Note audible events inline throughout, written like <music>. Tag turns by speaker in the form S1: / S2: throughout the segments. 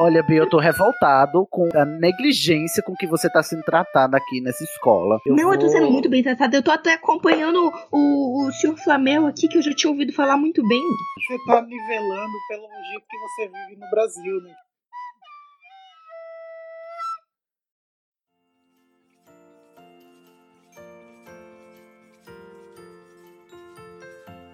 S1: Olha, Bia, eu tô revoltado com a negligência com que você tá sendo tratada aqui nessa escola. Eu
S2: não, eu tô
S1: vou-
S2: sendo muito bem tratada. Eu tô até acompanhando o, o senhor Flamel aqui, que eu já tinha ouvido falar muito bem.
S3: Você tá nivelando pelo jeito que você vive no Brasil, né?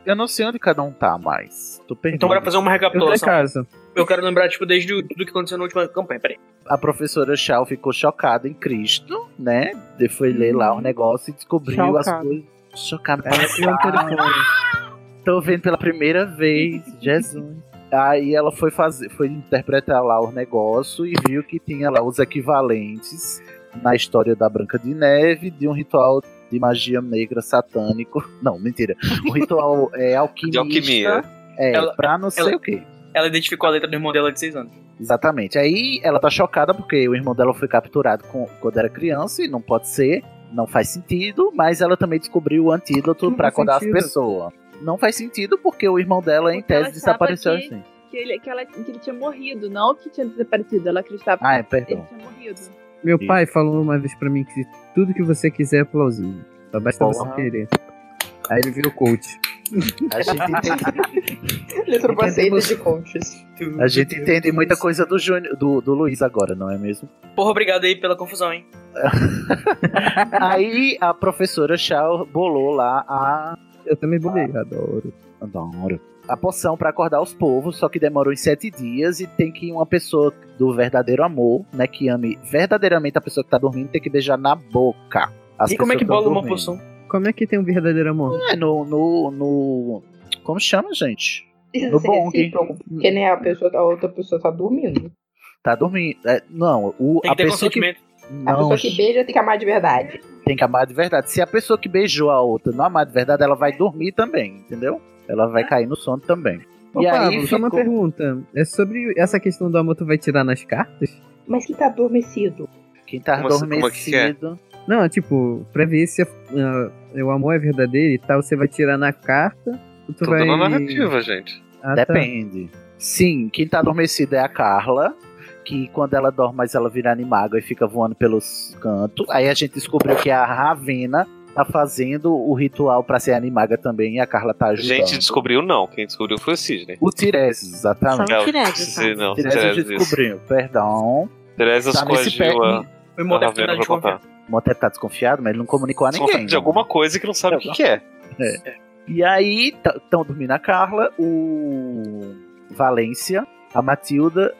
S1: Eu não sei onde cada um tá mais. Tô perdido.
S4: Então, bora fazer uma
S5: Eu tô em
S4: recapitulação.
S5: casa.
S4: Eu quero lembrar, tipo, desde o- tudo que aconteceu na última campanha. Peraí.
S1: A professora Shaw ficou chocada em Cristo, né? De- Foi ler lá
S2: Hum.
S1: o negócio e descobriu as
S5: Chocada.
S1: coisas. Chocada.
S5: Ela
S2: um
S5: tirou o telefone.
S1: Tô vendo pela primeira vez, Jesus. Aí ela foi fazer, foi interpretar lá o negócio e viu que tinha lá os equivalentes na história da Branca de Neve de um ritual de magia negra satânico. <laughs> Não, mentira. Um ritual
S5: <laughs>
S1: é alquimista.
S6: De alquimia.
S1: É,
S4: Ela-
S1: pra não sei
S4: ela-
S1: o quê.
S4: Ela identificou a letra do irmão dela de 6 anos.
S1: Exatamente. Aí ela tá chocada porque o irmão dela foi capturado com- quando era criança e não pode ser, não faz sentido, mas ela também descobriu o antídoto
S5: Não
S1: pra
S5: faz
S1: acordar as
S5: sentido.
S1: pessoas. Não faz sentido porque o irmão dela, em
S7: Porque ela
S1: tese,
S7: achava
S1: desapareceu
S7: que-
S1: assim.
S7: Que ele, que, ela, que ele tinha morrido, não que tinha desaparecido. Ela acreditava
S1: Ah, é,
S7: que ele
S1: perdão.
S7: tinha morrido.
S5: Meu
S1: Sim.
S5: pai falou uma vez pra mim que tudo que você quiser é plausível. Só basta
S1: Porra.
S5: você querer. Aí ele viu o coach.
S1: <laughs> A gente entende,
S8: Letra
S1: Entendemos.
S8: de coaches.
S1: a gente entende muita coisa do, Júnior, do, do Luiz agora, não é
S5: <laughs>
S1: mesmo?
S4: Porra, obrigado aí pela confusão, hein?
S1: Aí a professora Shaw bolou lá a.
S5: Eu também bolei, adoro.
S1: Adoro. A poção pra acordar os povos, só que demorou em sete dias e tem que uma pessoa do verdadeiro amor, né, que ame verdadeiramente a pessoa que tá dormindo, tem que beijar na boca. As
S4: e como é que bola
S1: pessoas tão
S4: uma
S1: dormindo.
S4: poção?
S5: Como é que tem um verdadeiro amor?
S1: É, no, no, no. Como chama, gente?
S8: Precisa
S1: No
S2: <laughs>
S8: ser
S1: bom,
S8: recíproco, porque nem a, pessoa, a outra pessoa tá dormindo.
S1: Tá dormindo. É, não,
S4: Tem
S1: o,
S4: que
S1: a
S4: ter
S1: pessoa que.
S4: consentimento.
S8: A
S1: Não,
S8: pessoa que beija tem que amar de verdade.
S1: tem que amar de verdade. Se a pessoa que beijou a outra não amar de verdade, ela vai dormir também, entendeu? Ela vai cair no sono também.
S5: Ô,
S1: E aí
S5: Pablo, só uma
S1: ficou-
S5: pergunta. É sobre essa questão do amor, tu vai tirar nas cartas?
S8: Mas que tá adormecido.
S1: Quem tá
S6: Como assim- como é que é?
S1: adormecido.
S5: Não, tipo, pra ver se ah, o amor é verdadeiro e tal, você vai tirar na carta. ou Tu
S6: Tô
S5: vai...
S6: dando a narrativa, gente.
S5: Ah, tá.
S1: Depende. Sim, quem tá adormecida é a Carla, que quando ela dorme, mas ela vira animaga e fica voando pelos cantos. Aí a gente descobriu que a Ravena tá fazendo o ritual pra ser animaga também, e a Carla tá ajudando.
S6: Gente, descobriu não. Quem descobriu foi o Sidney.
S1: O Tiresias, exatamente.
S9: Só o Tiresias,
S6: Sim,
S1: O
S6: não,
S1: Tiresias
S6: Tiresias. isso.
S1: descobriu, perdão.
S6: Teresa
S1: Tá nesse pé.
S6: coagiu a a
S4: Foi uma
S6: Ravena
S4: oportunidade
S6: pra
S4: de confiar.
S6: contar.
S1: O Motep tá desconfiado, mas ele não comunicou a ninguém. né?
S6: Desconfiado de alguma coisa que não sabe o que, que é.
S1: E aí, estão dormindo a Carla, o Valência, a Matilda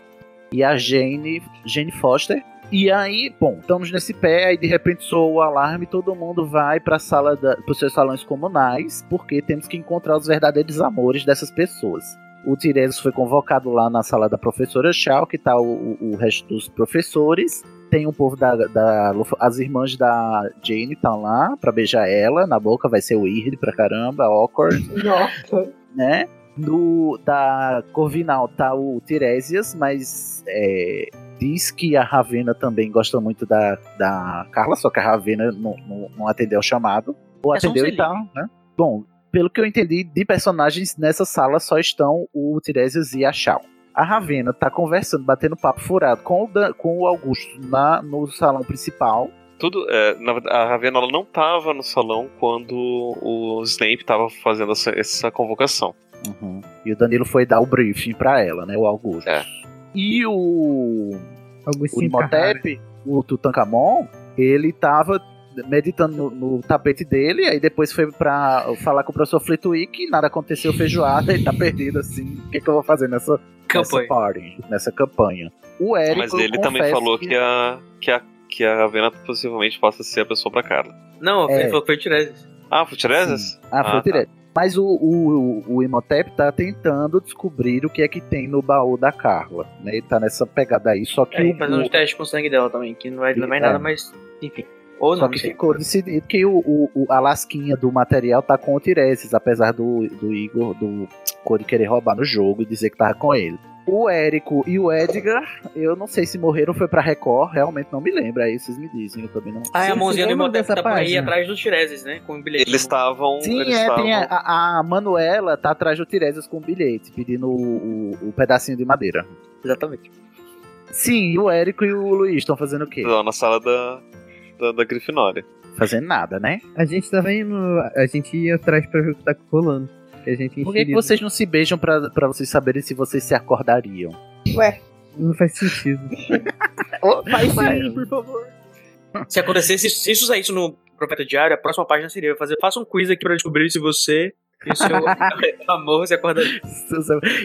S1: e a Jane, Jane Foster. E aí, bom, estamos nesse pé, aí de repente soa o alarme, todo mundo vai para sala da, pros seus salões comunais, porque temos que encontrar os verdadeiros amores dessas pessoas. O Tiresias foi convocado lá na sala da professora Shaw, que tá o, o- o resto dos professores. Tem um povo da, da- As irmãs da Jane estão lá pra beijar ela na boca, vai ser weird pra caramba, awkward
S8: Nossa.
S1: né? No, da Corvinal tá o Tiresias, mas é, diz que a Ravena também gosta muito da, da Carla, só que a Ravena não, não, não atendeu o chamado. Ou
S4: É só um
S1: atendeu e
S4: selinho.
S1: tal, né? Bom, pelo que eu entendi, de personagens nessa sala só estão o Tiresias e a Shao. A Ravena tá conversando, batendo papo furado com o, Dan- com o Augusto na, no salão principal.
S6: Tudo, é, na verdade, a Ravena ela não tava no salão quando o Snape tava fazendo essa, essa convocação.
S1: E o Danilo foi dar o briefing pra ela, né? O Augusto.
S6: Uhum. É.
S1: E o o
S5: Augustinho Carrara.
S1: Imhotep, o Tutankamon, ele tava meditando no, no tapete dele, aí depois foi pra falar com o professor Flitwick, nada aconteceu, feijoada, ele tá perdido assim, o que, que eu vou fazer nessa, nessa
S4: Campanha.
S1: party, nessa campanha. O Érico,
S6: Mas
S1: eu
S6: ele também
S1: confesso
S6: falou que, a, que, a, que a Ravena possivelmente possa ser a pessoa pra Carla.
S4: Não,
S1: É.
S4: ele falou que foi o Tiresias.
S6: Ah, foi Teresa?
S1: Ah, foi
S6: Ah, tá.
S1: direto. Mas o, o, o, o Imhotep tá tentando descobrir o que é que tem no baú da Carla, né? Ele tá nessa pegada aí, só que...
S6: É,
S4: Aí
S5: Uhum.
S1: o-
S4: fazendo uns testes com o sangue dela também, que não vai dar mais
S1: É.
S4: nada, mas enfim. Ou
S1: Só
S4: não,
S1: que
S4: não sei.
S1: ficou decidido que o, o, o- a lasquinha do material tá com o Tireses, apesar do, do Igor, do Cody querer roubar no jogo e dizer que tava com ele. O Érico e o Edgar, eu não sei se morreram ou foi pra Record, realmente não me lembro, aí vocês me dizem, eu também não
S4: Ah, é a
S5: Sim,
S4: mãozinha do
S5: lembra
S4: Imhotep
S5: dessa
S4: tá por aí
S5: página?
S4: atrás dos Tiresias, né? Com o bilhete.
S6: Eles estavam.
S1: Sim,
S6: eles
S1: é,
S6: estavam-
S4: né?
S1: tem a, a a Manuela um tá atrás do Tireses com o bilhete, pedindo o, o, o pedacinho de madeira.
S4: Exatamente.
S1: Sim, o Érico e o Luiz estão fazendo o quê?
S6: Lá na sala da, da, da Grifinória.
S1: Fazendo nada, né?
S5: A gente tava indo. A gente ia atrás pra ver o que tá rolando. Que a gente
S1: Por que, que
S5: enxerido.
S1: vocês não se beijam pra, pra vocês saberem se vocês se acordariam?
S8: Ué,
S5: Não
S1: <laughs>
S5: faz sentido.
S1: Faz sim.
S3: Por favor.
S4: Se acontecesse isso, se isso saísse no Profeta Diário, a próxima página seria fazer, faça um quiz aqui pra descobrir se você
S5: <laughs>
S4: e o seu amor se acordaria.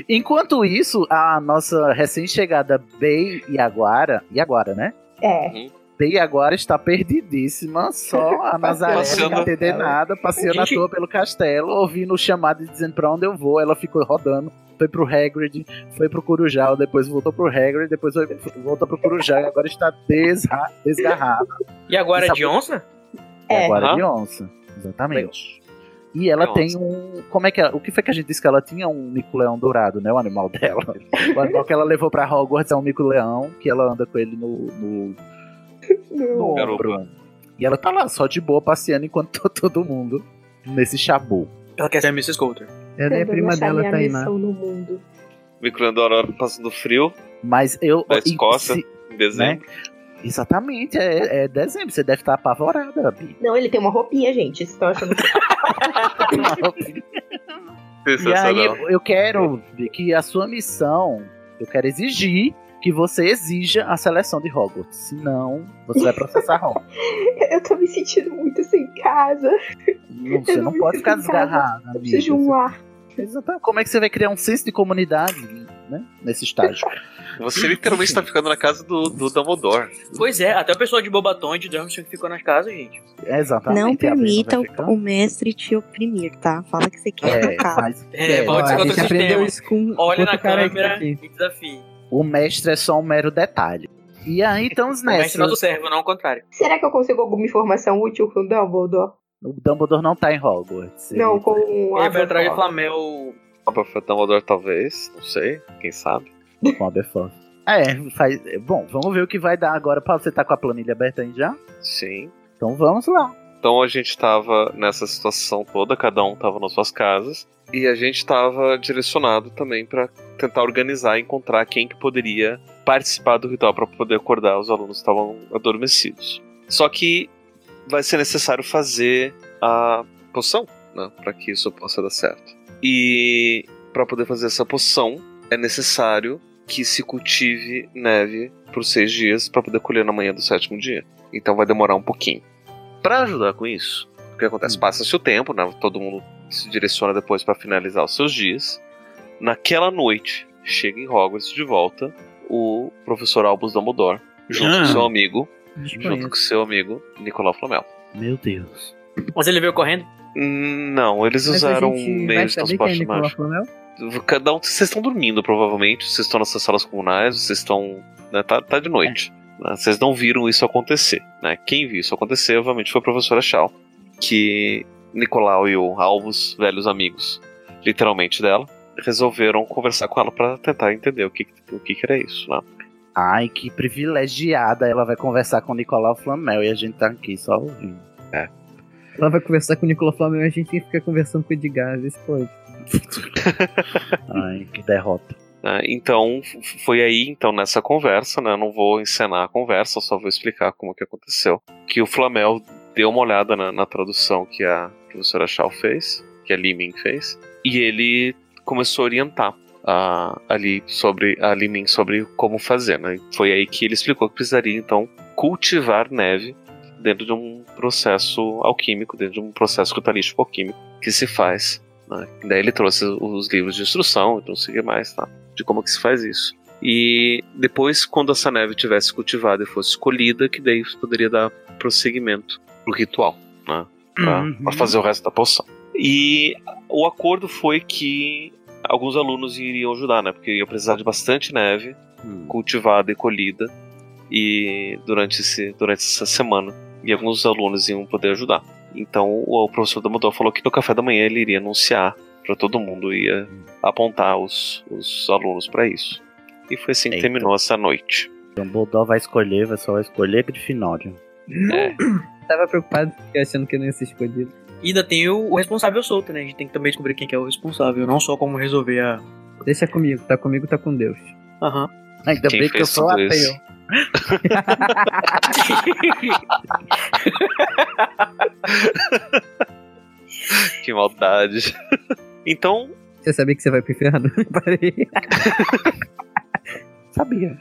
S1: Enquanto isso, a nossa recém-chegada Bey e Aguara. E agora, né?
S8: é.
S1: Bey agora está perdidíssima,
S5: <laughs>
S1: só a Nazaré sem
S6: Passeando.
S1: entender nada, passeando à
S4: Gente.
S1: toa pelo castelo, ouvindo o chamado e dizendo pra onde eu vou. Ela ficou rodando, foi pro Hagrid, foi pro Curujal, depois voltou pro Hagrid, depois foi- voltou pro Curujal e agora está desra- desgarrada.
S4: E agora é
S1: Sabe-
S4: de onça?
S8: É.
S1: Agora
S6: Hã?
S1: de onça. Exatamente. E ela tem um. Como é que é? O que foi que a gente disse que ela tinha um mico-leão dourado, né? O animal <laughs> dela. O animal que ela levou pra Hogwarts é um mico-leão, que ela anda com ele no- no no
S8: Não.
S1: ombro. E ela tá lá, só de boa, passeando enquanto tá <laughs> todo mundo nesse chabu.
S4: Ela quer ser a Mrs. Coulter.
S5: Ela é
S8: Tentando
S5: prima
S8: achar
S5: dela,
S8: minha
S5: Tainá.
S8: missão no mundo.
S6: Microando Aurora passando frio
S1: Mas eu.
S6: Da
S1: e
S6: Escócia.
S1: se- né?
S6: em dezembro.
S1: exatamente, é, é dezembro. Você deve estar apavorada, Bi.
S8: Não, ele tem uma roupinha, gente. Vocês estão achando que
S1: e aí
S6: Sensacional.
S1: eu quero Bi, que a sua missão. Eu quero exigir que você exija a seleção de Hogwarts. Senão, você vai processar Hogwarts.
S8: <laughs> eu tô me sentindo muito sem casa.
S1: Não, você não pode ficar desgarrada,
S8: Eu
S1: amiga.
S8: preciso de um ar.
S1: Exatamente. Como é que você vai criar um senso de comunidade, né? Nesse estágio.
S6: Você literalmente tá ficando na casa do, do Dumbledore.
S4: Pois é, até o pessoal de Bobaton e de Durmstrang ficou nas casas, gente.
S1: É, Exatamente.
S9: Não
S1: a Bi vai
S9: permita
S1: ficar.
S9: o, o mestre te oprimir, tá? Fala que você quer
S1: É,
S9: na cara.
S1: mas
S4: É,
S5: Ó,
S4: volte
S5: a
S4: contra o
S5: gente aprendeu
S4: sistema.
S5: isso com
S4: Olha
S5: outro
S4: na
S5: cara que tá
S4: câmera
S5: aqui.
S4: e desafie.
S1: o mestre é só um mero detalhe. E aí estamos
S4: O mestre
S1: nessa.
S4: não do servo, não ao contrário.
S8: Será que eu consigo alguma informação útil com o Dumbledore?
S1: O Dumbledore não tá em Hogwarts.
S8: Não, com
S4: Ele vai atrás de
S8: Aberforth.
S4: Flamel.
S6: Ah, pra- pra Dumbledore talvez, não sei, quem sabe.
S1: Ele- Com a Aberforth. É, faz... é, bom, vamos ver o que vai dar agora. Paulo, você tá com a planilha aberta aí já?
S6: Sim.
S1: Então vamos lá.
S6: Então a gente tava nessa situação toda, cada um tava nas suas casas, e a gente tava direcionado também pra tentar organizar e encontrar quem que poderia participar do ritual pra poder acordar os alunos que estavam adormecidos. Só que vai ser necessário fazer a poção, né, para que isso possa dar certo. E pra poder fazer essa poção é necessário que se cultive neve por seis dias pra poder colher na manhã do sétimo dia. Então vai demorar um pouquinho. Pra ajudar com isso, o que
S5: Hum.
S6: acontece? Passa-se o tempo, né? Todo mundo se direciona depois pra finalizar os seus dias. Naquela noite, chega em Hogwarts de volta o professor Albus Dumbledore, junto
S5: Ah.
S6: com seu amigo, junto com seu amigo Nicolau Flamel.
S1: Meu Deus.
S4: Mas ele veio correndo.
S6: Hum, Não, eles
S5: Mas a
S6: usaram
S5: gente vai
S6: meios de
S5: saber quem é
S6: transporte
S5: Nicolau
S6: mágico.
S5: Flamel?
S6: Cada um, vocês estão dormindo, provavelmente. Vocês estão nessas salas comunais, vocês estão. né, tá, tá de noite. né, Vocês não viram isso acontecer. Né? Quem viu isso acontecer, obviamente, foi a professora Shaw. Que Nicolau e o Alvos, velhos amigos, literalmente dela, resolveram conversar com ela para tentar entender o que, o que, que era isso. Né?
S1: Ai, que privilegiada. Ela vai conversar com o Nicolau Flamel e a gente tá aqui só ouvindo.
S5: Ela vai conversar com o Nicolau Flamel e a gente tem que ficar conversando com o Edgar. Isso pode.
S1: Ai, que derrota.
S6: né? Então, f- foi aí, então, nessa conversa, né? eu Não vou encenar a conversa, eu só vou explicar como que aconteceu. Que o Flamel deu uma olhada na, na tradução que a professora Shaw fez, que a Limin fez, e ele começou a orientar a, ali sobre a Limin sobre como fazer, né? E Foi aí que ele explicou que precisaria, então, cultivar neve dentro de um processo alquímico, dentro de um processo catalítico alquímico que se faz. né? Daí ele trouxe os livros de instrução e não sei o que mais, tá? de como que se faz isso. E depois, quando essa neve tivesse cultivada e fosse colhida, que daí você poderia dar prosseguimento pro ritual, né? Pra,
S1: Uhum.
S6: pra fazer o resto da poção. E o acordo foi que alguns alunos iriam ajudar, né? Porque ia precisar de bastante neve cultivada e colhida e durante, esse, durante essa semana. E alguns alunos iam poder ajudar. Então o, o professor Dumbledore falou que no café da manhã ele iria anunciar para todo mundo, ia apontar os, os alunos para isso. E foi assim que
S1: Eita.
S6: terminou essa noite.
S1: Dumbledore Então, vai escolher, vai só vai escolher Grifinória. <clears throat>
S6: É,
S5: Tava preocupado fiquei achando que não ia ser escolhido.
S4: E ainda tem o, o responsável solto, né? A gente tem que também descobrir quem que é o responsável. Não só como resolver a.
S5: Deixa comigo, tá comigo, tá com Deus.
S4: Aham.
S1: Ainda
S6: Quem
S1: bem que eu
S6: fez
S1: sou
S6: tudo
S1: ateu.
S6: isso? <laughs> Que maldade. Então,
S5: Você sabia que você vai pro inferno?
S6: <laughs>
S5: <laughs> Parei.
S1: Sabia.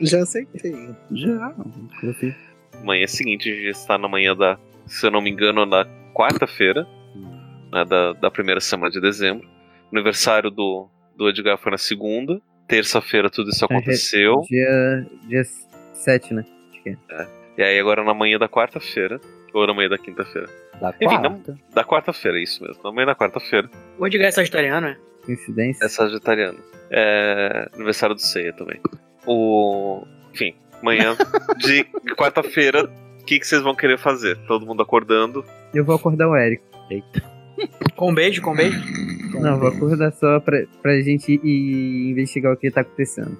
S10: Já aceitei.
S1: Já. Inclusive.
S6: manhã é seguinte, a gente está na manhã da, se eu não me engano, na quarta-feira, né, da, da primeira semana de dezembro. O aniversário do, do Edgar foi na segunda. Terça-feira tudo
S1: É,
S6: isso aconteceu.
S5: É,
S6: É.
S5: Dia, dia 7, né?
S1: é,
S6: E aí agora na manhã da quarta-feira, ou na manhã da quinta-feira.
S1: Da
S6: Enfim, não-
S1: quarta.
S6: Da quarta-feira, é isso mesmo. Na manhã da quarta-feira.
S4: O Edgar é sagitariano, né?
S5: Coincidência.
S6: É sagitariano. É. Aniversário do Ceia também. O. Enfim, manhã
S1: <laughs>
S6: de quarta-feira, o que, que vocês vão querer fazer? Todo mundo acordando.
S5: Eu vou acordar o Eric.
S4: Com um beijo, com um
S1: <clears throat>
S4: beijo.
S5: Não, vou acordar só pra, pra gente ir investigar o que tá acontecendo.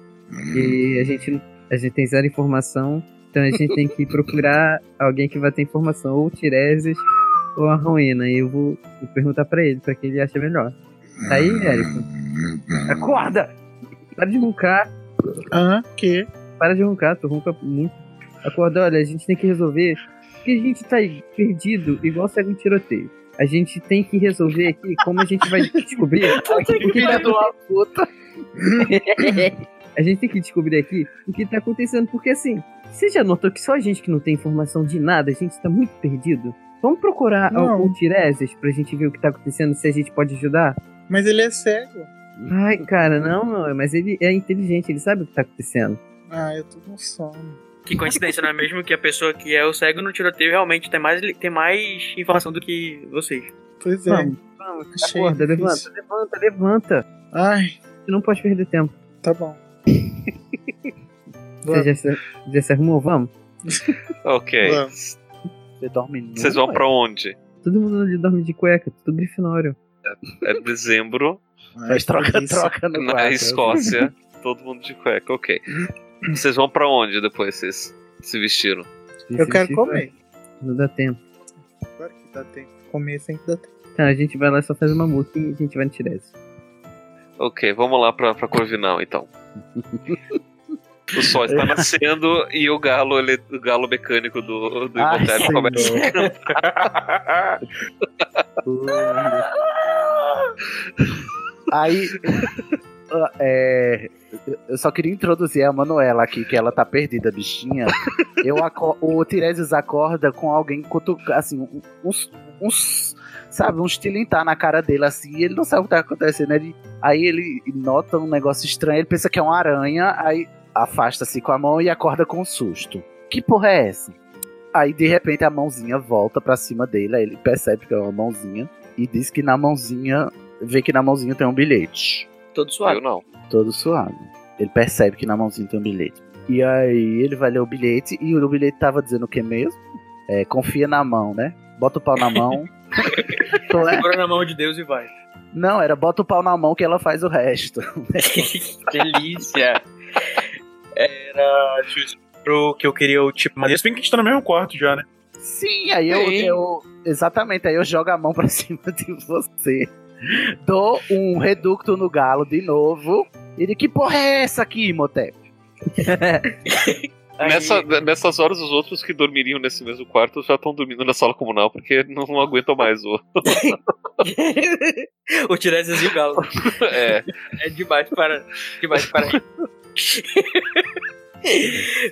S5: E a gente, a gente tem zero informação, então a gente tem que procurar alguém que vai ter informação, ou o Tiresias ou a Rowena. E eu vou vou perguntar pra ele, pra que ele acha melhor. Tá aí, Érico? Acorda! Para de roncar,
S10: Ah, que?
S5: para de roncar, tu ronca muito. Acorda, olha, a gente tem que resolver, porque a gente tá aí perdido, igual segue um tiroteio. A gente tem que resolver aqui como a gente vai descobrir o que tá <laughs> a gente tem que descobrir aqui o que tá acontecendo, porque assim, você já notou que só a gente que não tem informação de nada, a gente tá muito perdido? Vamos procurar
S10: Não.
S5: o, o Tiresias pra gente ver o que tá acontecendo, se a gente pode ajudar?
S10: Mas ele é cego.
S5: Ai, cara, não, não, mas ele é inteligente, ele sabe o que tá acontecendo.
S10: Ah, eu tô com sono.
S4: Que coincidência, não é mesmo que a pessoa que é o cego no tiroteio realmente tem mais, li- tem mais informação do que vocês.
S10: Pois é.
S5: Vamos, vamos,
S10: Achei
S5: acorda, levanta,
S10: difícil.
S5: levanta, levanta.
S10: Ai,
S5: Você não pode perder tempo.
S10: tá bom.
S5: Você já se, já se arrumou? Vamos?
S10: <laughs>
S6: Ok.
S10: Vamos.
S1: Você dorme nu,
S6: Vocês vão
S1: ué?
S6: pra onde?
S5: Todo mundo ali dorme de cueca, tudo grifinório.
S6: É dezembro,
S10: É,
S1: Faz troca-troca no
S6: na
S1: quarto. <laughs>
S6: Escócia. Todo mundo de cueca, ok. Vocês vão pra onde depois vocês se vestiram?
S10: Eu quero comer.
S5: Tipo, Não dá tempo.
S10: Claro que
S1: tá
S10: dá
S1: <laughs>
S10: tempo. Comer sempre dá tempo.
S5: Tá, a gente vai lá só fazer uma música e a gente vai no Tiresias.
S6: Ok, vamos lá pra, pra Corvinal então. O sol está nascendo e o galo, ele, o galo mecânico do, do
S1: Ai,
S6: Imhotep
S1: senhor.
S6: começa a cantar.
S1: Aí. ah, é, eu só queria introduzir a Manuela aqui, que ela tá perdida, bichinha. Eu aco- o Tiresias acorda com alguém cutucando, assim, uns, uns. Sabe, uns tilintar na cara dele, assim, e ele não sabe o que tá acontecendo. Ele, aí ele nota um negócio estranho, ele pensa que é uma aranha, aí afasta-se com a mão e acorda com um susto. Que porra é essa? Aí de repente a mãozinha volta pra cima dele, aí ele percebe que é uma mãozinha e diz que na mãozinha vê que na mãozinha tem um bilhete,
S4: <laughs> Todo
S6: Eu
S4: suave.
S6: não.
S1: todo suado. Ele percebe que na mãozinha tem um bilhete. E aí ele vai ler o bilhete e o bilhete tava dizendo o que mesmo? É, confia na mão, né? Bota o pau na mão. Não é?
S4: Segura na mão de Deus e vai.
S1: Não, era bota o pau na mão que ela faz o resto. <laughs> né?
S4: Delícia. Era. Deixa eu ver, pro que eu queria o tipo.
S3: Mas se bem que a gente tá no mesmo quarto já, né?
S1: Sim, aí eu,
S4: Sim.
S1: eu- Exatamente, aí eu jogo a mão pra <laughs> cima de você. Dou um reducto no galo de novo. Ele, que porra é essa aqui, Motep?
S4: Aí-
S6: Nessa- nessas horas, os outros que dormiriam nesse mesmo quarto já estão dormindo na sala comunal porque não, aguentam mais o. <laughs>
S4: o Tiresias e o Galo.
S6: <laughs> É,
S4: É demais para. Demais para.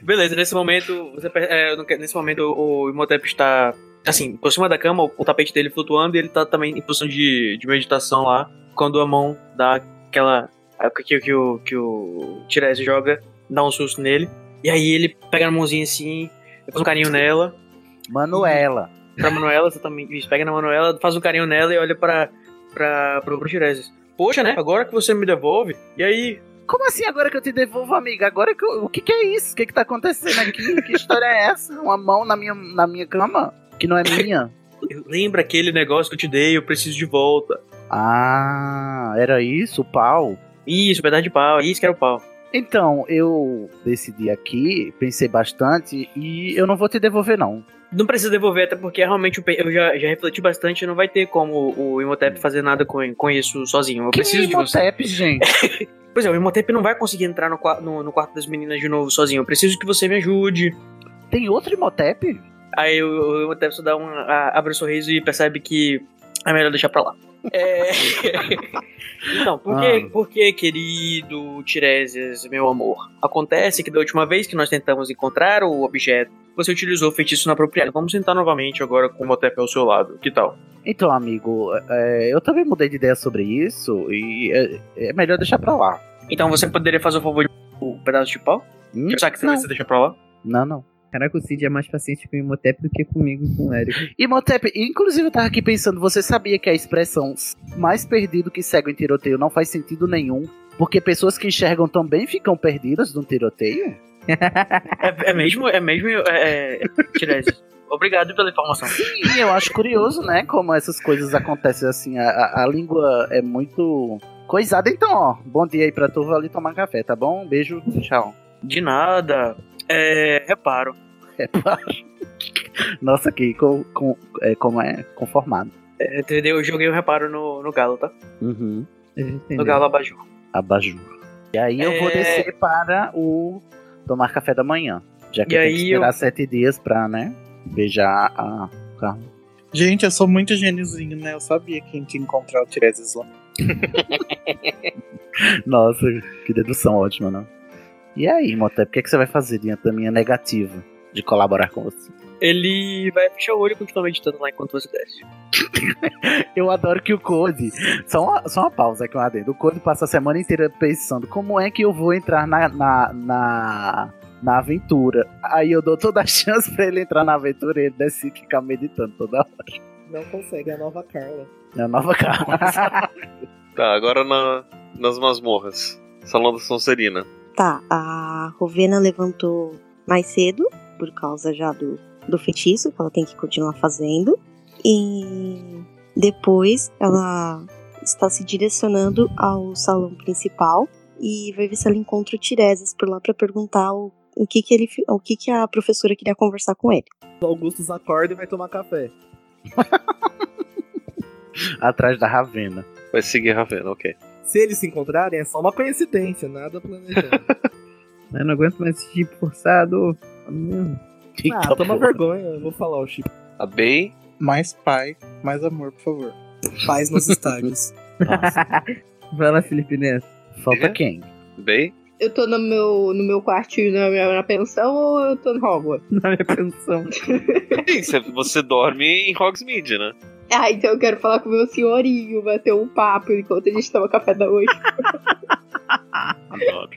S4: Beleza, nesse momento. Você, per- é, eu não quero- nesse momento o Imhotep está. Assim, por cima da cama, o, o tapete dele flutuando e ele tá também em posição de, de meditação lá. Quando a mão dá aquela. a- que, que o, que o Tiresias joga, dá um susto nele. E aí ele pega na mãozinha assim, faz um carinho nela.
S1: <laughs> Manuela.
S4: Pra Manuela, você também. Isso, pega na Manuela, faz um carinho nela e olha pra. pra pro, pro Tiresias. Poxa, né? Agora que você me devolve, e aí?
S1: Como assim agora que eu te devolvo, amiga? Agora que eu- o que, que é isso? O que, que tá acontecendo aqui? Que história é essa? Uma mão na minha, na minha cama? Que não é minha?
S4: <laughs> Lembra aquele negócio que eu te dei, eu preciso de volta.
S1: Ah, era isso, o pau?
S4: Isso, pedaço de pau, Ah, isso que era o pau.
S1: Então, eu decidi aqui, pensei bastante e eu não vou te devolver, não.
S4: Não precisa devolver, até porque é realmente o pe- eu já, já refleti bastante. Não vai ter como o Imhotep fazer nada com, com isso sozinho. Eu
S1: Que
S4: preciso de você.
S1: Imhotep, gente?
S4: <laughs> Pois é, o Imhotep não vai conseguir entrar no, qua- no, no quarto das meninas de novo sozinho. Eu preciso que você me ajude.
S1: Tem outro Imhotep?
S4: Aí o, o Imhotep só dá um, a- abre um sorriso e percebe que é melhor deixar pra lá. É... então, por que,
S1: Ah.
S4: por que, querido Tiresias, meu amor? Acontece que da última vez que nós tentamos encontrar o objeto, você utilizou o feitiço inapropriado. Vamos tentar novamente agora com o Imhotep ao seu lado. Que tal?
S1: Então, amigo, é, eu também mudei de ideia sobre isso e é, é melhor deixar pra lá.
S4: Então você poderia fazer o favor de um pedaço de pau?
S1: Hum,
S4: Já que você
S1: não.
S4: você deixa pra lá?
S1: Não, não.
S5: Caraca, o Cid é mais paciente com o Imhotep do que comigo e com o Érico.
S1: Imhotep, inclusive eu tava aqui pensando, você sabia que a expressão mais perdido que cego em tiroteio não faz sentido nenhum? Porque pessoas que enxergam também ficam perdidas num tiroteio?
S4: É, é mesmo, é mesmo, é, é, Tiresias. Obrigado pela informação.
S1: E eu acho curioso, né? Como essas coisas acontecem assim. A, a- a língua é muito coisada. Então, ó, bom dia aí pra turma ali tomar café, tá bom? Um beijo, tchau.
S4: De nada. É, reparo.
S1: Nossa, que com, com- é, como é conformado.
S4: É, entendeu? Eu joguei um reparo no, no galo, tá?
S1: Uhum.
S5: A gente
S4: No
S5: entendeu.
S4: galo abajur.
S1: Abajur. E aí eu vou
S4: É.
S1: descer para o tomar café da manhã. Já que
S4: E
S1: eu tenho que
S4: aí
S1: esperar sete dias pra, né? Beijar a. Carla.
S10: <laughs> Gente, eu sou muito gêniozinho, né? Eu sabia que a gente ia encontrar o Tiresias lá.
S1: Nossa, que dedução ótima, não? E aí, Motep, o que, é que você vai fazer diante da minha negativa de colaborar com você? <laughs>
S4: Ele vai fechar o olho e continuar meditando lá enquanto você desce.
S1: Eu adoro que o Code. Só uma, só uma pausa aqui, um adendo. O Code passa a semana inteira pensando como é que eu vou entrar na, na, na, na aventura. Aí eu dou toda a <laughs> chance pra ele entrar na aventura e ele decide ficar meditando toda hora.
S10: Não consegue, é a nova Carla.
S1: É a
S6: <laughs>
S1: nova carta.
S6: Tá, agora na- nas masmorras. Salão da Sonserina.
S9: <laughs> Tá, a Rovena levantou mais cedo, por causa já do, do feitiço, que ela tem que continuar fazendo. E depois ela está se direcionando ao salão principal e vai ver se ela encontra o Tiresias por lá para perguntar o, o que que ele fi- o que que a professora queria conversar com ele.
S11: O Augustus acorda e vai tomar café.
S1: Atrás da Ravena.
S6: Vai seguir Ravena, ok.
S11: Se eles se encontrarem, é só uma coincidência, nada planejado.
S5: Eu não aguento mais esse tipo forçado. Hum.
S11: Ah, toma
S1: porra.
S11: vergonha, eu vou falar o chip.
S6: A Bey,
S10: Mais pai, mais amor, por favor.
S11: Paz nos estádios.
S1: Nossa,
S5: <laughs> Vai lá, Felipe Neto.
S1: falta quem?
S6: Bey,
S8: Eu tô no meu, no meu quartinho, na minha na pensão, ou eu tô no Hogwarts?
S2: <laughs>
S5: Na minha pensão.
S6: Sim, você- você dorme em Hogsmeade, né?
S8: Ah, então eu quero falar com o meu senhorinho, bater um papo enquanto a gente toma café
S4: <laughs>
S8: da noite.
S4: Ah,
S6: Adoro.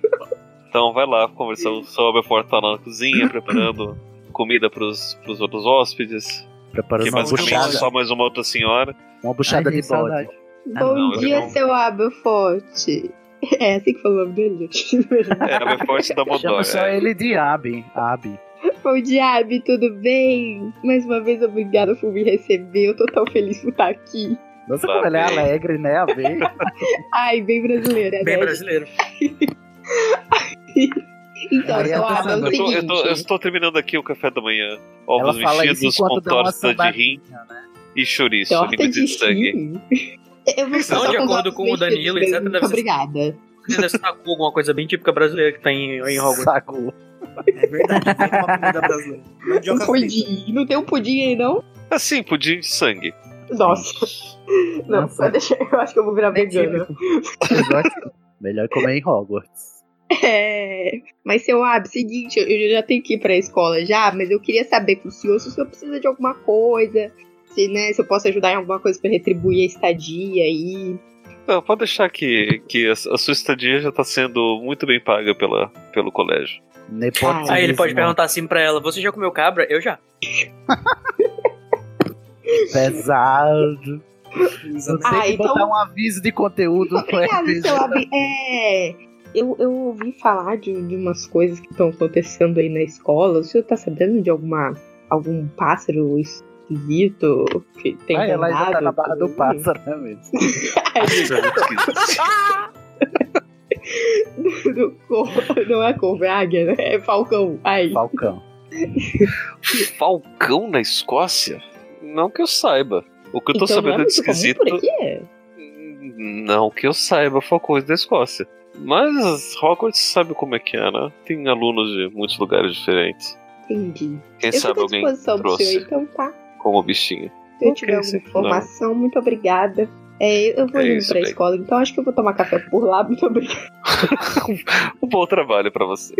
S6: Então vai lá, conversando sobre a porta lá na cozinha, preparando comida pros, pros outros hóspedes.
S1: Preparando
S6: que
S1: uma
S6: basicamente é
S1: buchada,
S6: só mais uma outra senhora.
S1: uma buchada
S5: Ai,
S1: de
S5: gente,
S1: bode.
S5: saudade.
S8: Bom
S6: não,
S8: dia,
S6: não.
S8: seu Aberforte. É assim que falou o nome dele, gente. <laughs>
S6: Era bem forte da é. Bodora.
S1: Chama só ele de Abi. Abi.
S8: Bom dia, Abby, tudo bem? Mais uma vez, obrigada por me receber. Eu tô tão feliz por estar aqui.
S1: Nossa,
S6: Tá
S1: como ela é
S6: bem.
S1: alegre, né? <laughs> Abi.
S8: é Ai, bem brasileira, né?
S4: Bem brasileiro.
S8: Então, seu Abby, é o
S6: Eu, tô, eu, tô, eu
S8: seguinte.
S6: estou terminando aqui o café da manhã.
S1: ela
S6: Ovos
S1: fala isso
S6: mexidos com
S1: enquanto dá uma
S6: torta de rim
S1: sambadinha, né?
S6: e chouriço,
S8: Torta
S6: língua
S8: de
S6: de sangue.
S8: rim? Eu vou
S4: Não,
S8: só
S4: de
S8: com
S4: acordo
S8: ovos
S4: com o Danilo,
S8: mexidos
S4: exato,
S8: mesmo.
S4: deve ser-
S8: Obrigada.
S4: Você deve estar com alguma coisa bem típica brasileira que tá em, em Hogwarts.
S1: Saco.
S11: É verdade, tem uma comida brasileira. Mandioca
S8: Um
S11: frita.
S8: pudim. Não tem um pudim aí, não?
S6: Assim, pudim de sangue.
S8: Nossa. <laughs> Não,
S5: Nossa.
S8: só deixa. Eu acho que eu vou virar vegana.
S1: Exótico. Melhor comer em Hogwarts.
S8: <laughs> É. Mas, seu Ab, seguinte, eu- eu já tenho que ir pra escola já, mas eu queria saber com o senhor se o senhor precisa de alguma coisa, se, né, se eu posso ajudar em alguma coisa pra retribuir a estadia aí.
S6: Não, Então, pode deixar que, que a, a sua estadia já está sendo muito bem paga pela, pelo colégio.
S1: Nepotismo.
S4: Aí ele pode perguntar assim pra ela: Você já comeu cabra? Eu já.
S1: Pesado. Você tem
S8: Ah,
S1: que
S8: então-
S1: botar um aviso de conteúdo
S8: <laughs>
S1: no
S8: Obrigada,
S1: RPG.
S8: seu Ab. É. Eu, eu ouvi falar de, de umas coisas que estão acontecendo aí na escola. O senhor tá sabendo de alguma algum pássaro esquisito que tem um
S1: Ah, ela ainda tá
S8: rondado
S1: na barra do
S8: por aí? <laughs>
S1: pássaro, né, mesmo?
S8: Do corvo- não é corvo, é águia, né? É falcão. Ai.
S1: Falcão.
S6: Falcão na Escócia? Não que eu saiba. O que eu tô
S8: Então, não é
S6: sabendo é de
S8: muito comum
S6: esquisito.
S8: por
S9: é.
S8: aqui?
S6: Não que eu saiba, falcões da Escócia. Mas Hogwarts sabe como é que é, né? Tem alunos de muitos lugares diferentes.
S8: Entendi.
S6: Quem
S8: eu
S6: sabe
S8: fico à
S6: alguém
S8: disposição pro
S6: trouxe
S8: senhor, então tá.
S6: como bichinho.
S8: Se eu
S6: Ok,
S8: tiver alguma
S6: sim, não.
S8: informação, muito obrigada. É, eu vou
S6: É
S8: indo
S6: isso,
S8: pra
S6: bem.
S8: escola, então acho que eu vou tomar café por lá. <laughs> Muito obrigada.
S6: Um bom trabalho pra você.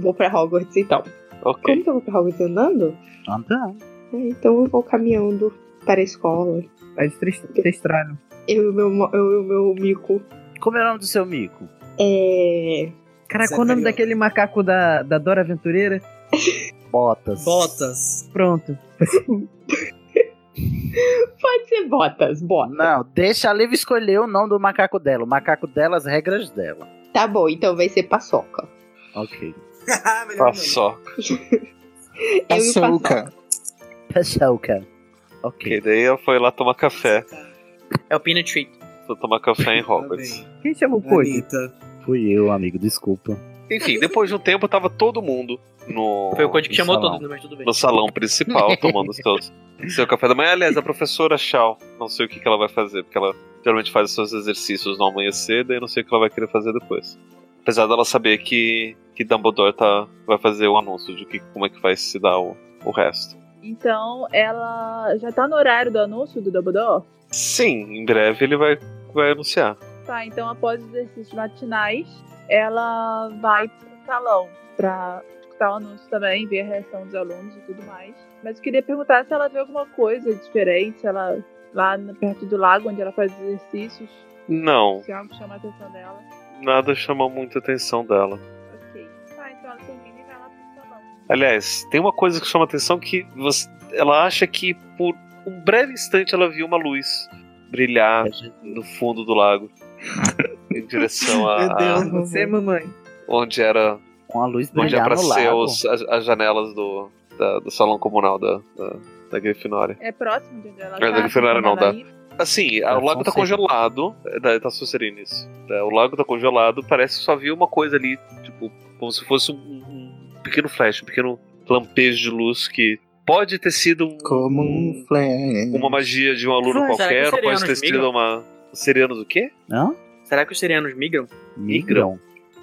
S8: vou pra Hogwarts então. Como
S6: Ok.
S8: que eu vou pra Hogwarts andando? É, então eu vou caminhando para a escola.
S10: Tá
S5: Vai de testralho.
S8: Eu e o meu, mo- eu e o meu mico.
S1: Como é o nome do seu mico?
S8: É.
S5: Cara, qual o nome daquele macaco da, da Dora Aventureira?
S1: Botas.
S10: Botas.
S5: Pronto.
S8: Pode ser botas, botas.
S1: Não, deixa a Liv escolher o nome do macaco dela. O macaco dela, as regras dela.
S8: Tá bom, então vai ser paçoca.
S1: Ok.
S6: Tá Paçoca.
S8: Eu e o paçoca.
S1: Paçoca.
S6: Ok, daí ela foi lá tomar café.
S4: É o Peanut Tá Treat.
S6: Foi tomar café em Hogwarts.
S5: Quem chamou o Coelho?
S1: Fui eu, amigo, desculpa.
S6: Enfim, depois de um tempo tava todo mundo no.
S4: Foi o Code que
S6: no
S4: chamou
S6: salão.
S4: todo mundo, mas tudo bem.
S6: no salão principal tomando seus, seu café da manhã. Aliás, a professora Shaw, não sei o que, que ela vai fazer, porque ela geralmente faz os seus exercícios no amanhecer, daí eu não sei o que ela vai querer fazer depois. Apesar dela saber que, que Dumbledore tá, vai fazer o anúncio de que, como é que vai se dar o, o resto.
S7: Então, ela já tá no horário do anúncio do Dumbledore?
S6: Sim, em breve ele vai, vai anunciar.
S7: Tá, então após os exercícios matinais, ela vai pro salão pra escutar o anúncio também, ver a reação dos alunos e tudo mais. Mas eu queria perguntar se ela vê alguma coisa diferente, se ela lá no- perto do lago onde ela faz os exercícios,
S6: Não,
S7: se é algo chama a atenção dela.
S6: nada chama muita atenção dela.
S7: Ok. Tá, então ela termina e vai lá pro salão.
S6: Aliás, tem uma coisa que chama atenção que você- ela acha que por um breve instante ela viu uma luz brilhar no fundo do lago em direção a, a-
S10: É,
S5: Você,
S1: é
S5: mamãe.
S6: onde era
S1: Com a luz
S6: onde é
S1: brilhar
S6: para
S1: no
S6: ser
S1: lago.
S6: os- as, as janelas do, da- do salão comunal da, da, da Grifinória.
S7: É próximo de onde ela
S6: É,
S7: tá?
S6: da Grifinória não,
S7: quando ela
S6: da-
S7: ir?
S6: Assim,
S1: Da
S6: o lago tá
S1: Sonserina.
S6: congelado, é, da, tá Sonserina isso. É, o lago tá congelado, parece que só viu uma coisa ali, tipo, como se fosse um, um pequeno flash, um pequeno lampejo de luz que pode ter sido um-
S10: Como um flash.
S6: uma magia de um aluno
S4: Será que
S6: qualquer, ou
S4: seriam
S6: pode ter
S4: os
S6: sido
S4: Minions?
S6: uma. Serianos o quê?
S1: Hã?
S4: Será que os serianos migram?
S1: Migrão.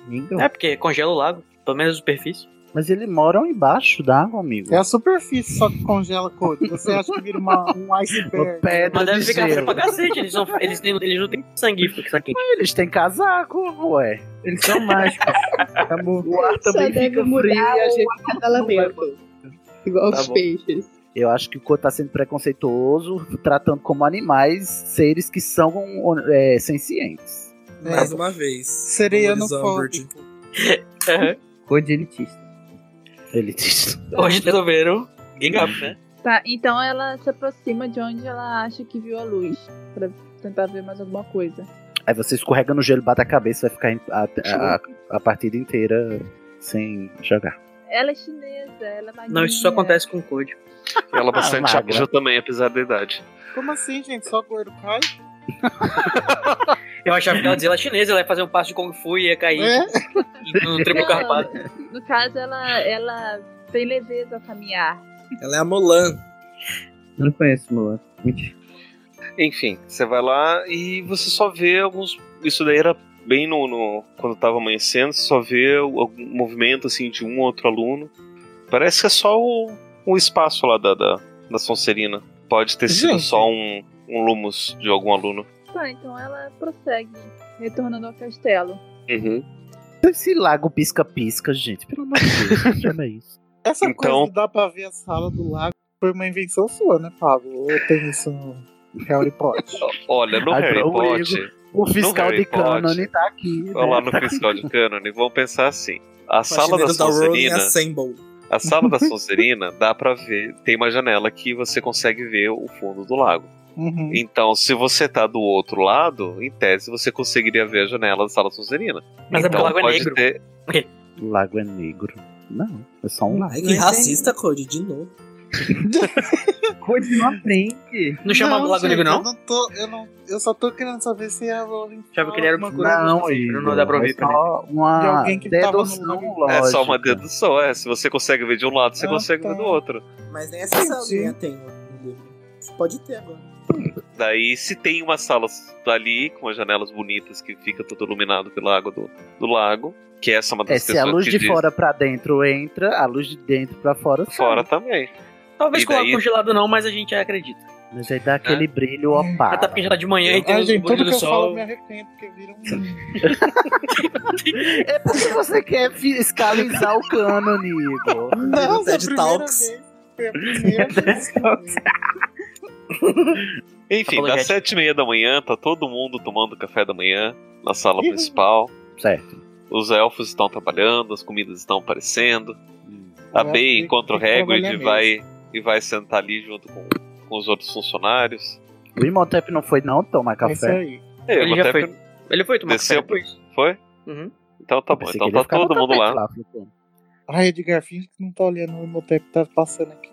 S1: Migrão.
S4: É, porque congela o lago, pelo menos a superfície.
S1: Mas eles moram embaixo d'água, amigo.
S10: É a superfície só que congela coisa. Você acha que vira uma, um
S1: Uma
S10: iceberg?
S1: pedra
S4: Mas deve
S1: de
S4: ficar frio
S1: gelo.
S4: É pra cacete, eles, não- eles, nem- eles não têm sangue pra ficar quente.
S1: <laughs> Eles têm casaco, ué.
S5: Eles são mágicos.
S10: Tá
S5: Acabou.
S1: O ar também
S8: Só deve
S1: fica frio e
S8: mudar
S1: a gente...
S8: o acasalamento. Igual
S1: Tá
S8: os
S1: bom.
S8: peixes.
S1: Eu acho que o Cor tá sendo preconceituoso, tratando como animais seres que são é, sencientes.
S11: Mais uma vez. um
S10: Sereiano
S11: Lobisomem.
S10: fóbico.
S5: Code elitista.
S1: Elitista.
S4: Hoje resolveram. Gang up, né?
S7: Tá, então ela se aproxima de onde ela acha que viu a luz, pra tentar ver mais alguma coisa.
S1: Aí você escorrega no gelo, bate a cabeça, vai ficar em- a, a, a partida inteira sem jogar.
S7: Ela é chinesa, ela é magia. <laughs>
S4: Não, isso só acontece com o Code.
S6: Ela é
S1: Ah,
S6: bastante
S1: magra.
S6: chata também, apesar da idade.
S10: Como assim, gente? Só gordo cai?
S4: Eu achava que ela dizia ela é chinesa, ela ia fazer um passo de Kung Fu e ia cair
S10: É?
S4: no triplo
S7: Não.
S4: carpado.
S7: No caso, ela, ela tem leveza ao caminhar.
S11: Ela é a Mulan.
S5: Eu não conheço, Mulan. Mentira.
S6: <laughs> Enfim, você vai lá e você só vê alguns. Isso daí era bem no. no- quando tava amanhecendo, você só vê o- algum movimento assim de um ou outro aluno. Parece que é só o, o espaço lá da, da, da Sonserina. Pode ter sido
S10: Gente.
S6: só um, um Lumos de algum aluno.
S7: Tá, então ela prossegue, retornando ao castelo.
S6: Uhum.
S1: Então, Esse lago pisca-pisca, gente. Pelo amor de Deus, que diabo é isso?
S10: Essa
S6: Então-
S10: coisa de dar pra ver a sala do lago foi uma invenção sua, né, Pablo? Ou tem isso no Harry Potter?
S6: <laughs> Olha, no
S1: Ai,
S6: Harry
S1: o
S6: Potter.
S1: O fiscal
S6: Harry
S1: de Cânone
S6: Potter.
S1: tá aqui. né?
S10: É,
S6: Olha lá no fiscal de cânone, vão pensar assim. A <laughs> sala da
S11: Faxineiro Rowling
S6: Sonserina.
S10: assim,
S11: Assemble.
S6: A sala da Sonserina dá pra ver, tem uma janela que você consegue ver o fundo do lago.
S10: Uhum.
S6: Então, se você tá do outro lado, em tese você conseguiria ver a janela da sala Sonserina.
S4: Mas é porque
S6: então,
S4: o lago é
S6: pode
S4: negro.
S6: ter.
S1: O lago é negro. Não, é só um lago.
S11: Ai, que racista, Cody, de novo.
S5: Continua à frente.
S4: Não chama
S10: Não,
S4: Lago
S10: gente,
S4: Negro, não?
S10: Eu não tô, eu não, eu só tô querendo saber se é a Rowling
S4: Achava que ele era uma coisa.
S1: Não,
S4: assim,
S1: Igor,
S4: não dá pra
S1: é
S4: ouvir pra mim.
S1: só uma
S10: De alguém que tava no
S1: Ah, dedução
S6: É
S1: lógica.
S6: só uma dedução, é. Se você consegue ver de um lado, você
S10: Ah,
S6: consegue
S10: tá.
S6: ver do outro.
S11: Mas
S4: é
S10: <laughs>
S11: nem essa
S10: Entendi.
S11: salinha tem no livro. Você pode ter agora.
S6: Daí, se tem uma sala ali, com as janelas bonitas, que fica tudo iluminado pela água do, do lago, que essa é uma
S1: É,
S6: das
S1: se a
S6: questões
S1: luz
S6: que
S1: de
S6: diz
S1: fora pra dentro entra, a luz de dentro pra fora sai.
S6: fora também.
S4: Talvez
S6: E
S4: com o
S6: daí?
S4: congelado não, mas a gente acredita.
S1: Mas aí dá
S6: É.
S1: aquele brilho
S4: Até
S1: opaco.
S4: porque já tá de manhã e tem
S10: Ah,
S4: o
S10: gente, tudo
S4: brilho
S10: que
S4: do
S10: eu falo eu
S4: sol.
S10: me arrependo, porque vira um.
S1: É porque você quer fiscalizar o cano, Igor.
S10: Não,
S11: Ted
S10: é a primeira
S11: Talks.
S10: vez. Foi a primeira
S1: <laughs>
S10: vez. que eu vi.
S6: Enfim,
S4: Apologética.
S6: das sete e meia da manhã, tá todo mundo tomando café da manhã na sala
S10: Ih.
S6: principal.
S1: Certo.
S6: Os elfos estão trabalhando, as comidas estão aparecendo.
S1: Hum.
S6: A
S10: Eu
S6: Bey
S10: acho que
S6: encontra o
S10: tem que
S6: Hagrid e
S10: trabalhar
S6: vai, e vai sentar ali junto com, com os outros funcionários.
S1: O Imhotep não foi não tomar
S10: É isso
S1: café.
S10: aí.
S6: É,
S4: Ele
S6: eu
S4: já
S6: até
S4: foi.
S6: per-
S4: Ele foi tomar
S6: Desceu.
S4: café depois.
S6: Foi?
S4: Uhum.
S6: Então tá
S1: Eu
S6: bom.
S1: pensei
S6: Então
S1: que ele
S6: tá
S1: ficava
S6: todo
S1: no
S6: mundo
S1: tapete
S6: lá.
S1: flutuando.
S10: Ai, Edgar, finge que não tá olhando o Imhotep tá passando aqui.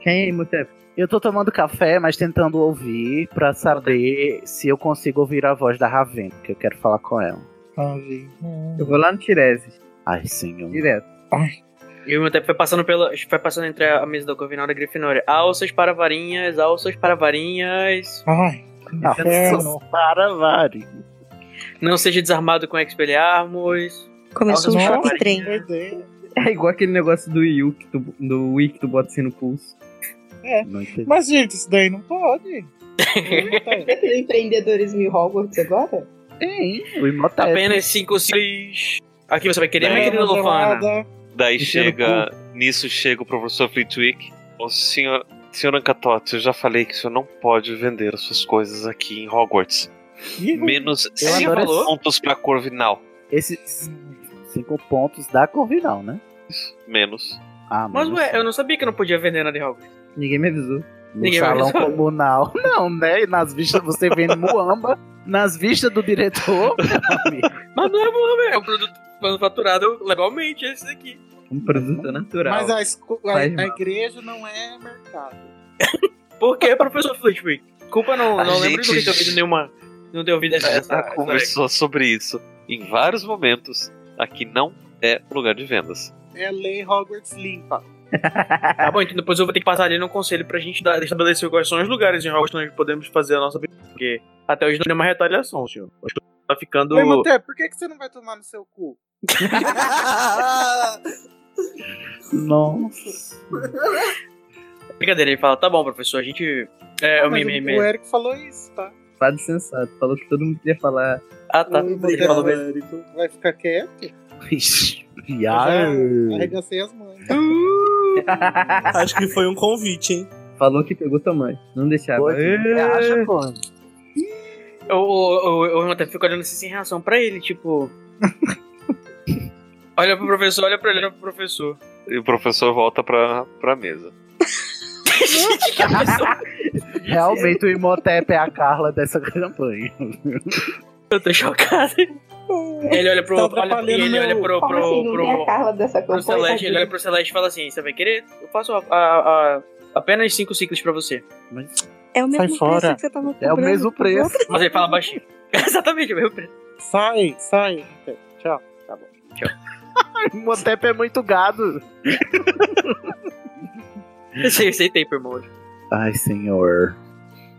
S5: Quem é Imhotep?
S1: Eu tô tomando café, mas tentando ouvir pra saber se eu consigo ouvir a voz da Raven, que eu quero falar com ela.
S10: Ah, gente.
S5: Eu vou lá no Tireses,
S1: Ai, senhor.
S5: direto.
S4: E o meu tempo foi passando pela. Foi passando entre a mesa da Corvinal e da Grifinória. Alças para varinhas, alças para varinhas.
S10: Ai, que
S1: Ah,
S9: é.
S10: inferno.
S1: Para, Vari.
S4: Não seja desarmado com expelharmos.
S9: Começou um
S4: Nossa.
S9: shopping trem.
S10: Perder.
S5: É igual aquele negócio do Yu, que tu, do Wii que tu bota assim no pulso.
S1: Não entendi.
S10: É, Mas, gente, isso daí não
S8: <laughs>
S10: pode.
S8: Vai ter empreendedorismo é em Hogwarts agora?
S1: Hein? O Imhotep.
S4: Apenas cinco cílios. Aqui você vai querer, minha
S10: Dá
S4: querida
S10: uma
S4: Lofana.
S10: gelada.
S6: Daí
S5: Enchendo
S6: chega. Nisso chega o professor Flitwick. Ô senhor. Senhor Ancatotti, eu já falei que o senhor não pode vender as suas coisas aqui em Hogwarts.
S10: Ih,
S5: <laughs>
S6: Menos
S1: Eu
S6: 5
S1: adoro esse-
S6: pontos pra Corvinal.
S1: Esses cinco pontos da Corvinal, né?
S6: Menos.
S1: Ah,
S4: Mas
S1: mano,
S4: ué, eu não sabia que não podia vender nada de Hogwarts.
S5: Ninguém me avisou.
S1: No
S4: Ninguém vai
S1: salão
S4: resolver.
S1: comunal. <laughs> Não, né? E nas vistas, você vende muamba. Nas vistas do
S4: <laughs>
S1: diretor, meu amigo.
S4: Mas não é bom, velho. É um produto manufaturado legalmente, esse daqui.
S5: Um produto natural.
S10: Mas a, esco- a-
S5: Faz
S10: a
S5: mal.
S10: igreja não é mercado.
S4: <laughs> Por que, professor Flitwick? Desculpa, não,
S6: A
S4: não lembro
S6: gente-
S4: de ter ouvido nenhuma. Não ter
S6: <laughs>
S4: ouvido essa.
S6: Já
S4: essa- essa-
S6: conversou sobre isso em vários momentos. Aqui não é um lugar de vendas.
S10: É lei Hogwarts limpa.
S4: Tá bom, então depois eu vou ter que passar ali no conselho pra gente dar- estabelecer quais são os lugares em Hogwarts que nós podemos fazer a nossa vida. Porque até hoje não tem uma retaliação, senhor. Hoje tá ficando.
S10: Ô, Imhotep, por que, que você não vai tomar no seu cu?
S1: Nossa.
S4: Brincadeira, ele fala, tá bom, professor, a gente. <laughs> É, eu
S10: Ah, Mas
S4: me, me,
S10: o,
S4: me.
S10: o Eric falou isso, tá?
S5: Fado sensato. Falou que todo mundo queria falar.
S4: Ah, tá.
S10: Ô,
S4: Ele falou
S10: Imhotep,
S4: mesmo.
S10: Vai ficar quieto? Eu já
S1: Ai.
S10: arregacei as
S1: <laughs>
S10: mãos.
S9: É
S11: Acho que foi um convite, hein?
S5: Falou que pegou tamanho. Não deixava.
S1: Pô, que acha, pô?
S4: Eu, eu, eu, eu até fico olhando assim sem reação pra ele, tipo. olha pro professor, olha pra ele, olha pro <laughs> professor.
S6: E o professor volta pra, pra mesa.
S5: um
S6: <laughs>
S1: Realmente o Imhotep é a Carla dessa campanha.
S4: Eu tô chocado. Ele olha pro.
S11: Tá
S4: olha, pra
S11: atrapalhando
S4: ele olha
S11: meu-
S4: pro.
S8: Como assim?
S4: pro, pro,
S8: Não tem a Carla dessa
S4: pro Celeste, ele olha
S8: campanha?
S4: pro Celeste e fala assim: você vai querer? Eu faço a- a- a- apenas cinco ciclos pra você.
S9: É o mesmo
S10: Sai
S9: preço
S10: fora.
S9: que você tava
S1: É o
S9: cobrando.
S1: mesmo preço.
S4: Mas ele fala baixinho. <laughs> Exatamente, o mesmo preço.
S10: Sai, sai. Imhotep. Tchau. <laughs>
S1: O Imhotep é muito gado.
S4: Eu sei, eu sei tempo, irmão.
S1: Ai, senhor.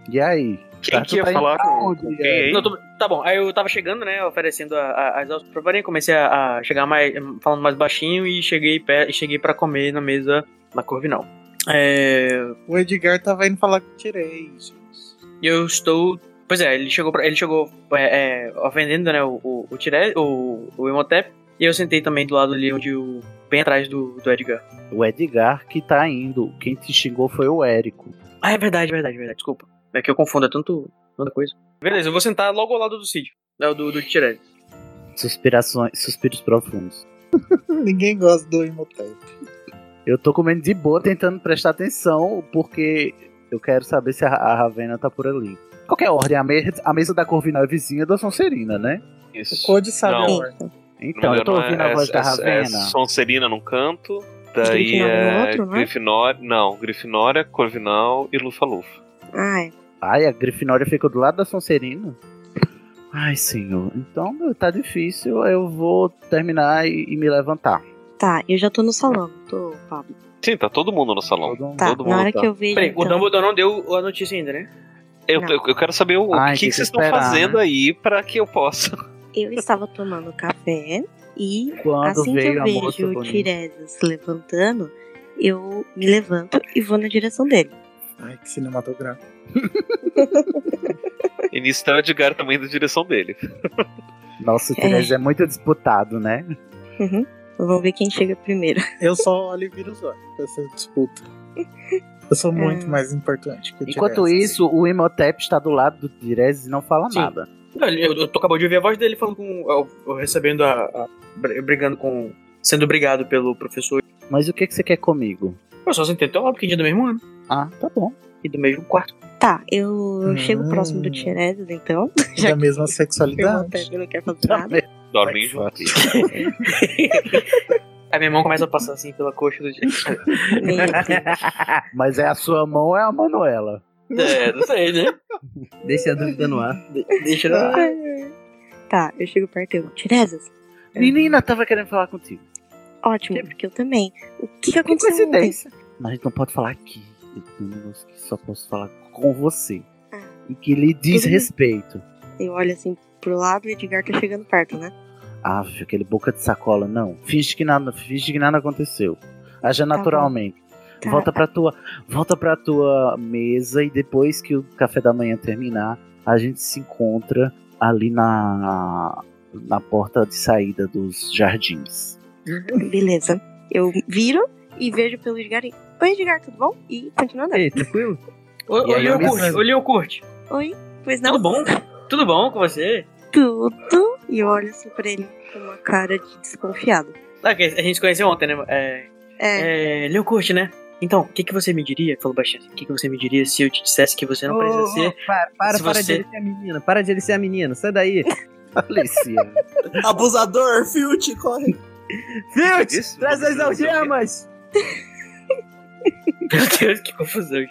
S1: E aí?
S6: Quem
S1: Tá, tu
S6: que ia
S1: tá indo
S6: falar
S1: pra
S6: com,
S1: onde,
S10: é?
S6: com
S1: Ian?
S6: quem aí?
S4: Não, tô- tá bom, aí eu tava chegando, né, oferecendo a- a- as alças pra varinha, comecei a, a chegar mais, falando mais baixinho e cheguei, pé, e cheguei pra comer na mesa na Corvinal. É,
S10: O Edgar tava indo falar que tirei, gente.
S4: e eu estou... Pois é, ele chegou, pra, ele chegou é, é, ofendendo, né, o, o, o Tire, o, o Emotep, e eu sentei também do lado ali onde o... bem atrás do, do Edgar.
S1: O Edgar que tá indo. Quem te xingou foi o Érico.
S4: Ah, é verdade, verdade, verdade, desculpa. É que eu confundo, é tanto, tanta coisa. Beleza, eu vou sentar logo ao lado do Cid, né, do, do Tire.
S1: Suspirações, suspiros profundos.
S10: <laughs> Ninguém gosta do Imhotep.
S1: Eu tô comendo de boa, tentando prestar atenção, porque eu quero saber se a, a Ravena tá por ali. Qualquer ordem, a, me- a mesa da Corvinal é vizinha da Sonserina, né?
S10: O
S6: Isso.
S10: Code sabe
S6: Não.
S10: a ordem.
S9: Então,
S1: Então,
S6: Não,
S1: eu tô
S6: não é-
S1: ouvindo a voz
S6: é-
S1: da
S6: é- é
S1: Ravena.
S6: Sonserina num canto, Daí
S9: Grifinória é
S6: é
S9: outro,
S1: né?
S9: não é?
S6: Grifinória. Não, Grifinória, Corvinal e Lufa-Lufa.
S9: Ah, é.
S1: Ai, a Grifinória ficou do lado da Sonserina? Ai, senhor. Então tá difícil, eu vou terminar e, e me levantar.
S9: Tá, eu já tô no salão, tô, Pablo.
S6: Sim, tá todo mundo no salão. Todo mundo,
S9: Tá, na hora que eu vejo,
S4: Peraí, o
S9: então.
S4: Dumbledore não deu a notícia ainda, né?
S6: Eu, eu- eu quero saber o
S1: Ai,
S6: que,
S1: tem
S6: que
S1: que
S6: vocês estão
S1: esperar,
S6: fazendo
S1: né?
S6: aí pra que eu possa. <laughs>
S9: Eu estava tomando café e
S1: Quando
S9: assim que
S1: veio
S9: eu
S1: a moça
S9: vejo o
S1: bonita.
S9: Tiresias se levantando, eu me levanto e vou na direção dele.
S10: Ai, que cinematográfico.
S6: E nisso tá o Edgar também da direção dele.
S1: Nossa, o Tires é. muito disputado, né?
S9: Uhum. Vamos ver quem chega primeiro. <laughs>
S10: Eu só olho e viro os olhos pra essa disputa. Eu sou
S4: É.
S10: muito mais importante que o
S1: Enquanto
S10: Tiresias.
S1: isso, o Imhotep está do lado do Tires e não fala
S4: Sim.
S1: nada.
S4: Não, Eu, eu tô acabou de ouvir a voz dele falando com. eu- eu recebendo a. a- br- brigando com. sendo obrigado pelo professor.
S1: Mas o que, que você quer comigo?
S4: Eu só sentei lá porque a gente é do mesmo ano.
S1: Ah, tá bom.
S4: E do mesmo quarto.
S9: Tá, eu
S1: Ah.
S9: chego próximo do Tiresias, então. <laughs>
S10: Da mesma
S9: Eu
S10: sexualidade.
S9: até não quero fazer
S5: Tá
S9: nada.
S6: Dormem juntos.
S4: <laughs> Aí minha mão começa a passar assim pela coxa do dia.
S1: Mas é a sua mão ou é a Manuela?
S4: é, não sei, né?
S5: Deixa a dúvida no ar.
S4: De- deixa
S9: <laughs>
S4: lá.
S9: Tá, eu chego perto e eu. Tiresias,
S1: Menina, tava querendo falar contigo.
S9: ótimo, porque eu também. O que, que aconteceu? ontem?
S1: coincidência. Mas a gente não pode falar aqui. Eu tenho um negócio que só posso falar com você.
S4: Ah.
S1: E que lhe diz
S9: Tudo bem.
S1: respeito.
S9: Eu olho assim pro lado e o Edgar tá chegando perto, né?
S1: Ah, filho, aquele boca de sacola, não. Finge que nada, finge que nada aconteceu. Haja
S9: bom.
S1: naturalmente.
S9: Tá.
S1: Volta pra tua, volta pra tua mesa e depois que o café da manhã terminar, a gente se encontra ali na na porta de saída dos jardins.
S9: Beleza. Eu viro e vejo pelo Edgar e. Oi, Edgar, tudo bom? E continua andando.
S5: Ei, tranquilo?
S4: Ô,
S5: E aí
S4: Olhei
S5: eu
S4: o
S5: me
S4: curte,
S5: sinto-
S4: olhei o curte.
S9: Oi, pois não?
S4: Tudo bom? Tudo bom com você?
S9: Tudo. E eu olho assim pra ele com uma cara de desconfiado.
S4: Ah, que a gente se conheceu ontem, né? É,
S9: É,
S4: É, Leo Curte, né? Então, o que, que você me diria? Falou bastante. O que, que você me diria se eu te dissesse que você não precisa
S5: Ô, ô,
S4: ser?
S5: Para, para,
S4: Se
S5: para
S4: você-
S5: de ele ser a menina. Para de ele ser a menina. Sai <laughs> daí.
S1: Alicia.
S11: Abusador, Filt, corre.
S5: Filt,
S6: Isso,
S5: traz as
S6: isso,
S5: algemas.
S4: Meu Deus, que confusão.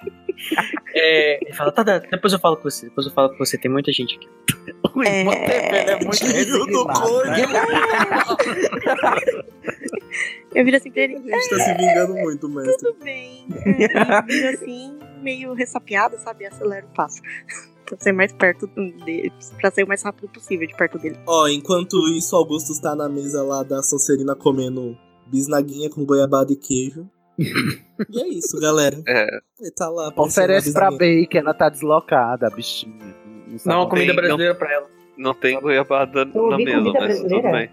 S4: é, ele fala, tá, tá, depois eu falo com você, depois eu falo com você, tem muita gente aqui.
S1: O Imhotep, ele é muito
S11: Tio do
S1: resignado, né?
S9: eu viro assim pra ele.
S11: A gente tá se vingando muito, mestre.
S9: Tudo bem. É, e viro assim, meio ressapiada, sabe? E acelero o passo. <laughs> Pra ser mais perto dele. Pra ser o mais rápido possível de perto dele.
S11: Ó, enquanto isso, o Augusto está na mesa lá da Sonserina comendo bisnaguinha com goiabada e queijo. e é isso, galera.
S6: É,
S11: Ele tá lá.
S1: Oferece pra
S11: bem.
S1: Bey que ela tá deslocada, a bichinha. sabe
S4: Não, a comida
S6: Tem,
S4: brasileira pra ela.
S6: não tem goiabada na
S8: ouvi
S6: mesa,
S8: comida
S6: mas tudo bem.
S8: brasileira?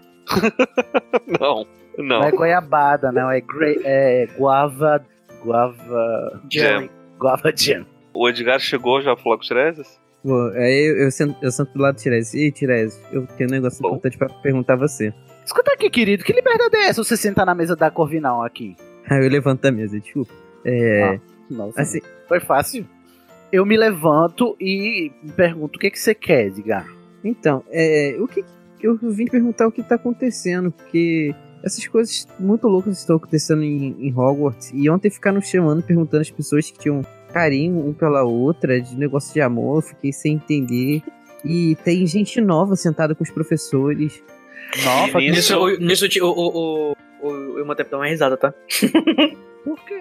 S6: <laughs> não,
S1: Não é
S6: não.
S1: goiabada, não. É, gre- é guava. Guava.
S6: Jam.
S1: Guava é jam.
S6: O Edgar chegou já pra falar com o Tiresias?
S5: Pô, aí eu, eu, sento, eu sento do lado do Tiresias. Ei, Tiresias, eu tenho um negócio
S6: Bom.
S5: importante pra perguntar a você.
S1: Escuta aqui, querido, que liberdade é essa você sentar na mesa da Corvinal aqui?
S5: Aí eu levanto a mesa, desculpa. É.
S11: Ah.
S1: Nossa,
S5: assim,
S1: foi fácil. Eu me levanto e me pergunto o que, que você quer, diga.
S5: então, é, o que. Eu vim te perguntar o que tá acontecendo, porque essas coisas muito loucas estão acontecendo em, em Hogwarts. E ontem ficaram chamando, perguntando as pessoas que tinham carinho um pela outra, de negócio de amor, eu fiquei sem entender. E tem gente nova sentada com os professores.
S1: Nova, que-
S4: Nisso, o- nisso o, o, o, o, o Imhotep dá uma risada, tá?
S1: por quê?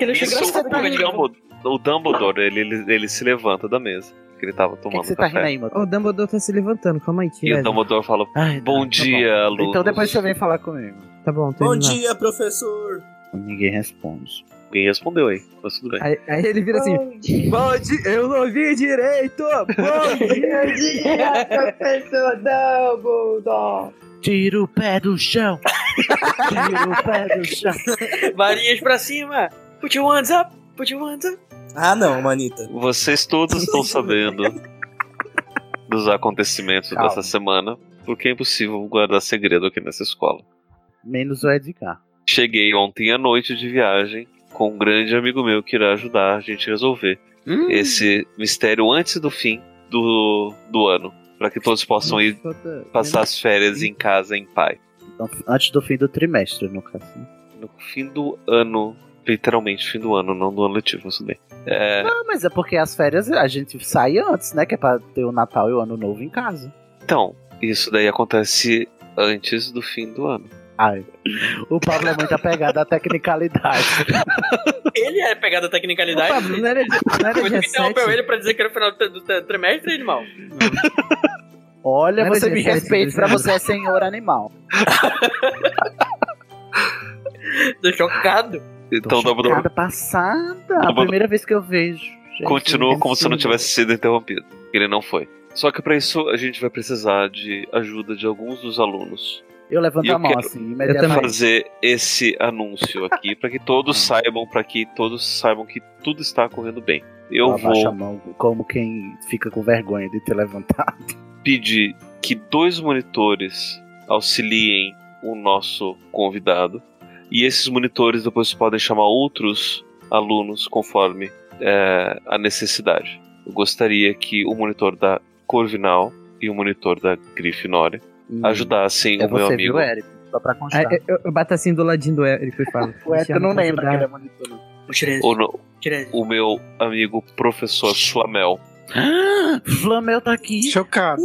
S4: Ele achou
S6: Isso,
S4: engraçado,
S6: o
S4: ele falou,
S6: é Dumbledore, o Dumbledore, ele, ele, ele se levanta da mesa. Que ele tava
S1: O que,
S6: tomando
S1: que você tá rindo
S6: café.
S1: aí, mano?
S5: Ó, o Dumbledore tá se levantando, calma aí,
S6: e o
S5: Tiresias.
S6: Dumbledore fala:
S1: Ai,
S6: Bom
S1: tá
S6: dia,
S1: bom.
S6: alunos.
S1: Então depois você vem falar comigo.
S5: Tá bom, tô
S11: Bom
S5: indo lá.
S11: dia, professor.
S1: Ninguém responde.
S6: Alguém respondeu aí, mas tudo bem.
S5: Aí, aí ele vira assim, bom dia, eu não vi direito, bom dia.
S8: <laughs> Bom dia, professor Dumbledore.
S1: Tira o pé do chão! Tira o pé do chão!
S4: Varinhas pra cima! Put your hands up! Put your hands up!
S11: Ah, não, Manita.
S6: Vocês todos estão sabendo dos acontecimentos
S1: Calma.
S6: dessa semana, porque é impossível guardar segredo aqui nessa escola.
S1: Menos o Edgar.
S6: Cheguei ontem à noite de viagem com um grande amigo meu que irá ajudar a gente a resolver esse mistério antes do fim do, do ano, para que todos possam ir
S5: Falta-
S6: passar as férias em casa em paz.
S1: Então, antes do fim do trimestre, no caso.
S6: No fim do ano, literalmente, fim do ano, não do ano letivo, mas tudo bem. É,
S1: Não, mas é porque as férias a gente sai antes, né? Que é pra ter o Natal e o Ano Novo em casa.
S6: então, isso daí acontece antes do fim do ano.
S1: Ai, o Pablo é muito apegado à
S5: <laughs>
S1: tecnicalidade.
S4: Ele é pegado à tecnicalidade.
S1: Opa, não era de- não era
S4: Mas
S1: dia
S4: me interrompeu
S1: sete?
S4: ele pra dizer que era o final do, do- do trimestre, animal.
S1: Olha,
S4: Não era
S1: você
S4: dia
S1: me
S4: sete de
S1: respeite pra
S4: dezembro.
S1: você é senhor animal.
S4: Tô chocado.
S6: Então, Dumbledore
S1: Cada passada, a primeira vez que eu vejo. Gente, né?
S6: continua como se não
S1: absurdo.
S6: tivesse sido interrompido. Ele não foi. Só que pra isso a gente vai precisar de ajuda de alguns dos alunos.
S1: Eu levanto
S6: E eu
S1: a mão
S6: quero-
S1: assim,
S6: Eu também.
S1: imediatamente.
S6: fazer esse anúncio aqui pra que
S1: <laughs>
S6: todos
S1: Ah.
S6: saibam, pra que todos saibam que tudo está correndo bem. Eu
S1: abaixo a
S6: vou
S1: mão, como quem fica com vergonha de ter levantado.
S6: pedir que dois monitores auxiliem o nosso convidado e esses monitores depois podem chamar outros alunos conforme é, a necessidade. Eu gostaria que o monitor da Corvinal e o monitor da Grifinória ajudassem
S5: é
S6: o meu
S5: você,
S6: amigo.
S5: viu, Eric?
S1: Só pra
S5: Aí, eu- eu, eu bato assim do ladinho do Érico e falo.
S1: O Edson não lembra que ele é monitor.
S6: O, no- o meu amigo professor Flamel.
S1: Flamel tá aqui.
S10: Chocado.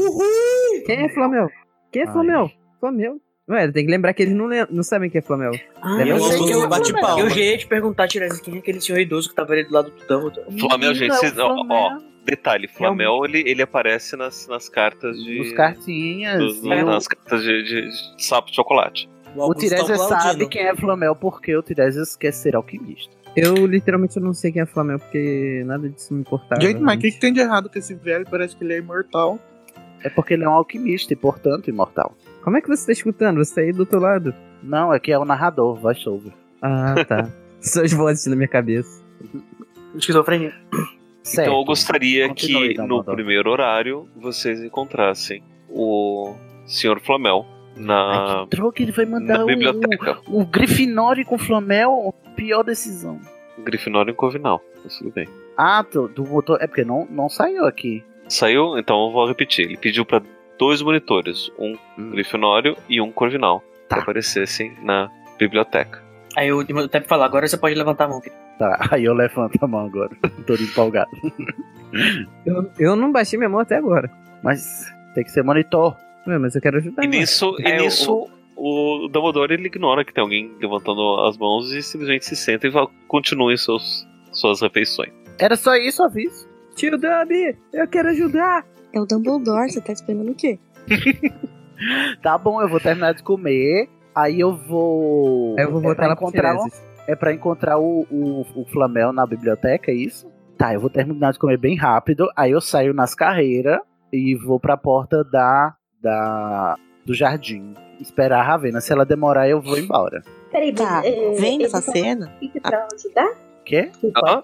S5: Quem é Flamel? Quem é
S6: Ai.
S5: Flamel? Flamel. Ué, tem que lembrar que eles não, lem- não sabem quem é Flamel.
S1: Ah,
S4: eu,
S5: Lembra-
S4: sei que eu,
S11: bate palma.
S4: eu já ia te perguntar, Tirese, quem é aquele senhor idoso que tava ali do lado do Dumbledore?
S6: Flamel, gente, vocês, ó, ó, detalhe, Flamel ele, ele aparece nas, nas cartas de.
S1: Os cartinhas.
S6: dos-
S1: e o-
S6: nas cartas de, de- de sapo de chocolate.
S1: <laughs>
S6: Então,
S1: O Tiresias sabe quem é Flamel porque o Tiresias quer ser alquimista.
S5: Eu literalmente não sei quem é Flamel, porque nada disso me importava.
S10: Gente, mas o que, que tem de errado com esse velho? Parece que ele é imortal.
S1: É porque ele é um alquimista e, portanto, imortal.
S5: Como é que você tá escutando? Você tá aí do outro lado?
S1: Não, é que é o narrador, voz over.
S5: Ah,
S1: <laughs>
S5: tá. Suas vozes na minha cabeça.
S4: Esquizofrenia.
S6: Então eu gostaria
S1: Continue,
S6: que no
S1: Dumbledore.
S6: primeiro horário vocês encontrassem o Sr. Flamel na,
S1: Droga, ele vai
S6: na
S1: mandar um- o,
S6: biblioteca.
S1: o Grifinório com Flamel? Pior decisão.
S6: Grifinória e Corvinal. Mas tudo bem.
S1: Ah, do, do motor. É porque não, não saiu aqui.
S6: Saiu? Então eu vou repetir. Ele pediu pra dois monitores, um
S1: Hum.
S6: Grifinório e um Corvinal,
S1: Tá.
S6: que aparecessem na biblioteca.
S4: Aí eu, eu até falar, agora você pode levantar a mão. querido.
S1: Tá, <laughs> aí eu levanto a mão agora. Tô empolgado.
S5: Eu, eu não baixei minha mão até agora.
S1: Mas tem que ser monitor.
S5: Ué, mas eu quero ajudar.
S6: E nisso, e nisso o, Dumbledore ele ignora que tem alguém levantando as mãos e simplesmente se senta e va- continua em seus, suas refeições.
S1: Era só isso, aviso.
S5: Tio Dami, eu quero ajudar.
S9: É o Dumbledore, você tá esperando o quê? <laughs>
S1: Tá bom, eu vou terminar de comer. Aí eu vou.
S5: Aí eu vou
S1: é
S5: voltar
S1: pra
S5: lá pro
S1: encontrar o-
S5: Tiresias.
S1: É pra encontrar o, o, o Flamel na biblioteca, é isso? Tá, eu vou terminar de comer bem rápido. Aí eu saio nas carreiras e vou pra porta da. da do jardim. Esperar a Ravena. Se ela demorar, eu vou embora.
S2: Peraí,
S9: Tá,
S2: mas, é,
S9: vendo
S2: ele
S9: essa
S2: falou
S9: cena?
S2: que Pra ajudar?
S1: Quê?
S8: tá?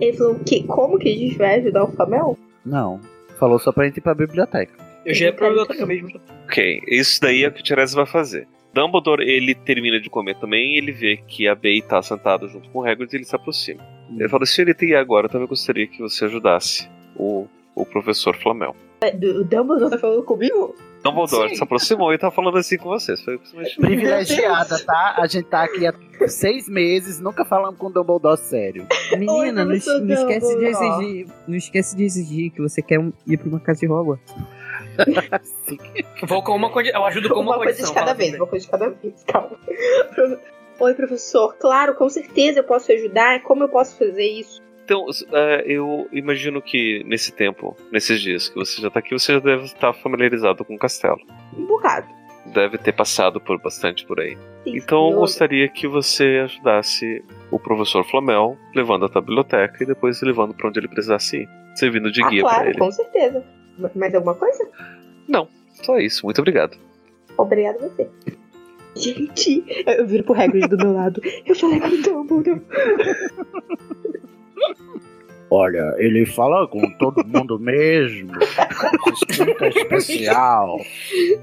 S8: Ele falou que como que a gente vai ajudar o Flamel?
S1: Não. Falou só pra gente ir pra biblioteca.
S4: Eu já ia pra biblioteca mesmo.
S6: Ok, isso daí é o que o Therese vai fazer. Dumbledore, ele termina de comer também, ele vê que a Bey tá sentada junto com o Hagrid e ele se aproxima. Ele fala, senhorita, e agora eu também gostaria que você ajudasse o, o professor Flamel.
S8: É, O Dumbledore tá falando comigo?
S6: Dumbledore
S8: Sim.
S6: se aproximou e tá falando assim com vocês. Foi simplesmente-
S1: Privilegiada, tá? A gente tá aqui há seis meses, nunca falamos com o Dumbledore sério.
S5: Menina, não,
S1: professor
S5: não esquece de
S1: Dumbledore.
S5: exigir. Não esquece de exigir que você quer um- ir pra uma casa de Hogwarts.
S4: Vou com uma condi- Eu ajudo com uma,
S8: Uma coisa
S4: condição.
S8: de cada
S4: fala.
S8: vez, uma coisa de cada vez, calma. <laughs> Oi, professor. Claro, com certeza eu posso ajudar. Como eu posso fazer isso?
S6: Então, s- é, eu imagino que nesse tempo, nesses dias que você já tá aqui, você já deve estar familiarizado com o castelo.
S8: Um bocado.
S6: Deve ter passado por bastante por aí.
S8: Sim,
S6: Então, eu
S8: senhor.
S6: gostaria que você ajudasse o professor Flamel, levando até a biblioteca e depois levando pra onde ele precisasse ir, servindo de
S8: Ah,
S6: guia pra
S8: claro,
S6: ele.
S8: com certeza. M- Mais alguma coisa?
S6: Não, só isso. Muito obrigado.
S8: Obrigado a você. Gente, eu viro pro Hagrid do meu lado. Eu falei com o Dumbledore.
S1: Olha, ele fala com todo mundo
S4: <laughs>
S1: mesmo. Muito especial.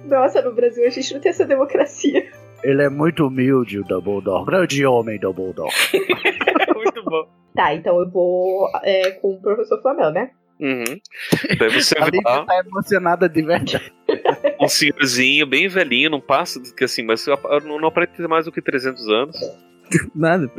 S8: Nossa, no Brasil a gente não tem essa democracia.
S1: Ele é muito humilde, o Dumbledore. Grande homem, Dumbledore.
S8: Tá, então eu vou é, com o professor Flamel, né? <laughs>
S6: <laughs> Uhum. Daí você
S1: A
S6: vai
S1: Lívia
S6: lá,
S1: tá emocionada
S4: <laughs>
S1: de verdade.
S6: um
S8: É.
S6: senhorzinho bem velhinho, não passa, do que assim, mas eu- eu não não aparenta ter mais do que 300 anos.
S5: Nada.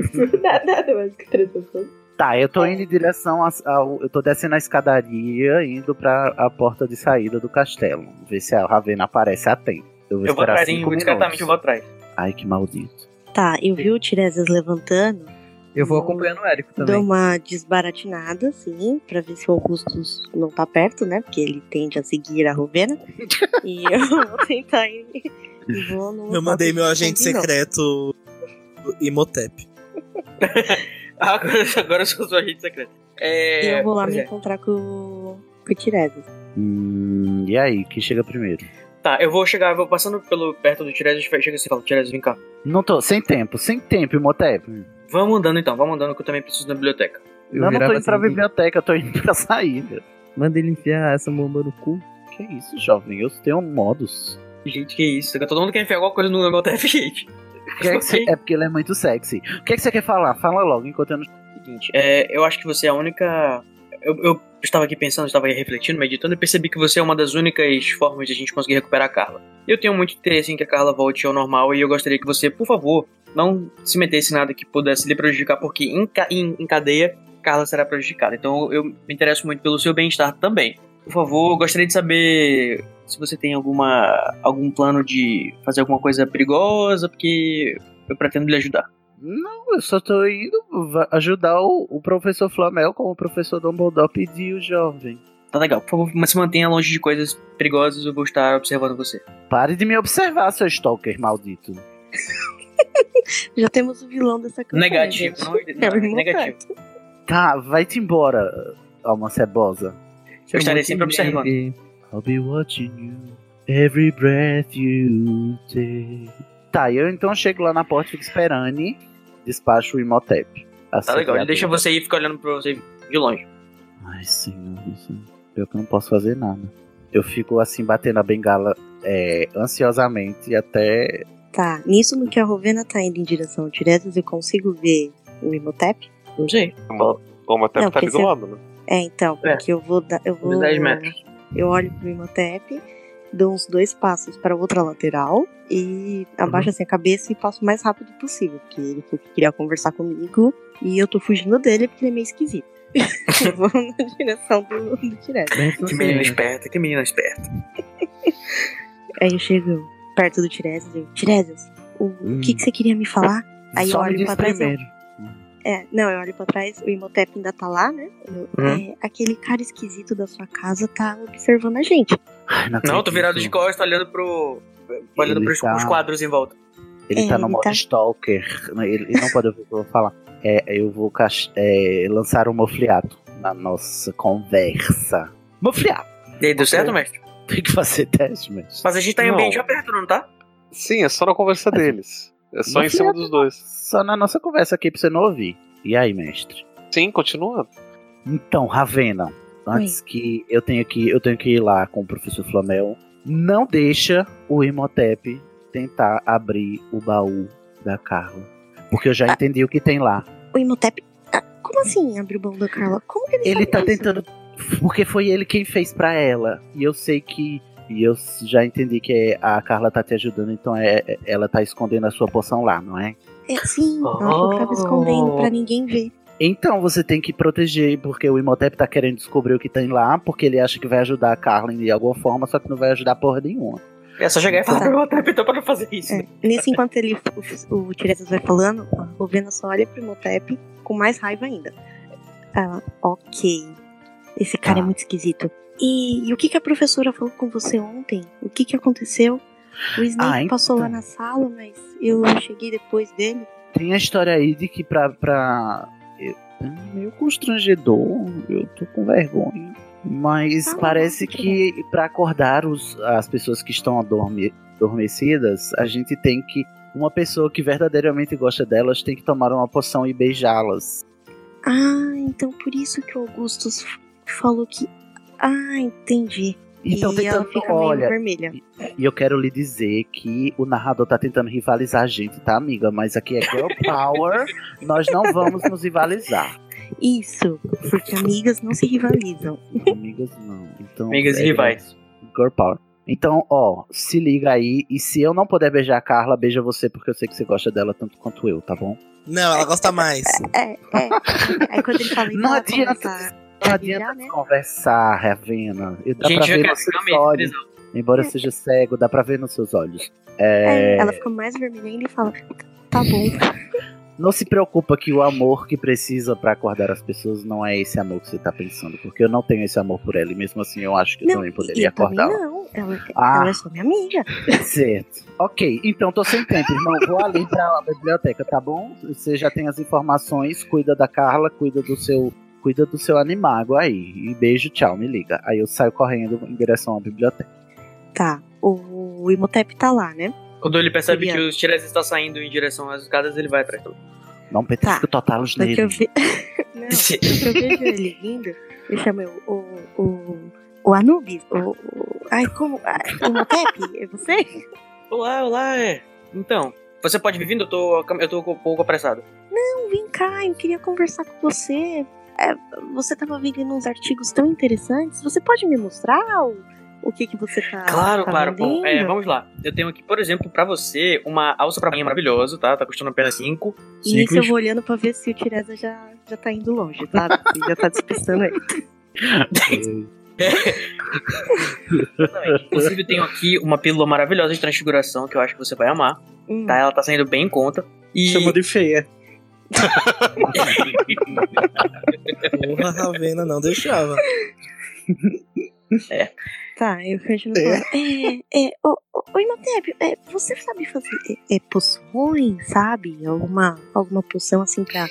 S8: nada, nada mais que transação.
S1: Tá, eu tô indo em direção a- ao. Eu tô descendo a escadaria, indo pra a porta de saída do castelo. Ver se a Ravena aparece a tempo.
S4: Eu
S1: Eu vou
S4: vou
S1: esperar
S4: atrás, hein,
S1: cinco
S4: vou discretamente eu
S1: minutos.
S4: vou atrás.
S1: Ai, que maldito.
S9: Tá, eu vi o Tiresias levantando.
S5: Eu vou acompanhando o Érico
S9: Dou
S5: também.
S9: uma desbaratinada, assim, pra ver se o Augustus não tá perto, né? Porque ele tende a seguir a Rovena. e eu vou tentar ir. e vou num
S11: Eu mandei meu
S9: local que
S11: agente
S9: combinou.
S11: secreto Imotep.
S4: Ah, Agora, <laughs> agora eu sou sua agente secreta.
S9: E
S4: É,
S9: eu vou lá
S4: pois
S9: me
S4: é.
S9: encontrar com, o- <laughs> com o Tiresias.
S1: Hum, e aí, quem chega primeiro?
S4: Tá, eu vou chegar, eu vou passando pelo, perto do Tiresias, chega assim e falo, Tiresias, vem cá.
S1: Não tô. Sem tempo, sem tempo, Imhotep.
S4: Vamos andando então, vamos andando que eu também preciso da biblioteca.
S1: Eu, assim, não tô indo pra biblioteca, eu tô indo pra <laughs> saída.
S5: Manda ele enfiar essa bomba no cu.
S1: Que isso, jovem? Eu tenho um modos.
S4: Gente, que isso? Todo mundo quer enfiar alguma coisa no meu TF, gente.
S1: O que é, que você- é porque ele é muito sexy. O que é que você quer falar? Fala logo enquanto eu não.
S4: Seguinte, é, eu acho que você é a única. Eu, eu estava aqui pensando, estava aqui refletindo, meditando e percebi que você é uma das únicas formas de a gente conseguir recuperar a Carla. Eu tenho muito interesse em que a Carla volte ao normal e eu gostaria que você, por favor, não se metesse em nada que pudesse lhe prejudicar, porque em, ca- em- em cadeia, Carla será prejudicada. Então eu me interesso muito pelo seu bem-estar também. Por favor, eu gostaria de saber se você tem alguma algum plano de fazer alguma coisa perigosa, porque eu pretendo lhe ajudar.
S1: Não, eu só tô indo va- ajudar o, o professor Flamel, como o professor Dumbledore pediu, jovem.
S4: Tá legal, por favor, mas se mantenha longe de coisas perigosas, eu vou estar observando você.
S1: Pare de me observar, seu stalker maldito.
S9: Já temos o vilão dessa campanha.
S4: Negativo,
S9: gente.
S4: não,
S9: É o
S4: não,
S9: irmão
S4: negativo.
S1: Tá, vai-te embora, alma cebosa.
S4: Eu estarei sempre observando.
S1: I'll be watching you every breath you take. Tá, eu então chego lá na porta, fico esperando e despacho o Imhotep. a
S4: Tá legal, ele
S1: secretária.
S4: deixa você ir e fica olhando pra você de longe.
S1: Ai, senhor, isso- pior que eu não posso fazer nada. Eu fico assim, batendo a bengala é, ansiosamente até.
S9: Tá, nisso no que a Rovena tá indo em direção ao Tiresias, eu consigo ver o Imhotep?
S4: Não sei.
S6: O Matep
S9: Não, Ah.
S6: tá ali
S9: porque
S6: do
S9: você-
S6: lado, né?
S9: É, então, porque eu vou dar. Eu vou.
S4: Uns 10 metros.
S9: Eu olho pro Imhotep, dou uns dois passos pra outra lateral e abaixo
S1: Uhum.
S9: assim a cabeça e passo o mais rápido possível, porque ele falou que queria conversar comigo e eu tô fugindo dele porque ele é
S1: <laughs>
S9: meio esquisito. eu vou na direção do, do Tiresias.
S4: Que menina esperta, que menina esperta.
S9: Aí eu chego perto do Tiresias e eu, Tiresias, o,
S6: Hum.
S9: o que, que você queria me falar? Aí eu
S1: Só me
S9: olho
S1: diz
S9: pra trás e eu,
S1: primeiro.
S9: É, não, eu olho pra trás, o Imhotep ainda tá lá, né? Eu,
S1: Uhum.
S9: é, aquele cara esquisito da sua casa tá observando a gente.
S1: Ai, não,
S4: Não, eu tô
S1: acredito.
S4: virado de costas, olhando pro. olhando
S1: Ele
S4: pros
S1: tá-
S4: os quadros em volta.
S1: Ele
S9: É,
S1: tá no
S9: ele
S1: modo
S9: tá-
S1: stalker. Ele, ele não pode ouvir o que eu vou falar. É, eu vou cas- é, lançar um mofliato na nossa conversa. Mofliato!
S4: E aí, deu certo, mestre?
S1: Tem que fazer teste, mestre.
S4: Mas a gente tá em
S6: Não.
S4: ambiente aberto, não tá?
S6: Sim, é só na conversa
S1: Assim.
S6: deles. É só em cima
S1: Mofliato
S6: dos dois.
S1: Só na nossa conversa aqui pra você não ouvir. E aí, mestre?
S6: Sim, continua.
S1: Então, Ravena, antes que eu tenha que eu tenho que ir lá com o professor Flamel, não deixa o Imhotep tentar abrir o baú da Carla, porque eu já entendi o que tem lá.
S9: O Imhotep. ah, como assim abriu o baú da Carla? Como que ele,
S1: Ele
S9: sabe
S1: tá
S9: disso?
S1: tentando. Porque foi ele quem fez pra ela. E eu sei que. E eu s- já entendi que a Carla tá te ajudando, então é, é- ela tá escondendo a sua poção lá, não é?
S9: É, sim, ela falou que tava escondendo
S1: Oh.
S9: pra ninguém ver.
S1: Então você tem que proteger, porque o Imhotep tá querendo descobrir o que tem lá, porque ele acha que vai ajudar a Carla de alguma forma, só que não vai ajudar porra nenhuma.
S4: É só chegar e falar
S9: Tá.
S4: pro meu tempo, então, pra não fazer isso. né?
S9: É, Nesse enquanto ele, o, o Tiresias vai falando, a Rovena só olha pro Imhotep com mais raiva ainda. Ela, Ah, ok. Esse
S6: Ah.
S9: cara é muito esquisito. E, e o que, que a professora falou com você ontem? O que, que aconteceu? O Snape
S1: Ah,
S9: passou lá
S1: então.
S9: na sala, mas eu cheguei depois dele.
S1: Tem a história aí de que pra. pra... eu- É meio constrangedor, eu tô com vergonha. Mas
S9: Ah,
S1: parece
S9: que
S1: que pra acordar os- as pessoas que estão adorme- adormecidas, a gente tem que. Uma pessoa que verdadeiramente gosta delas tem que tomar uma poção e beijá-las.
S9: Ah, então por isso que o Augustus f- falou que. Ah, entendi.
S1: Então,
S9: e
S1: tentando-
S9: ela fica
S1: olha,
S9: meio vermelha.
S1: E eu quero lhe dizer que o narrador tá tentando rivalizar a gente, tá, amiga? Mas aqui é Girl Power, nós não vamos nos rivalizar.
S9: Isso, porque amigas não se rivalizam. <laughs>
S1: Amigas, não. Então,
S4: Amigas e
S1: é-
S4: rivais.
S1: Girl Power. Então, ó, se liga aí. E se eu não puder beijar a Carla, beija você, porque eu sei que você gosta dela tanto quanto eu, tá bom?
S11: Não, ela gosta mais.
S9: É, é. Aí quando ele
S10: <laughs>
S9: fala, então
S1: Não
S9: ela
S1: adianta.
S9: começa a
S1: Não
S9: virar,
S1: adianta
S9: né?
S1: conversar, Ravena. E dá
S4: Gente, eu
S1: pra ver
S4: quero
S1: nos seus
S4: realmente
S1: olhos. Embora eu seja cego, dá pra ver nos seus olhos. É,
S9: É, Ela fica mais vermelha ainda e fala, tá bom.
S1: Não se preocupa que o amor que precisa pra acordar as pessoas não é esse amor que você tá pensando. Porque eu não tenho esse amor por ela. E mesmo assim, eu acho que eu também
S9: e
S1: poderia
S9: eu também
S1: acordá-la.
S9: não. Ela,
S1: Ah.
S9: ela é só minha amiga.
S1: <laughs> Certo. Ok, então tô sem tempo, irmão. Vou ali pra biblioteca, tá bom? Você já tem as informações, cuida da Carla, cuida do seu. Cuida do seu animago aí. E beijo, tchau, me liga. Aí eu saio correndo em direção à biblioteca.
S9: Tá, o Imhotep tá lá, né?
S4: Quando ele percebe
S9: Seria-
S4: que os Tiresias está saindo em direção às escadas, ele vai atrás.
S1: Não petisco totalos
S9: Só que Tá. eu
S1: nele.
S9: vi... <laughs> Não, só que eu vejo ele vindo, eu chamo eu, o, o, o Anubis, o, o- Ai, como... ah, O Imhotep, é você?
S4: Olá, olá, é. Então, você pode vir vindo? Eu tô, eu tô um pouco apressado.
S9: Não, vem cá, eu queria conversar com você. É, você tava vendendo uns artigos tão interessantes, você pode me mostrar o, o que que você tá
S4: Claro,
S9: tá
S4: claro.
S9: vendendo?
S4: Bom, é, vamos lá. Eu tenho aqui, por exemplo, pra você, uma alça pra banho maravilhosa, tá? Tá custando apenas 5.
S9: E nisso eu vou olhando pra ver se o Tiresa já, já tá indo longe, sabe? Se já tá despistando ele.
S4: <laughs> Inclusive, eu tenho aqui uma pílula maravilhosa de transfiguração que eu acho que você vai amar.
S9: Hum.
S4: Tá? Ela tá saindo bem em conta. E...
S3: Chamou de feia.
S11: Porra, a Ravena não deixava.
S9: Tá, eu continuo falando. É, é, ô, ô, ô, Imhotep, é, você sabe fazer é, é, poções, sabe? Alguma, alguma poção assim pra,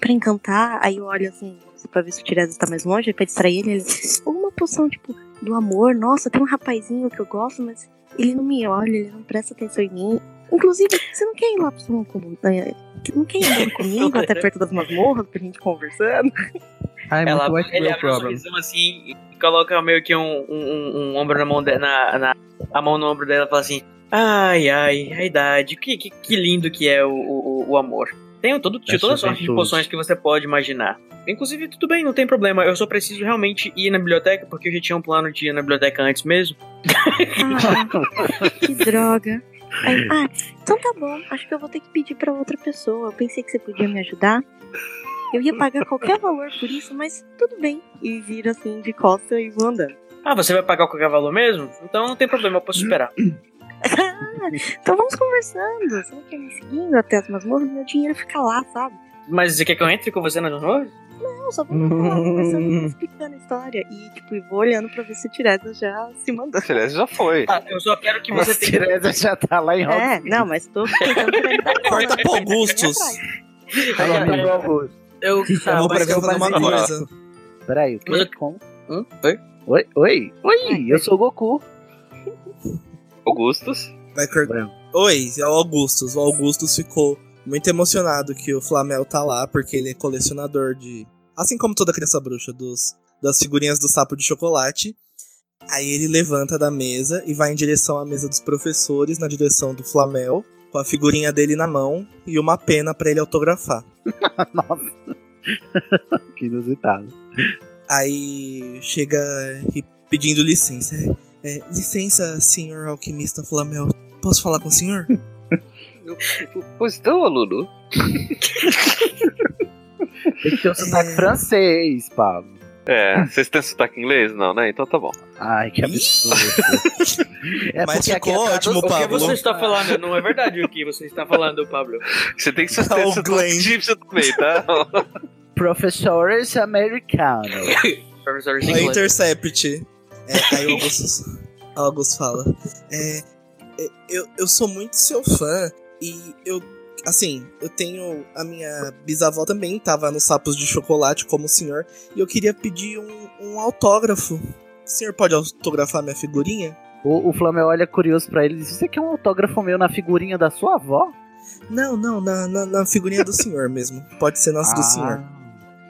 S9: pra encantar? Aí eu olho assim, pra ver se o Tiresias tá mais longe, pra distrair ele. ele alguma poção, tipo, do amor. Nossa, tem um rapazinho que eu gosto, mas ele não me olha, ele não presta atenção em mim. Inclusive, você não quer ir lá pro São Comum, né? Não quer ir andando comigo até perto das masmorras pra gente conversando?
S4: Ela,
S5: muito
S4: ele
S5: real
S4: abre um
S5: problem.
S4: sorrisão assim e coloca meio que um, um, um- um ombro na mão dela. Na, na- a mão no ombro dela e fala assim: Ai, ai, a idade, que, que, que lindo que é o, o, o amor. Tenho todo,
S1: Da
S4: toda sorte de
S1: juventude.
S4: poções que você pode imaginar. Inclusive, tudo bem, não tem problema. Eu só preciso realmente ir na biblioteca, porque eu já tinha um plano de ir na biblioteca antes mesmo.
S9: Ah, que droga. Aí, ah, então tá bom. Acho que eu vou ter que pedir pra outra pessoa. Eu pensei que você podia me ajudar. Eu ia pagar qualquer valor por isso, mas tudo bem. E vira assim de costa e vou andando. <laughs>
S4: Ah, você vai pagar qualquer valor mesmo? Então não tem problema, eu posso
S5: <clears throat>
S4: esperar.
S9: Então vamos conversando. Você não quer me seguindo até as masmorras? Meu dinheiro fica lá, sabe?
S4: Mas você quer que eu entre com você na noite?
S9: Não, só vamos falar, conversando, explicando a história. E, tipo, eu vou olhando pra ver se o Tiresa já se mandou.
S6: Tiresias já <laughs> foi.
S4: Ah, eu só quero que você
S1: Mas
S4: tenha.
S1: Tiresa já tá lá em Hogwarts.
S9: É, não, mas tô tentando finalizar.
S11: Corta pro Augustus.
S1: Ela tá no Augusto.
S4: Eu,
S11: Eu
S4: tá,
S11: vou
S4: mas
S11: pra
S4: eu
S11: fazer uma
S6: fazer-
S11: coisa.
S1: Peraí, o
S4: Mas
S1: quê?
S4: eu-
S1: Como? é
S4: Hum? Oi?
S1: Oi, oi, oi, eu sou o Goku.
S6: Augustus.
S11: Vai cortar. Oi, é o Augustus. O Augustus ficou muito emocionado que o Flamel tá lá, porque ele é colecionador de. Assim como toda criança bruxa, dos, das figurinhas do sapo de chocolate. Aí ele levanta da mesa e vai em direção à mesa dos professores, na direção do Flamel, com a figurinha dele na mão e uma pena pra ele autografar.
S1: Nossa. que inusitado.
S11: Aí chega e pedindo licença. É, é, licença, senhor alquimista Flamel, posso falar com o
S1: <laughs>
S11: senhor?
S6: Pois então, aluno.
S1: Tem que ter um
S11: É.
S1: sotaque francês, Pablo.
S6: É, vocês têm sotaque inglês? Não, né? Então tá bom.
S1: Ai, que absurdo. é
S11: Mas
S1: porque aqui é
S11: ficou ótimo,
S1: tradução.
S4: O que
S11: Pablo.
S4: você está falando? Não é verdade o que você está falando, Pablo.
S6: Você tem que ter
S11: Não,
S6: sotaque
S11: Glenn.
S6: egípcio também,
S4: <laughs>
S6: tá? <laughs>
S1: Professores americanos.
S4: Professor
S11: É
S4: Singlet.
S11: Intercept. É, aí o Augustus, Augustus fala. É, é, eu, eu sou muito seu fã e eu. Assim, eu tenho. A minha bisavó também tava nos sapos de chocolate, como o senhor, e eu queria pedir um, um autógrafo. O senhor pode autografar minha figurinha?
S1: O, o Flamel olha curioso pra ele e diz: Você quer um autógrafo meu na figurinha da sua avó?
S11: Não, não, na, na, na figurinha do senhor mesmo. Pode ser nas do senhor.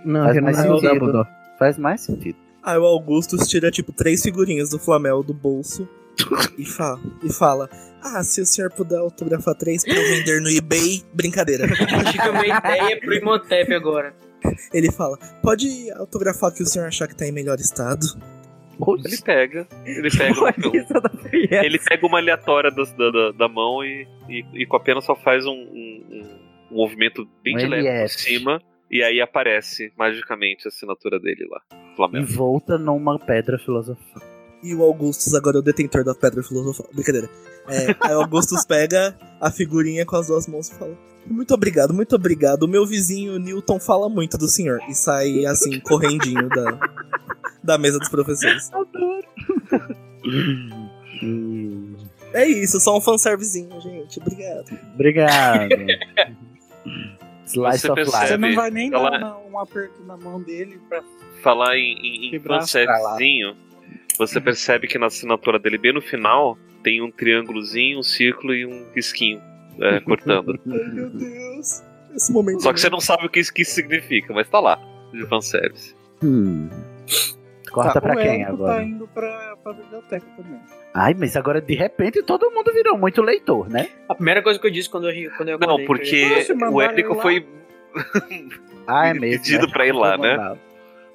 S5: Não,
S1: Ah. Faz
S5: eu não
S1: mais
S5: sou o
S1: sentido.
S5: Dumbledore.
S1: Faz mais sentido.
S11: Aí o Augustus tira, tipo, três figurinhas do Flamel do bolso e fala, e fala: Ah, se o senhor puder autografar três pra eu vender no eBay, brincadeira.
S4: Fica uma ideia é pro Imhotep agora.
S11: Ele fala: Pode autografar o que o senhor achar que tá em melhor estado?
S6: Ele pega. Ele pega uma, ele pega uma aleatória das- da, da, da mão e, e, e com a pena só faz um, um- um- um movimento bem
S1: Um
S6: de leve por
S1: LF.
S6: cima, e aí aparece magicamente a assinatura dele lá. Flamengo.
S1: Envolta numa pedra filosofal.
S11: E o Augustus agora é o detentor da pedra filosofal. Brincadeira. É, aí o Augustus pega a figurinha com as duas mãos e fala: Muito obrigado, muito obrigado. O meu vizinho Newton fala muito do senhor. E sai assim, correndinho da, da mesa dos professores. É isso, só um fanservizinho, gente. Obrigado.
S1: Obrigado. Slice
S6: <laughs> Você
S1: of life.
S6: percebe-
S10: Você não vai nem dar
S6: Ela-
S10: uma- um aperto na mão dele pra
S6: Falar em, em, em
S10: braço
S6: fanservicezinho, você percebe que na assinatura dele, bem no final, tem um triângulozinho, um círculo e um risquinho é, cortando.
S11: Meu Deus. Esse momento. é
S6: Só que você não sabe o que isso, que isso significa, mas tá lá, de fanservice.
S1: Hum. Corta
S10: Tá,
S1: pra
S10: o
S1: quem
S10: Érico
S1: agora?
S10: tá indo pra, pra biblioteca também.
S1: Ai, mas agora de repente todo mundo virou muito leitor, né?
S4: A primeira coisa que eu disse quando eu, quando eu
S6: Não,
S4: acordei foi-
S6: porque
S10: Nossa, mandaram
S6: o Érico
S10: ele lá?
S6: foi
S1: Ah, é mesmo.
S6: pedido
S1: né?
S6: pra ir lá, né?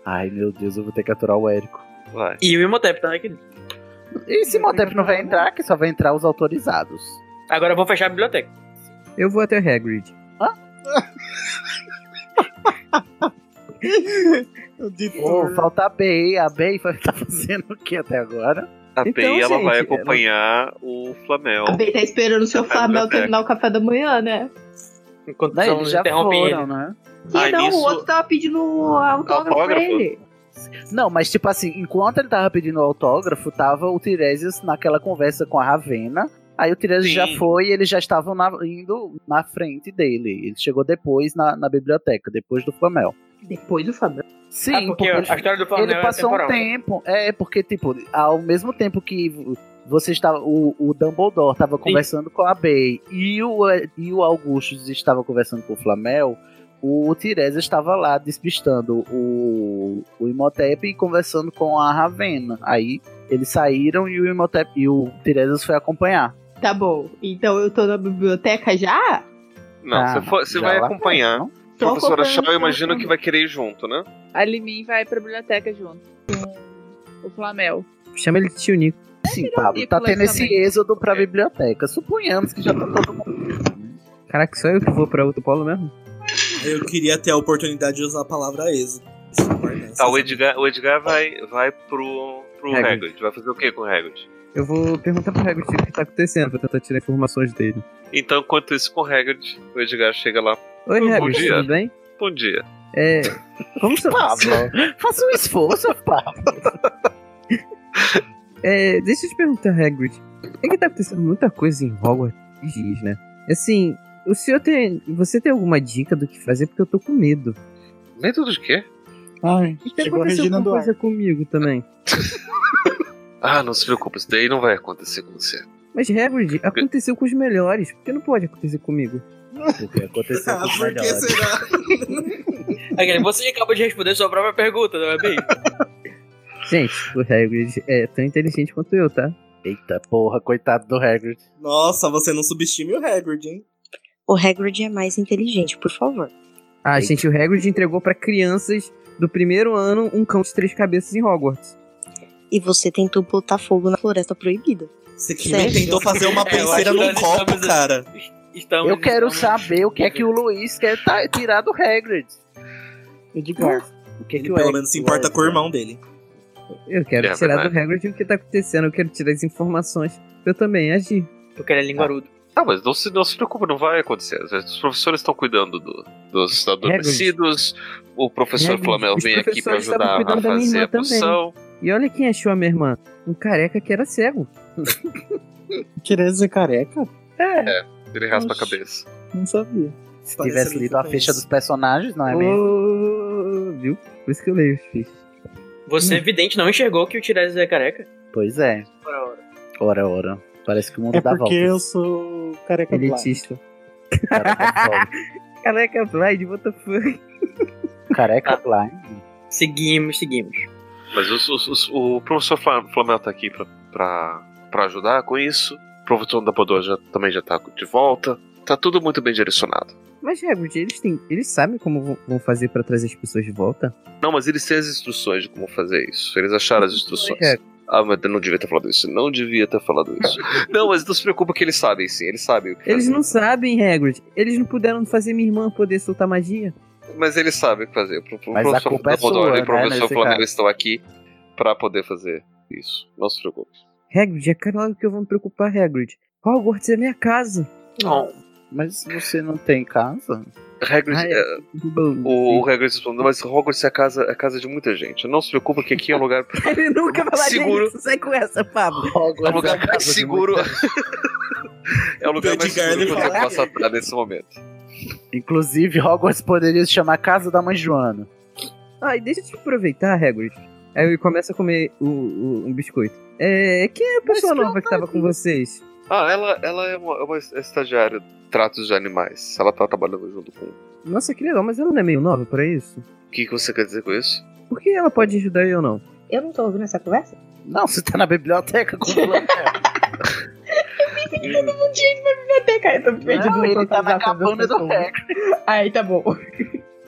S1: Ai, meu Deus, eu vou ter que aturar o Érico.
S6: Vai.
S4: E o Imhotep tá também, querido.
S1: E se Motep não vai entrar, que só vai entrar os autorizados.
S4: Agora vamos fechar a biblioteca.
S5: Eu vou até o Hagrid.
S10: Eu disse,
S1: Ô, falta a Bey. A Bey <laughs> vai estar tá fazendo o que até agora?
S6: A Pei
S5: Então,
S6: ela vai
S5: gente,
S6: acompanhar o Flamel.
S8: A Bey tá esperando o seu
S6: Café da
S8: Flamel
S6: biblioteca.
S8: terminar o café da manhã, né?
S4: Enquanto
S1: Né,
S4: não,
S1: eles já
S4: interrompem
S1: foram,
S4: ele.
S1: né?
S8: E
S6: Ai,
S8: não,
S6: nisso-
S8: o outro tava pedindo autógrafo pra
S6: Autógrafo?
S8: ele.
S1: Não, mas tipo assim, enquanto ele tava pedindo autógrafo, tava o Tiresias naquela conversa com a Ravena. Aí o Tiresias
S6: Sim.
S1: já foi e eles já estavam na- indo na frente dele. Ele chegou depois na, na biblioteca, depois do Flamel.
S8: Depois do Flamel.
S1: Sim,
S4: Ah, porque
S1: porque
S4: a história do Flamel
S1: ele passou
S4: é
S1: um
S4: temporal.
S1: tempo. É, porque, tipo, ao mesmo tempo que você estava. O, o Dumbledore estava conversando com a Bey e o, é, e o Augustus estava conversando com o Flamel, o Tiresias estava lá despistando o, o Imhotep e conversando com a Ravena. Aí eles saíram e o Imhotep e o Tiresias foi acompanhar.
S8: Tá bom. Então eu tô na biblioteca já?
S6: Não,
S1: Ah,
S6: você, for- você
S1: já
S6: vai
S5: tá,
S1: lá
S6: acompanhar.
S1: não?
S8: Tô
S6: Professora Shaw,
S8: acompanhando
S6: eu
S8: o
S6: imagino
S8: Flamel.
S6: que vai querer ir junto, né?
S7: A Limin vai pra biblioteca junto com o Flamel.
S5: Chama ele de tio Nico.
S1: Sim,
S7: virar
S1: Pablo. Tá
S7: Nicolas
S1: tendo esse
S7: também.
S1: êxodo
S4: É.
S1: pra biblioteca. Suponhamos que já tá todo mundo.
S5: Caraca, só eu que vou pra outro polo mesmo?
S11: Eu queria ter a oportunidade de usar a palavra êxodo.
S6: Tá, o Edgar, o Edgar vai, vai pro, pro
S5: Hagrid.
S6: Hagrid. Vai fazer o que com o Hagrid?
S5: Eu vou perguntar pro Hagrid o que tá acontecendo, vou tentar tirar informações dele.
S6: Então, enquanto isso com o Hagrid, o Edgar chega lá.
S5: Oi,
S6: Bom
S5: Hagrid,
S6: dia.
S5: tudo bem?
S6: Bom dia.
S5: É. Como você. <laughs>
S1: Pablo, faça um esforço, Pablo.
S5: É, deixa eu te perguntar, Hagrid. É que tá acontecendo muita coisa em Hogwarts esses dias, né? Assim, o senhor tem. Você tem alguma dica do que fazer? Porque eu tô com medo.
S6: Medo de quê?
S10: Ai,
S5: E tem
S10: chegou a
S5: acontecido
S10: Regina
S5: alguma
S10: Duarte.
S5: coisa comigo também.
S6: Ah, não se preocupe, isso daí não vai acontecer com você.
S5: Mas, Hagrid, aconteceu com os melhores. Por que não pode acontecer comigo?
S1: Porque aconteceu
S11: Ah,
S1: com os
S11: por que
S1: melhores.
S4: <laughs>
S11: será?
S4: Aquele, você acabou de responder sua própria pergunta, não é bem?
S5: <laughs> Gente, o Hagrid é tão inteligente quanto eu, tá?
S1: Eita porra, coitado do Hagrid.
S11: Nossa, você não subestime o Hagrid, hein?
S9: O Hagrid é mais inteligente, por favor.
S5: Ah, gente, o Hagrid entregou pra crianças do primeiro ano um cão de três cabeças em Hogwarts.
S9: E você tentou botar fogo na floresta proibida.
S11: Você que
S9: Sério?
S11: tentou fazer uma
S4: É, eu
S11: penseira
S4: acho que
S11: num
S4: nós
S11: copo,
S4: estamos-
S11: cara.
S4: Estamos,
S1: Eu quero
S4: estamos-
S1: saber o que é que o Luiz quer ta- tirar do Hagrid. Me diga. O que é
S11: Ele
S1: que o
S11: pelo
S1: Hagrid-
S11: menos se importa com o irmão dele.
S5: Eu quero
S6: É
S5: tirar do Hagrid o que tá acontecendo, eu quero tirar as informações. Eu também agir.
S4: Porque ele é linguarudo.
S6: Ah, mas não se, não se preocupe, não vai acontecer. Os professores estão cuidando do- dos adormecidos. O professor
S5: Hagrid,
S6: Flamel
S5: os
S6: vem aqui pra
S5: professores estavam
S6: ajudar a
S5: cuidando da minha
S6: fazer
S5: irmã
S6: a poção.
S5: E olha quem achou a minha irmã. Um careca que
S1: <laughs>
S5: era cego.
S10: Tereza é careca?
S5: É.
S6: Ele raspa a
S10: Oxi.
S6: cabeça.
S10: Não sabia.
S1: Se tivesse lido a ficha dos personagens, não é mesmo?
S5: Ô, viu? Por isso que eu leio os fichas.
S4: Você, evidente, não enxergou que o Tiresias é careca.
S1: Pois é.
S4: Ora, ora.
S1: Ora, ora. Parece que o mundo
S10: É
S1: dá
S10: porque
S1: volta.
S10: eu sou careca blind.
S5: Elitista.
S1: Careca blind.
S5: Careca blind, what the fuck?
S1: Careca blind.
S4: Seguimos, seguimos.
S6: Mas os- os- os- o professor Fla- Flamel tá aqui pra, pra, pra ajudar com isso. O professor Dumbledore já, também já tá de volta. Tá tudo muito bem direcionado.
S5: Mas, Hagrid, eles, têm, eles sabem como vão- vão fazer pra trazer as pessoas de volta?
S6: Não, mas eles têm as instruções de como fazer isso. Eles acharam as instruções.
S5: Hagrid,
S6: Ah, mas eu não devia ter falado isso. Não devia ter falado isso.
S5: <laughs>
S6: não, mas não se preocupa que eles sabem, sim. Eles sabem o que
S5: Eles
S6: fazer.
S5: não sabem, Hagrid. Eles não puderam fazer minha irmã poder soltar magia.
S6: Mas eles sabem o que fazer. Pro, pro
S1: Mas a
S6: professor
S1: culpa é
S6: Dumbledore
S1: sua,
S6: e o professor
S1: né, nesse
S6: Flaneira
S1: caso.
S6: estão aqui pra poder fazer isso. Não se preocupe.
S5: Hagrid, é claro que eu vou me preocupar, Hagrid. Hogwarts é minha casa.
S6: Não.
S1: Mas você não tem casa?
S6: Hagrid,
S1: Ah, é. assim.
S6: é, o, o Hagrid respondeu, mas Hogwarts é a casa, é a casa de muita gente. Não se preocupe que aqui é um lugar
S5: <laughs> Ele nunca falaria
S6: Seguro.
S5: isso. Sai com essa, Pablo.
S6: É um lugar mais seguro. é um lugar mais seguro que você
S5: falaria.
S6: possa estar nesse momento.
S1: Inclusive, Hogwarts poderia se chamar Casa da Mãe Joana.
S5: Ai, deixa eu te aproveitar, Hagrid. Aí ele começa a comer o, o- um biscoito. É, quem é a pessoa nova que tava com vocês?
S6: Ah, ela, ela é, uma, é uma estagiária de tratos de animais. Ela tá trabalhando junto com. O
S5: Nossa, que legal, mas ela não é meio nova pra isso?
S6: que, que você quer dizer com isso?
S5: Por que ela pode ajudar eu não?
S8: Eu não tô ouvindo essa conversa?
S1: Não, você tá na biblioteca com o
S8: Eu não tinha ido pra biblioteca, eu tô me perdendo.
S1: Não,
S8: em
S1: ele tá
S8: todas
S1: na
S8: as
S1: cabana
S8: outras
S1: do
S8: pessoas. Aí tá bom.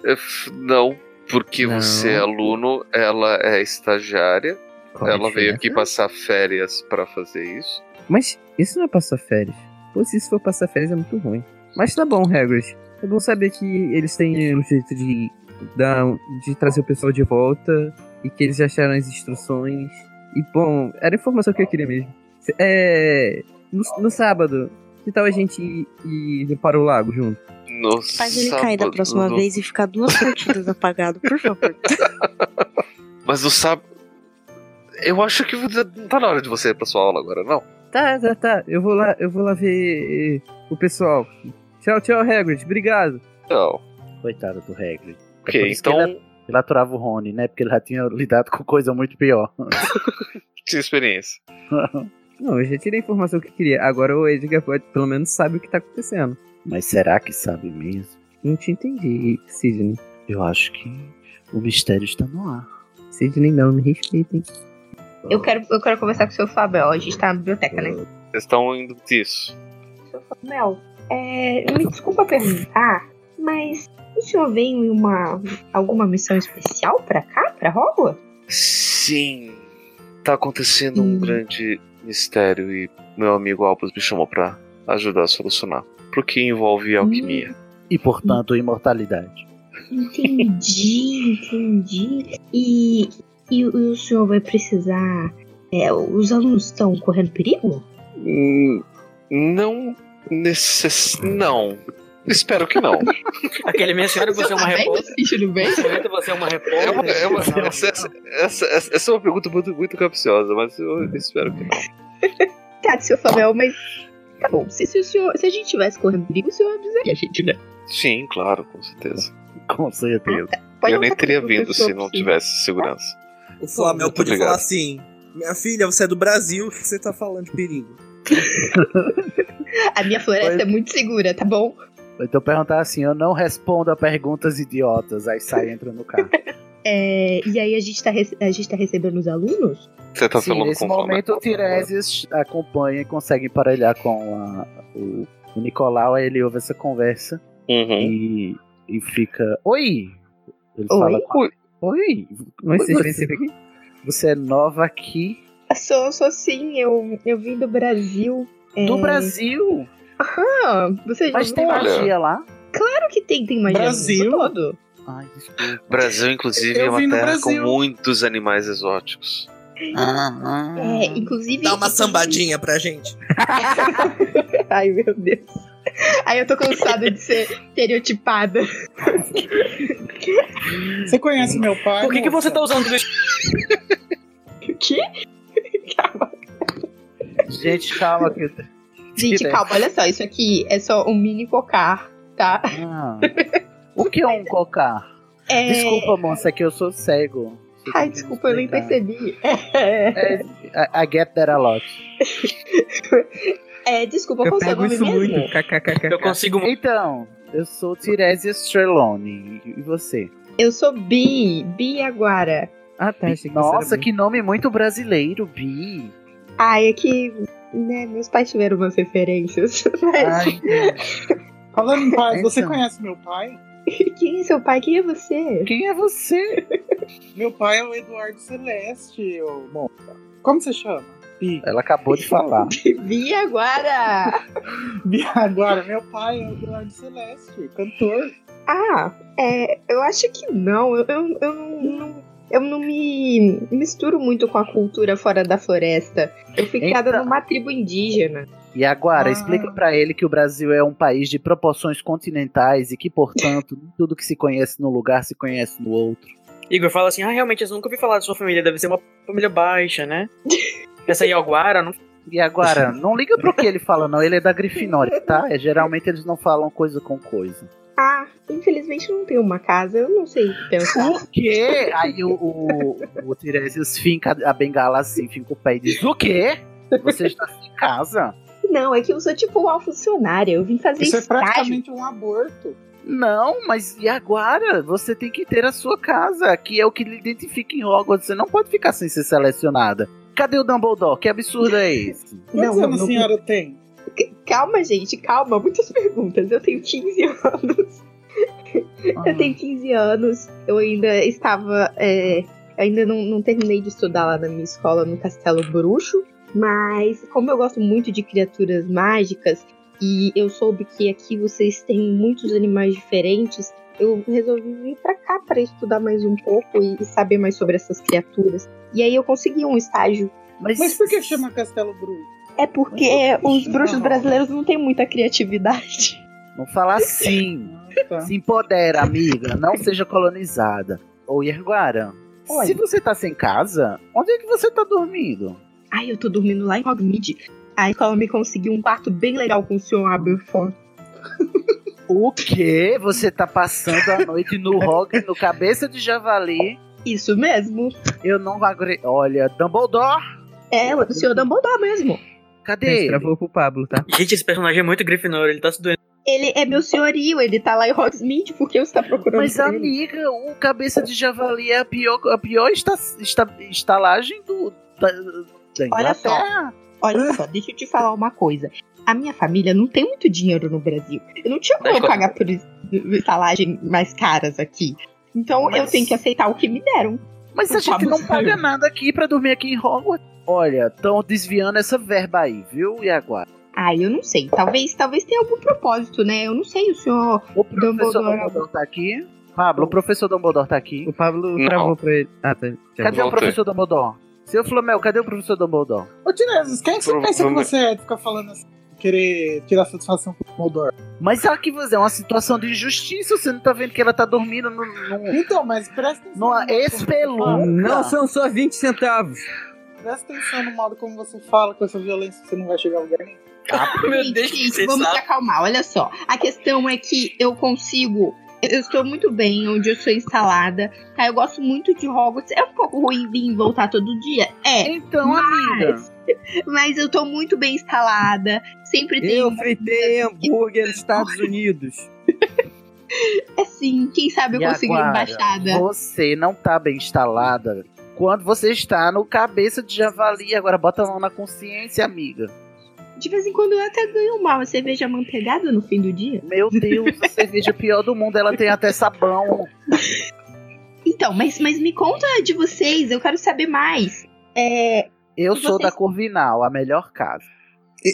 S6: É, f- Não, porque você é aluno, ela é estagiária.
S5: Qual a
S6: ela veio
S5: diferença?
S6: aqui passar férias pra fazer isso.
S5: Mas isso não é passar férias. Pô, se isso for passar férias é muito ruim. Mas tá bom, Hagrid. É bom saber que eles têm um jeito de, dar, um, de trazer o pessoal de volta e que eles acharam as instruções. E bom, era a informação que eu queria mesmo. Se- É. No, no sábado, que tal a gente ir, ir limpar o lago junto?
S6: Nossa,
S9: Faz ele cair da próxima vez e ficar duas partidas apagado, é por favor.
S6: Mas o sábado. Eu acho que você- não tá na hora de você ir pra sua aula agora, não.
S5: <laughs> Tá, tá, tá. Eu vou lá, eu vou lá ver eh, o pessoal. Tchau, tchau, Hagrid. Obrigado.
S6: Não.
S1: Coitado do Hagrid. É
S6: Ok,
S1: por É isso que
S6: então-
S1: Ele, ele aturava o Rony, né? Porque ele já tinha lidado com coisa muito pior.
S6: Tinha experiência.
S5: Não, eu já tirei a informação que queria. Agora o Edgar pode, pelo menos sabe o que tá acontecendo.
S1: Mas será que sabe mesmo?
S5: Não te entendi, Sidney.
S1: Eu acho que o mistério está no ar.
S5: Sidney não, me respeitem.
S8: Eu quero, eu quero conversar com o seu Fabel. A gente tá na biblioteca, né?
S6: Vocês estão indo disso.
S8: Mel, é, me desculpa perguntar, mas o senhor veio em uma alguma missão especial pra cá, pra Hogwarts?
S6: Sim. Tá acontecendo
S9: Hum.
S6: um grande mistério e meu amigo Albus me chamou pra ajudar a solucionar. Porque
S9: Hum.
S6: envolve alquimia.
S1: E, portanto, imortalidade.
S8: Entendi, entendi. E, e, o- e o senhor vai precisar. é, os alunos estão correndo perigo?
S6: Hum, Não necess... Não. Espero que <laughs> não.
S4: Aquele minha senhora, você
S8: Ah,
S4: é uma repórter. Senhorita, Você é
S6: É uma,
S4: uma repórter.
S6: é uma- essa, essa- essa- essa é uma pergunta muito, muito capciosa, mas eu espero que não.
S8: Tá, seu Fabel, mas. Tá bom, se, se o senhor, se a gente tivesse correndo perigo, o senhor avisaria a gente, né?
S6: Sim, claro, com certeza.
S1: Com certeza.
S6: eu nem teria vindo se não tivesse é segurança.
S11: O Flamel
S6: Muito
S11: podia
S6: obrigado.
S11: falar assim: Minha filha, você é do Brasil, o que você tá falando de perigo?
S8: A minha floresta é muito segura, tá bom?
S1: Então perguntar assim, eu não respondo a perguntas idiotas. Aí
S8: <laughs>
S1: sai e entra no carro.
S8: É, e aí a gente, tá rece- a gente tá recebendo os alunos?
S6: Você tá
S1: Sim,
S6: falando com
S1: nesse momento o Tiresias acompanha e consegue emparelhar com a- o, o Nicolau, aí ele ouve essa conversa
S6: Uhum.
S1: e, e fica. Oi! Ele
S8: Oi? assim?
S1: fala. com- Oi!
S5: Mas vocês vêm
S1: Você,
S5: sempre aqui?
S1: você é nova aqui?
S8: Sou, sou sim, eu, eu vim do Brasil. é-
S1: Do Brasil?
S8: Ah, você já
S1: Mas
S8: viu?
S1: tem magia lá?
S8: Claro que tem, tem magia. no
S11: Brasil?
S8: mundo todo.
S1: Ai, desculpa.
S6: Brasil, inclusive,
S11: Eu
S6: é
S11: vim
S6: uma
S11: do
S6: terra com
S11: Brasil.
S6: muitos animais exóticos.
S1: Ah,
S8: É, inclusive.
S11: Dá uma sambadinha pra gente.
S8: <laughs> Ai, meu Deus. Ai, eu tô cansada de ser estereotipada.
S10: Você conhece meu pai?
S4: Por que, que você
S10: moça?
S4: tá usando isso?
S8: O quê?
S1: ah. Gente, calma aqui.
S8: Gente, calma, olha só, isso aqui é só um mini cocar, tá?
S1: Ah. O que é um cocar?
S8: É...
S1: Desculpa, moça, é que eu sou cego.
S8: Ai, desculpa, eu nem
S1: Explicar.
S8: percebi. <laughs> É,
S1: É, I, I get that a lot.
S8: é, desculpa,
S5: Eu
S8: qual é o seu
S5: pego
S8: nome
S5: isso muito.
S8: mesmo?
S5: KKKK.
S4: Eu consigo.
S1: Então, eu sou Tiresia Strelone. E você?
S8: Eu sou Bi, Bi agora.
S5: Ah, tá. Achei que
S1: Nossa,
S5: que...
S1: que nome muito brasileiro, Bi.
S8: Ai, é que, né, meus pais tiveram umas referências.
S10: <laughs>
S8: <laughs>
S1: Ai,
S10: Falando em pai,
S1: Então.
S10: você conhece meu pai?
S8: Quem é seu pai? Quem é você?
S1: Quem é você?
S10: Meu pai é o Eduardo Celeste, ô monta. Como você chama? Bi.
S1: Ela acabou de falar.
S8: Vi agora!
S10: Bi agora, meu pai é o Eduardo Celeste, cantor.
S8: Ah, é, eu acho que não. Eu, eu, eu não, não- eu não me misturo muito com a cultura fora da floresta. Eu fui criada
S1: Então.
S8: numa tribo indígena.
S1: E agora,
S8: Ah.
S1: explica pra ele que o Brasil é um país de proporções continentais e que, portanto, <laughs> nem tudo que se conhece num lugar se conhece no outro.
S4: Igor fala assim: ah, realmente, eu nunca ouvi falar da sua família, deve ser uma família baixa, <laughs> né? Essa Yaguara não.
S1: E
S8: <laughs>
S1: agora, não liga pro que ele fala, não. Ele é da Grifinória, tá? É, geralmente eles não falam coisa com coisa.
S8: Ah, infelizmente eu não tenho uma casa, eu não sei o que pensar.
S1: O quê? Aí o, o, o Tiresias finca a bengala assim, finca o pé e diz: O quê? Você está em casa?
S8: Não, é que eu sou tipo uma funcionária, eu vim fazer
S1: Isso é
S8: estágio.
S1: praticamente
S10: um aborto.
S1: Não, mas e agora? Você tem que ter a sua casa, que é o que lhe identifica em Hogwarts. Você não pode ficar sem ser selecionada. Cadê o Dumbledore? Que absurdo é esse?
S10: Quantos anos a senhora tem?
S8: Calma, gente, calma, muitas perguntas. Eu tenho 15 anos. Eu tenho 15 anos, eu ainda estava. é, ainda não, não terminei de estudar lá na minha escola, no Castelo Bruxo. Mas, como eu gosto muito de criaturas mágicas, e eu soube que aqui vocês têm muitos animais diferentes, eu resolvi vir pra cá para estudar mais um pouco e, e saber mais sobre essas criaturas. E aí eu consegui um estágio.
S1: Mas,
S10: por que chama Castelo Bruxo?
S8: É porque os bruxos brasileiros não têm muita criatividade.
S1: Não fala assim.
S10: Ah, tá.
S1: Se empodera, amiga. Não seja colonizada. Ou Yerguara,
S8: Oi.
S1: se você tá sem casa, onde é que você tá dormindo?
S8: Ai, eu tô dormindo lá em Hogmeade. A escola me conseguiu um quarto bem legal com o senhor Aberford.
S1: O quê? Você tá passando a noite no rock, no cabeça de javali?
S8: Isso mesmo.
S1: Eu não agre... Olha, Dumbledore.
S8: É, o senhor Dumbledore mesmo.
S1: Cadê ele?
S5: Travou pro Pablo, tá?
S4: <laughs> Gente, esse personagem é muito Grifinória, ele tá se doendo.
S8: Ele é meu senhorio, ele tá lá em Hogsmeade, por que você tá procurando
S1: Mas,
S8: ele?
S1: amiga, o cabeça de javali é a pior, a pior esta, esta, estalagem do. Da, da
S8: Olha só,
S1: Inglaterra.
S8: olha só, deixa eu te falar uma coisa. A minha família não tem muito dinheiro no Brasil. Eu não tinha como eu pagar por es- estalagem mais caras aqui. Então eu
S1: Mas-
S8: tenho que aceitar o que me deram.
S1: Mas a gente não paga nada aqui pra dormir aqui em Hogwarts. Olha, estão desviando essa verba aí, viu? E agora?
S8: Ah, eu não sei. Talvez, talvez tenha algum propósito, né? Eu não sei, o senhor
S1: O professor
S8: Dumbledore.
S1: Dumbledore tá aqui. Pablo, o professor Dumbledore tá aqui.
S5: O Pablo
S1: Não.
S5: travou pra ele. Ah, tá. tchau.
S1: Cadê o professor Dumbledore? Seu Flamel, cadê o professor Dumbledore?
S10: Ô, Tiresias, quem você pensa que
S1: Provavelmente-
S10: você é de ficar falando assim? Querer tirar satisfação com o Moldor.
S1: Mas sabe que você é uma situação de injustiça, você não tá vendo que ela tá dormindo no. no
S10: Então, mas presta atenção.
S1: numa espelunca.
S5: Não são só 20 centavos.
S10: Presta atenção no modo como você fala, com essa violência você não vai chegar a lugar nenhum.
S8: Gente, gente, vamos se acalmar, olha só. A questão é que eu consigo. Eu estou muito bem onde eu sou instalada. Tá? Eu gosto muito de Hogwarts. É um pouco ruim vir voltar todo dia. É.
S1: Então,
S8: mas, <laughs> Mas eu tô muito bem instalada. Sempre tem.
S5: Eu fritei hambúrguer nos Estados
S8: <laughs>
S5: Unidos.
S8: Assim, quem sabe eu
S1: E
S8: consigo
S1: agora,
S8: embaixada.
S1: Você não tá bem instalada quando você está no cabeça de javali. Agora bota a mão na consciência, amiga.
S8: De vez em quando eu até ganho uma cerveja amanteigada no fim do dia.
S1: Meu Deus, a cerveja pior do mundo, ela tem até sabão.
S8: Então, mas, mas me conta de vocês, eu quero saber mais. É,
S1: Eu sou da
S8: Vocês-
S1: Corvinal, a melhor casa.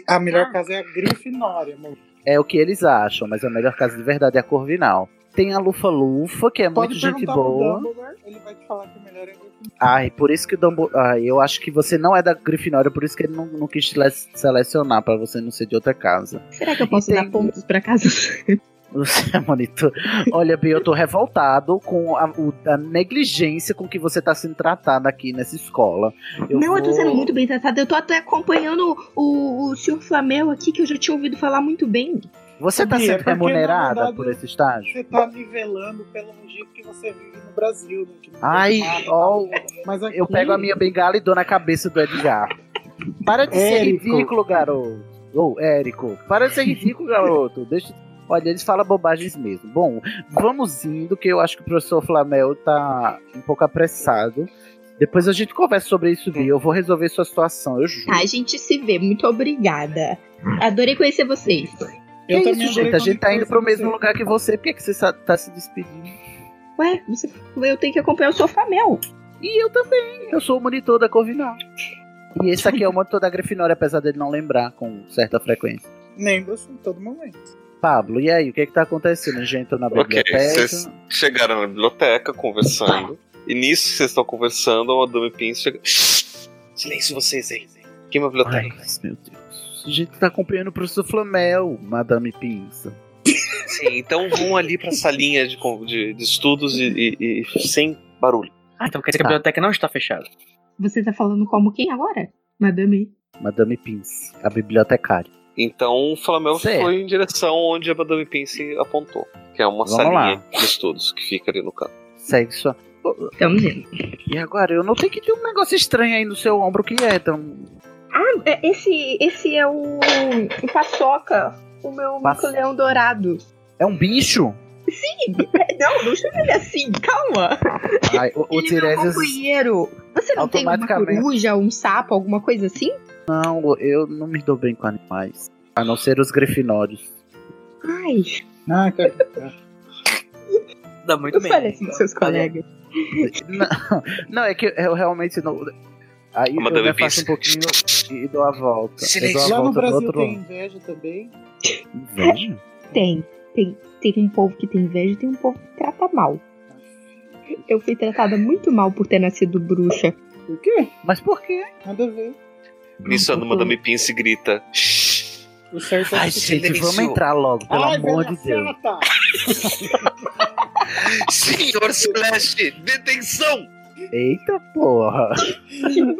S10: A melhor
S8: Ah.
S10: casa é a Grifinória, amor.
S1: É o que eles acham, mas a melhor casa de verdade é a Corvinal. Tem a Lufa Lufa, que é
S10: Pode
S1: muito gente
S10: perguntar pro
S1: boa.
S10: Dumbledore, ele vai te falar que o melhor é a Grifinória.
S1: Ai, por isso que o Dumbledore. Ai, eu acho que você não é da Grifinória, por isso que ele não, não quis te le- selecionar, pra você não ser de outra casa.
S8: será que eu posso dar pontos pra casa?
S1: Você é monitor. Olha, Bia, eu tô revoltado com a, o- a negligência com que você tá sendo tratada aqui nessa escola.
S8: não, eu tô
S1: vou-
S8: sendo é muito bem tratada. Eu tô até acompanhando o, o senhor Flamel aqui, que eu já tinha ouvido falar muito bem.
S1: Você tá
S10: Bia,
S1: sendo
S10: porque, na
S1: remunerada
S10: verdade,
S1: por
S8: <laughs>
S1: esse estágio?
S10: Você tá nivelando pelo jeito que você vive no Brasil, né? Que não tem
S1: Ai,
S10: nada.
S1: ó,
S10: Mas aqui-
S1: eu pego a minha bengala e dou na cabeça do Edgar. Para de ser
S10: Érico.
S1: ridículo, garoto. Ô, Érico, para de ser ridículo, garoto. Deixa... Olha, eles falam bobagens mesmo. Bom, vamos indo, que eu acho que o professor Flamel tá um pouco apressado. Depois a gente conversa sobre isso, Bia. Eu vou resolver sua situação, eu juro.
S8: Tá, a gente se vê. Muito obrigada. Adorei conhecer vocês.
S1: Que
S3: Eu
S1: é
S3: também
S1: isso, gente?
S3: adorei
S1: A gente tá
S3: quando
S1: indo
S3: foi
S1: pro
S3: assim,
S1: mesmo
S3: você-
S1: lugar que você. Por que, que você sa- tá se despedindo?
S2: Ué, você- eu tenho que acompanhar o Sofamel.
S1: E eu também. Eu sou o monitor da Corvinal. E esse aqui é o monitor da Grifinória, apesar dele não lembrar com certa frequência.
S10: Lembro assim, todo momento.
S1: Pablo, e aí? O que é que tá acontecendo? A gente entrou na
S6: Ok,
S1: biblioteca.
S6: vocês chegaram na biblioteca conversando. E nisso que vocês estão conversando, a Madame Pince chega. Silêncio vocês aí. Que é uma biblioteca.
S1: meu Deus. A gente tá acompanhando o professor Flamel, Madame Pinça.
S6: Sim, então vão ali pra salinha de, con- de- de estudos e, e- e sem barulho.
S4: Ah, então quer dizer que a biblioteca não está fechada.
S2: Você tá falando como quem agora? Madame.
S1: Madame Pince, a bibliotecária.
S6: Então o Flamel
S1: Certo.
S6: foi em direção onde a Madame Pince apontou. Que é uma
S1: Vamos
S6: salinha
S1: lá.
S6: de estudos que fica ali no canto.
S1: Segue sua.
S2: Estamos indo.
S1: E agora? Eu notei que tinha um negócio estranho aí no seu ombro. O que é? Então,
S2: Ah, é- esse, esse é o, o Paçoca, o meu
S1: Paço-
S2: mico-leão dourado.
S1: é um bicho?
S2: Sim, é- não, não chama ele assim, calma.
S1: Ai,
S8: <laughs>
S1: o, o
S2: Ele é meu
S1: Tiresias.
S2: companheiro. Você não tem uma
S1: Automaticamente.
S2: coruja, um sapo, alguma coisa assim?
S1: Não, eu não me dou bem com animais. A não ser os grifinórios.
S2: Ai,
S10: Ah, cara.
S4: Dá muito
S2: eu
S4: bem.
S2: falei assim com seus colegas.
S1: Não, não, é que eu realmente não. Aí
S6: Uma
S1: eu me
S6: dama
S1: afasto um
S6: pizza.
S1: pouquinho e dou a volta.
S6: Silêncio.
S1: Eu dou a
S10: Lá no
S1: volta pro
S10: Brasil
S1: outro
S10: tem
S1: lado.
S10: inveja também.
S1: Inveja?
S2: é, Tem, tem. Tem um povo que tem inveja e tem um povo que trata mal. Eu fui tratada muito mal por ter nascido bruxa.
S10: Por quê?
S1: Mas por quê?
S10: Nada a ver.
S6: Nisso é a Madame Pince grita.
S10: O certo é
S1: Ai,
S10: que-
S1: gente, vamos entrar logo, pelo
S10: Ai,
S1: amor
S10: velha
S1: de Deus.
S10: chata!
S6: <laughs> Senhor Slash, detenção!
S1: Eita porra.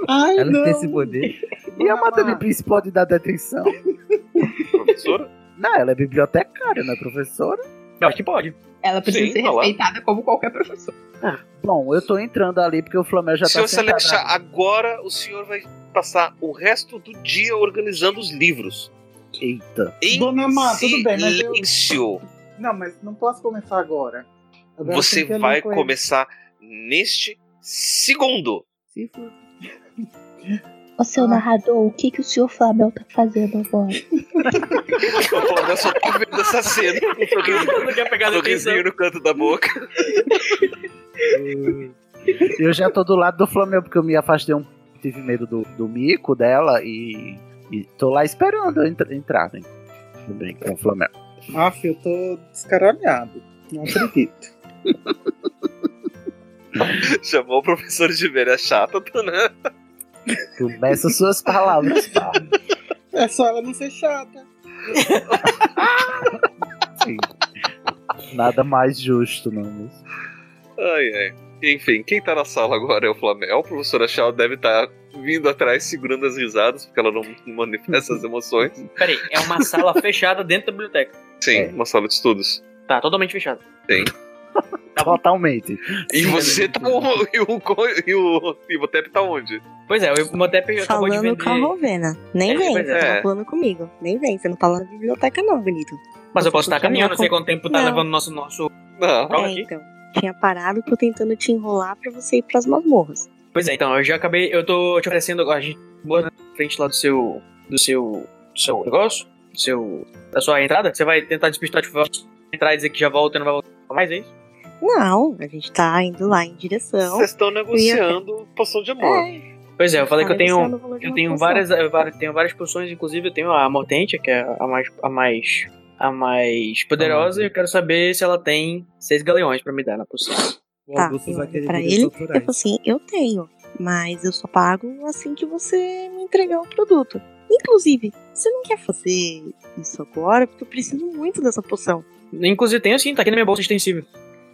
S10: Ai,
S5: Ela
S10: não.
S5: tem esse poder.
S1: E a Madame Pince pode dar detenção?
S6: Professora?
S1: Não, ela é bibliotecária, não é professora?
S4: Eu acho que pode.
S2: Ela precisa
S6: Sim,
S2: ser
S6: tá lá.
S2: respeitada como qualquer professor.
S1: Bom, eu tô entrando ali porque o Flamengo já
S6: senhor
S1: tá sentado.
S6: Slash, agora o senhor vai passar <laughs> Tá, o resto do dia organizando os livros.
S1: Eita.
S6: Em
S10: Dona Má, tudo bem, mas eu-
S6: silêncio.
S10: Não, mas não posso começar agora. Agora
S6: Você
S10: tem que ir ali
S6: vai
S10: com ele.
S6: começar neste segundo.
S5: Se for.
S12: Ô seu
S10: Ah.
S12: narrador, o que, que o senhor Flamel tá fazendo agora?
S6: Eu falo, eu só tô vendo essa cena com um sorrisinho-
S4: Não quer pegar a atenção.
S6: sorrisinho no canto da boca.
S1: Eu já tô do lado do Flamengo porque eu me afastei um tive medo do, do mico dela e, e tô lá esperando eu entra- entrar, né? Tudo bem, com o Flamengo.
S10: Aff, eu tô descaralhado. Não acredito. <laughs>
S6: Chamou o professor de velha chata, tá, né?
S1: Começa suas palavras, pá.
S10: É só ela não ser chata.
S1: Sim. Nada mais justo, não. mas-
S6: Ai, ai. Enfim, quem tá na sala agora é o Flamel. A professora Shaw deve estar vindo atrás, segurando as risadas, porque ela não manifesta as emoções.
S4: Peraí, é uma <laughs> sala fechada dentro da biblioteca.
S6: Sim,
S1: É.
S6: uma sala de estudos.
S4: Tá, totalmente fechada.
S1: Totalmente.
S6: E você tá. o- E o. co- E o. E o Tep tá onde?
S4: Pois é, o Imhotep acabou de
S9: Falando
S4: vender.
S9: com a Rovena. Nem
S4: É,
S9: vem,
S4: pois
S9: você
S4: é.
S9: tá falando comigo. Nem vem, você não tá lá na biblioteca não, bonito.
S4: Mas eu posso estar
S9: Você
S4: caminhando,
S9: já
S4: não sei quanto tempo tá
S9: Não.
S4: levando o nosso, nosso.
S6: Não.
S4: Prova
S9: é,
S4: aqui.
S9: então. Tinha parado, tô tentando te enrolar pra você ir pras masmorras.
S4: Pois é, então, eu já acabei. Eu tô te oferecendo agora. A gente boa na frente lá do seu. Do seu. Do seu negócio? Do seu. Da sua entrada? Você vai tentar despistar, tipo, vai entrar e dizer que já volta e não vai voltar mais, é isso?
S9: Não, a gente tá indo lá em direção.
S6: Vocês estão negociando poção de amor.
S9: É,
S4: Pois é, eu falei que eu tenho.
S9: Tá negociando o valor de
S4: Eu
S9: uma
S4: tenho
S9: poção.
S4: várias, eu vari- tenho várias poções, inclusive eu tenho a Mortente, que é a mais, a mais, a mais
S9: Ah.
S4: poderosa, e eu quero saber se ela tem seis galeões pra me dar na poção.
S11: O
S9: Tá,
S11: Augusto
S9: eu
S11: vai
S9: olho
S11: querer
S9: pra
S11: direitos
S9: ele, Eu
S11: autorais.
S9: falo assim, eu tenho, mas eu só pago assim que você me entregar o produto. Inclusive, você não quer fazer isso agora, porque eu preciso muito dessa poção.
S4: Inclusive tenho sim, tá aqui na minha bolsa extensível.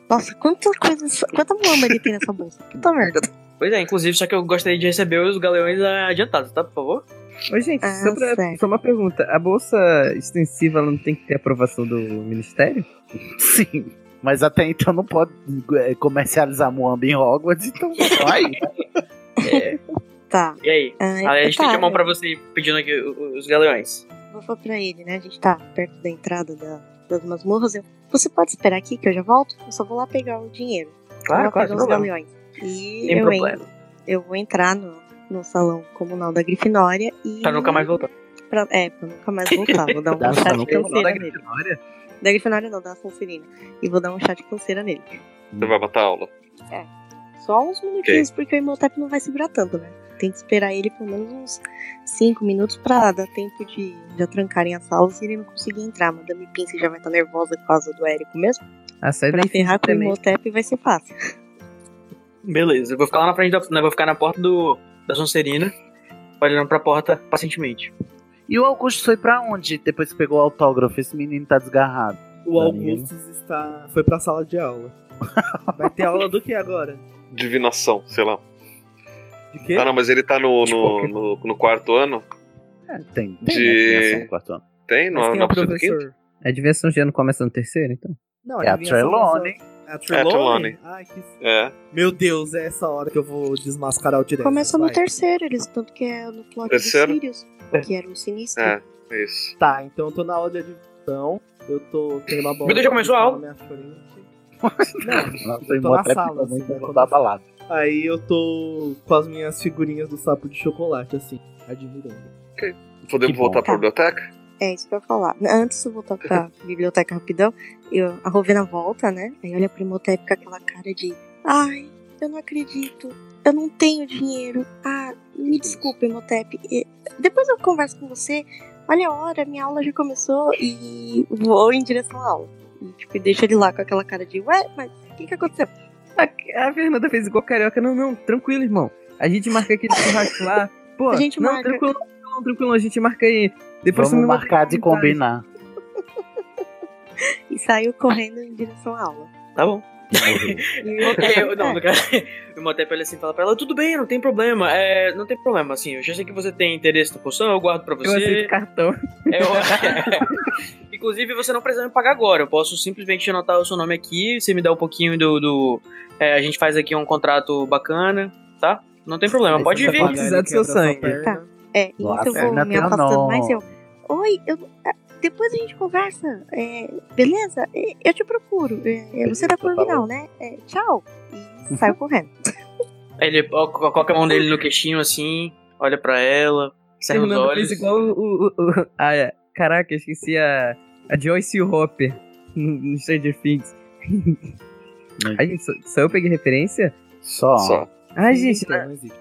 S9: Nossa, quanta coisa, quanta mama ele tem nessa bolsa. Puta merda.
S4: Pois é, inclusive, só que eu gostaria de receber os galeões ah, adiantados, tá? Por favor?
S5: Ô, gente,
S9: Ah,
S5: só, pra-
S9: certo.
S5: só uma pergunta. A bolsa extensiva ela não tem que ter aprovação do ministério?
S1: Sim. Mas até então não pode é, comercializar Moamba em Hogwarts, então vai.
S9: Tá.
S4: E aí?
S9: Ah,
S4: Aí a gente tem
S9: tá,
S4: que mão pra você pedindo aqui o- o- os galeões.
S9: Vou falar pra ele, né? A gente tá perto da entrada da, das masmorras. Eu, você pode esperar aqui que eu já volto? Eu só vou lá pegar o dinheiro.
S4: Claro,
S9: vou lá
S4: claro,
S9: pegar
S4: sem
S9: os
S4: problema.
S9: galeões. E
S4: Sem
S9: eu, en-
S4: problema.
S9: eu vou entrar no, no salão comunal da Grifinória e.
S4: Pra nunca mais voltar.
S9: Pra, é, pra nunca mais voltar. Vou dar
S5: Da
S9: um chá de
S5: Sonserina,
S9: canseira
S5: da
S9: nele. Da Grifinória não, da Sonserina. E vou dar um chá de canseira nele. É,
S6: Você vai botar aula.
S9: Só uns minutinhos, porque o Imhotep não vai segurar tanto, né? Tem que esperar ele pelo menos uns 5 minutos pra dar tempo de já trancarem as salas e ele não conseguir entrar. Madame Pince já vai estar nervosa por causa do Érico mesmo.
S4: Ah,
S5: A
S4: é
S5: saída
S9: Pra ferrar com o
S5: também.
S9: Imhotep vai ser fácil.
S4: Beleza, eu vou ficar lá na frente da. né, vou ficar na porta do, da Sonserina, olhando pra porta
S9: <laughs>
S4: pacientemente.
S1: E o Augusto foi pra onde depois que pegou o autógrafo? Esse menino tá desgarrado.
S11: O
S1: Danilo.
S11: Augustus está... foi pra sala de aula. Vai ter aula do que agora?
S6: Divinação, sei lá.
S11: De quê?
S6: Ah, não, mas ele tá no, no, no, no quarto ano?
S1: Tem.
S5: né?
S11: né?
S6: De... Tem?
S1: né?
S11: Mas
S6: No,
S11: tem
S6: na
S11: o
S6: opção do
S11: professor.
S6: quinto?
S5: A diversão já não começa no terceiro, então?
S11: Não,
S1: É a
S11: adivinhação
S1: Trelawney.
S11: dessa- É a
S6: É,
S11: Trelawney?
S6: Trelawney.
S11: Ai, que...
S6: É.
S11: Meu Deus, é essa hora que eu vou desmascarar o direto.
S9: Começa no
S11: vai.
S9: terceiro, eles tanto que é no plot
S11: Terceiro?
S9: dos Sirius, que era um sinistro.
S6: É, é isso.
S11: Tá, então eu tô na aula de adivinhação. Eu tô tendo uma bola.
S4: Meu Deus, já começou a aula?
S11: na minha frente.
S1: Nossa,
S11: Eu tô na
S1: Imhotep
S11: sala,
S1: ficou
S11: assim,
S1: muito
S11: vai
S1: da balada.
S11: Aí eu tô com as minhas figurinhas do sapo de chocolate, assim, admirando.
S6: Podemos voltar pra biblioteca?
S9: É isso que eu ia falar. Antes de eu voltar pra biblioteca rapidão, eu, a Rovena volta, né? Aí olha pro Imhotep com aquela cara de Ai, eu não acredito. Eu não tenho dinheiro. Ah, me desculpa, Imhotep. E- Depois eu converso com você. Olha a hora, minha aula já começou e vou em direção à aula. E, tipo, deixa ele lá com aquela cara de Ué, mas o que, que aconteceu?
S5: A, a Fernanda fez igual carioca. Não, não, tranquilo, irmão. A gente marca aquele churrasco lá. Pô,
S9: A gente
S5: não,
S9: marca.
S5: tranquilo, não, tranquilo, a gente marca aí. Depois você
S1: Vamos
S5: me manda
S1: marcar
S6: tá
S1: de
S5: mensagem.
S1: combinar.
S9: E saiu correndo em direção à aula.
S4: Tá bom.
S9: E o Imhotep-
S4: É, eu- não,
S9: é.
S4: no caso, <laughs> o Motep ele assim fala pra ela, tudo bem, não tem problema. É, não tem problema, assim, eu já sei que você tem interesse na poção, eu guardo pra
S5: Eu aceito
S4: você.
S5: cartão.
S4: É, eu- <laughs> Inclusive, você não precisa me pagar agora. Eu posso simplesmente anotar o seu nome aqui, você me dá um pouquinho do. do- é, a gente faz aqui um contrato bacana, tá? Não tem problema,
S5: Aí
S4: pode
S1: tá
S5: você
S4: vir.
S5: pode precisar do seu sangue.
S9: Tá. É, e
S1: Lá
S9: isso eu
S1: perto
S9: vou me
S1: tem o
S9: afastando
S1: nó.
S9: mais. Eu, oi, eu- ah, depois a gente conversa, é, beleza? É, Eu te procuro. é, é, você
S1: Beleza,
S9: dá por
S1: falou.
S9: final, né? É, tchau. E saiu correndo.
S4: Aí Ele co- co- coloca a mão dele no queixinho assim, olha pra ela, cerra os
S5: Fernanda fez
S4: olhos.
S5: igual o. o- o- o- ah, é. Caraca, eu esqueci a. A Joyce Hopper no, no Stranger Things. a gente, só, só eu peguei referência?
S1: Só.
S6: Só.
S5: Ai, gente.
S11: Então, não existe.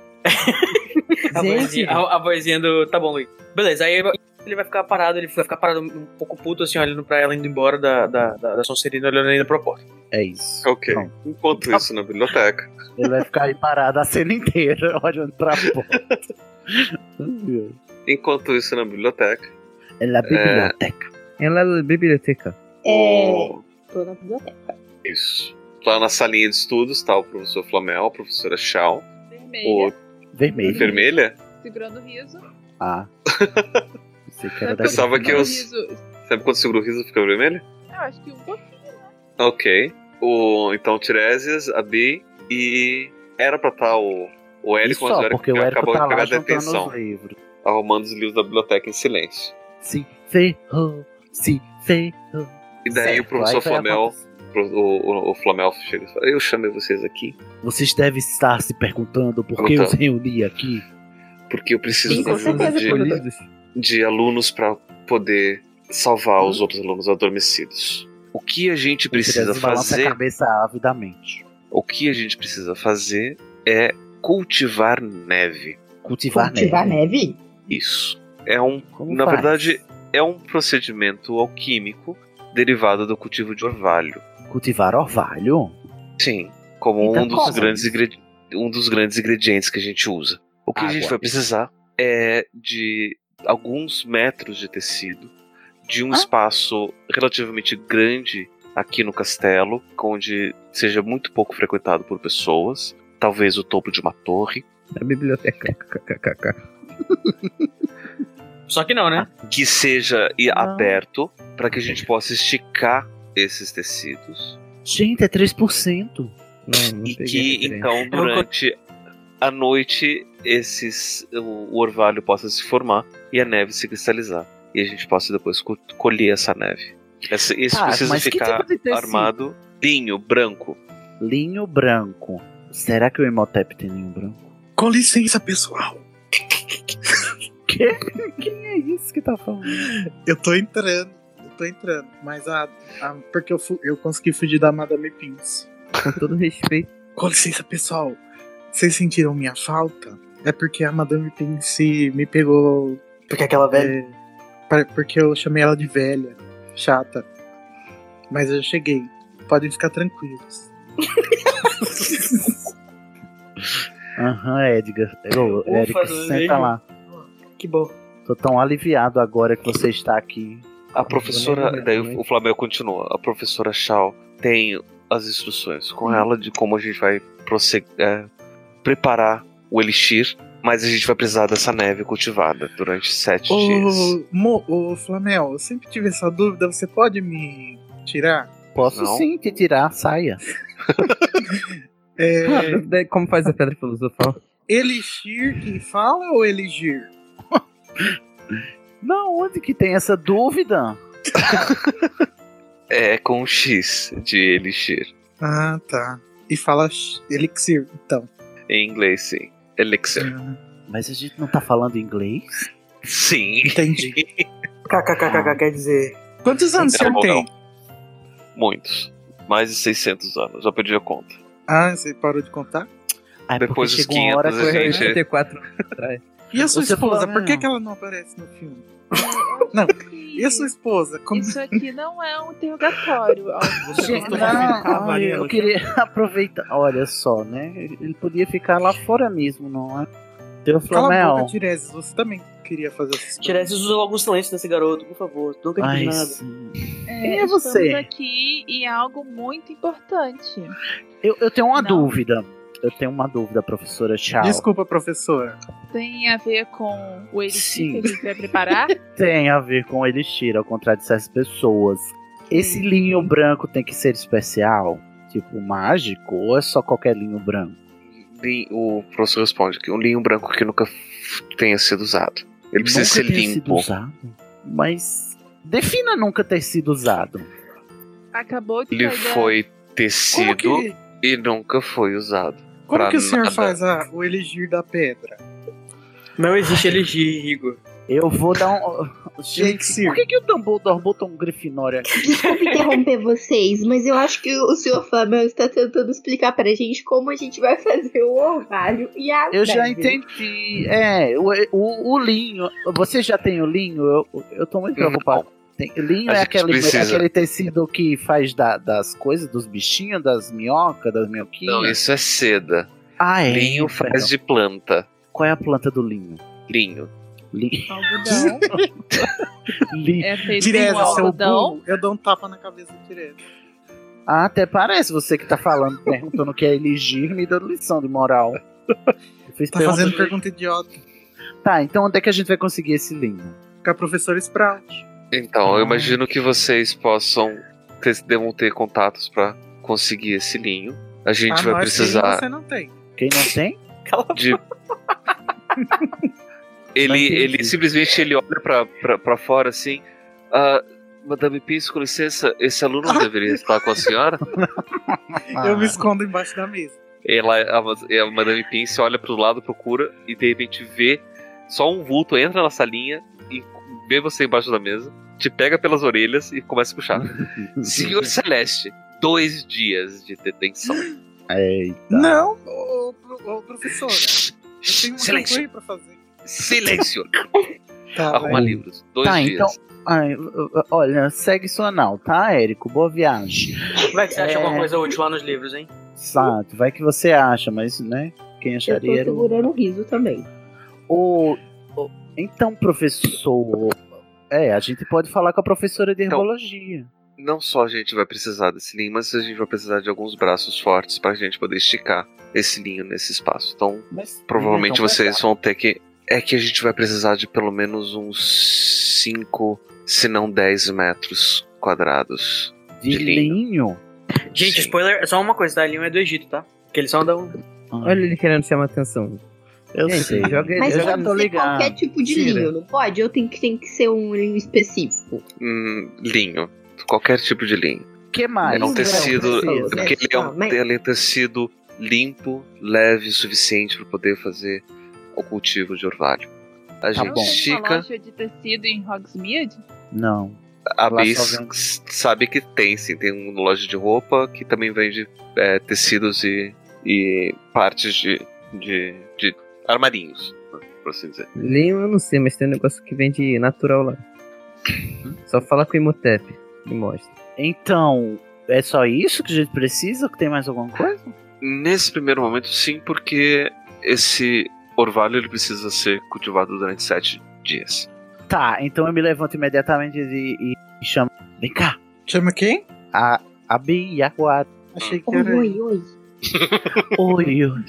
S4: A vozinha,
S5: gente.
S4: a, a vozinha do. Tá bom, Luiz. Beleza, aí ele vai ficar parado, ele vai ficar parado um pouco puto, assim, olhando pra ela indo embora da, da, da, da Sonserina, olhando ainda pra porta.
S1: É isso.
S6: Ok.
S1: Pronto. Tá
S6: Enquanto isso, na biblioteca.
S1: Ele vai ficar aí parado a cena inteira, <laughs> olhando pra porta.
S6: Enquanto isso, na biblioteca.
S1: Ela biblioteca.
S5: É. Ela é da biblioteca.
S2: É. Tô na biblioteca.
S6: Isso. Lá na salinha de estudos tá o professor Flamel, a professora Shaw.
S7: Vermelha,
S1: Vermelha.
S6: Vermelha?
S7: segurando o riso.
S1: Ah. Você que era
S7: Sabe
S1: da
S6: Pensava que
S7: quando-
S1: Grifinória.
S6: os-
S7: riso-
S6: Sabe quando segura o riso fica vermelho?
S7: Eu acho que um pouquinho.
S6: Ok. O, então, Tiresias, a Bi e. Era pra estar o, o
S1: E
S6: Érico, mas o
S1: só,
S6: Érico
S1: porque o Érico
S6: acabou
S1: tá
S6: de pegar
S1: lá
S6: a
S1: juntando
S6: detenção.
S1: os livros.
S6: Arrumando os livros da biblioteca em silêncio.
S1: Se ferrou, se ferrou.
S6: E daí
S1: Certo,
S6: o professor
S1: aí vai
S6: Flamel.
S1: acontecer.
S6: O, o, o Flamel chega e fala: Eu chamei vocês aqui
S1: Vocês devem estar se perguntando por que eu os
S6: Perguntando.
S1: reuni aqui.
S6: porque eu preciso
S2: Sim, com
S6: da ajuda
S2: certeza,
S6: de,
S2: professor.
S6: de alunos para poder salvar os outros alunos adormecidos. O que a gente precisa
S1: Tiresias balança a
S6: fazer?
S1: cabeça avidamente.
S6: O que a gente precisa fazer é cultivar neve.
S1: Cultivar,
S2: Cultivar
S1: neve.
S2: neve?
S6: Isso. É um,
S1: Como
S6: na
S1: faz?
S6: verdade, é um procedimento alquímico derivado do cultivo de orvalho.
S1: Cultivar orvalho?
S6: Sim, como
S1: Então
S6: um dos
S1: como?
S6: grandes ingredientes, um dos grandes ingredientes que a gente usa. O que a gente
S1: Água.
S6: vai precisar é de alguns metros de tecido, de um espaço relativamente grande aqui no castelo, onde seja muito pouco frequentado por pessoas, talvez o topo de uma torre,
S5: Da é biblioteca. KKKK.
S4: Só que não, né?
S6: que seja e
S1: Ah.
S6: aberto para que a gente possa esticar esses tecidos
S1: Gente, é 3%.
S5: Não, não
S6: e
S5: peguei
S6: que
S5: referência.
S4: <laughs>
S6: então durante a noite esses o, o orvalho possa se formar e a neve se cristalizar e a gente possa depois co- colher essa neve. Essa, isso
S1: Tá,
S6: precisa
S1: mas que
S6: ficar
S1: tipo de tecido?
S6: armado linho branco.
S5: Ah,
S1: Linho branco. Será que o Imhotep tem linho branco?
S11: Com licença, pessoal.
S1: quê? <laughs> Quem é isso que tá falando?
S10: Eu tô entrando, eu tô entrando. Mas a. a- porque eu, fu- eu consegui fugir da Madame Pince.
S5: Com todo respeito.
S10: Com licença, pessoal. Vocês sentiram minha falta? É porque a Madame Pince me pegou.
S13: Porque aquela velha-
S10: é, pra- porque eu chamei ela de velha. Chata. Mas eu cheguei. Podem ficar tranquilos.
S1: Aham, é, Edgar. Ô,
S13: Ufa,
S1: Edgar,
S13: não é
S1: senta
S13: mesmo?
S1: lá.
S13: Que bom.
S1: Tô tão aliviado agora que você está aqui.
S6: A
S5: né,
S6: professora. Daí o Flamengo continua. A professora Shaw tem as instruções
S1: Hum.
S6: com ela de como a gente vai prosse- é, preparar o Elixir, mas a gente vai precisar dessa neve cultivada durante sete
S1: Oh,
S6: dias.
S10: Ô, Mo, ô, Flamel, eu sempre tive essa dúvida. Você pode me tirar?
S1: Posso sim te tirar, saia.
S5: É... Como faz a pedra filosofal?
S10: Elixir que fala ou Eligir?
S1: Não, onde que tem essa dúvida?
S6: É com um X de Elixir.
S10: Ah, tá. E fala sh- elixir, então.
S6: Em inglês, sim. Elixir.
S1: Mas a gente não tá falando inglês?
S6: Sim. <laughs>
S10: Entendi.
S13: KKKK quer dizer.
S10: Quantos anos
S6: Então,
S10: o senhor tem?
S6: Muitos. Mais de 600 anos. Já perdi a conta.
S10: Ah, você parou de contar? Ah, é
S6: Depois dos 500, a né, gente...
S10: E a sua
S6: Você falou,
S10: esposa?
S6: né,
S10: Por que,
S6: não?
S10: que ela não aparece no filme? não. E a sua esposa? Como...
S7: Isso aqui não é um interrogatório. Alves.
S10: <laughs>
S1: Gente, não, Ah, olha, eu queria <laughs> aproveitar. Olha só, né? Ele podia ficar lá fora mesmo, não é? Seu
S10: Cala a boca,
S1: Flamel.
S10: Tiresias. Você também queria fazer essa
S4: Tiresse usa logo o silêncio desse garoto, por favor. Nunca
S1: Ai,
S4: entendi nada.
S1: sim.
S7: É,
S1: Quem é você?
S7: Estamos aqui em algo muito importante.
S1: Eu, eu tenho uma dúvida. Eu tenho uma dúvida, professora Tchau.
S10: Desculpa, professora.
S7: Tem a ver com o
S1: Sim.
S7: elixir que a gente vai
S1: <laughs>
S7: preparar?
S1: Tem a ver com Elixir, ao contrário de certas pessoas. Esse linho branco tem que ser especial? Tipo, mágico? Ou é só qualquer linho branco?
S6: Lin- O professor responde que um linho branco que nunca f- tenha sido usado. Ele precisa
S1: Nunca
S6: ser
S1: tenha
S6: limpo.
S1: sido usado? Mas defina nunca ter sido usado.
S7: Acabou de
S6: Ele
S7: sair da-
S6: foi tecido
S7: Como que-
S6: e nunca foi usado.
S10: Como
S6: Pra
S10: que o senhor
S6: nada.
S10: faz a- o Eligir da pedra?
S4: Não existe elixir, Igor.
S1: Eu vou dar um. Gente, por que, que o Dumbledore botou um grifinório aqui?
S8: Desculpa interromper vocês, mas eu acho que o senhor Flamel está tentando explicar pra gente como a gente vai fazer o orvalho e a
S1: Eu já
S8: neve.
S1: entendi. É, o, o, o linho. Você já tem o linho? Eu, eu tô muito preocupado. Tem- linho
S6: A
S1: é
S6: gente
S1: aquele,
S6: precisa.
S1: aquele tecido que faz da- das coisas, dos bichinhos, das minhocas, das minhoquinhas.
S6: Não, isso é seda.
S1: Ah, é?
S6: Linho faz
S1: Perdão.
S6: de planta.
S1: Qual é a planta do linho?
S6: Linho.
S1: Linho.
S7: Algodão. É feito
S10: Tiresias,
S7: com
S10: seu
S7: algodão.
S10: burro. Eu dou um tapa na cabeça do Tiresias.
S1: Ah, até parece você que tá falando, perguntando o que é elegir, me dando lição de moral. Eu fiz
S10: Tá
S1: pergunta-
S10: fazendo pergunta idiota.
S1: Tá, então onde é que a gente vai conseguir esse linho?
S10: Com a professora Sprout.
S6: Então,
S10: Ah.
S6: eu imagino que vocês possam ter, devam ter contatos pra conseguir esse linho. A gente
S10: Ah,
S6: vai
S10: nós
S6: precisar
S10: Sim, você não tem.
S1: Quem não tem?
S6: de.
S10: <laughs>
S6: ele, ele simplesmente ele olha pra, pra, pra fora assim. "Ah, Madame Pince, com licença, esse aluno
S10: <laughs>
S6: não deveria estar com a senhora?
S10: Eu me escondo embaixo da mesa.
S6: Ela, é a, a Madame Pince olha pro lado, procura e de repente vê só um vulto, entra na salinha e vê você embaixo da mesa, te pega pelas orelhas e começa a puxar. Senhor Celeste, dois dias de detenção.
S1: Eita.
S10: Não, ô, ô, ô, professora. Eu tenho uma
S6: Silêncio.
S10: campanha pra fazer.
S6: <laughs> Silêncio!
S10: Arruma
S6: livros. Dois
S1: tá,
S6: dias.
S1: então. ai, uh, uh, olha, segue sua anal, tá, Érico? Boa viagem.
S4: Vai que você acha
S1: É.
S4: alguma coisa útil lá nos livros, hein?
S1: Sato, vai que você acha, mas, né? Quem
S8: Eu tô
S1: acharia era o.
S8: segurando o riso também.
S1: o- o- Então, professor. É, a gente pode falar com a professora de herbologia.
S6: Não só a gente vai precisar desse linho, mas a gente vai precisar de alguns braços fortes pra gente poder esticar esse linho nesse espaço. Então,
S1: Mas-
S6: provavelmente
S1: Então,
S6: vocês vão ter que. É que a gente vai precisar de pelo menos uns 5, se não 10 metros quadrados
S1: de, linho.
S4: Gente, spoiler, é só uma coisa, tá? Linho é do Egito, tá? Que eles só andam.
S5: Olha ele querendo chamar atenção.
S1: Eu
S5: Gente,
S4: sei.
S5: Joga ele,
S4: Mas
S5: eu
S4: eu
S5: já
S4: não
S5: tô
S4: sei
S5: ligado.
S8: Qualquer tipo de
S5: Tira.
S8: linho, não pode? Eu tenho que, tem que ser um linho específico.
S6: Hum, linho. Qualquer tipo de linho.
S1: que mais?
S6: é um
S1: Não,
S6: tecido.
S1: precisa,
S6: porque
S1: né?
S6: ele é, um,
S1: Não, mas-
S6: ele é um tecido limpo, leve o suficiente para poder fazer o cultivo de orvalho. A
S1: Tá
S6: gente
S1: bom.
S7: Tem uma
S6: estica.
S7: loja de tecido em Hogsmeade?
S1: Não.
S6: A
S1: Lá
S6: Bis
S1: só vem-
S6: sabe que tem, sim. Tem uma loja de roupa que também vende é, tecidos e, e partes de, de, de armarinhos, por assim dizer.
S5: Leio eu não sei, mas tem um negócio que vende natural lá. Só fala com o Imhotep e mostra.
S1: Então, é só isso que a gente precisa? Que tem mais alguma coisa?
S6: Nesse primeiro momento, sim, porque esse orvalho ele precisa ser cultivado durante sete dias.
S1: Tá, então eu me levanto imediatamente e, e chamo. Vem cá!
S10: Chama quem?
S1: A, a Bia Quad.
S10: Achei que
S1: Oi,
S10: era.
S1: oi,
S10: oi.
S1: Oi, oi.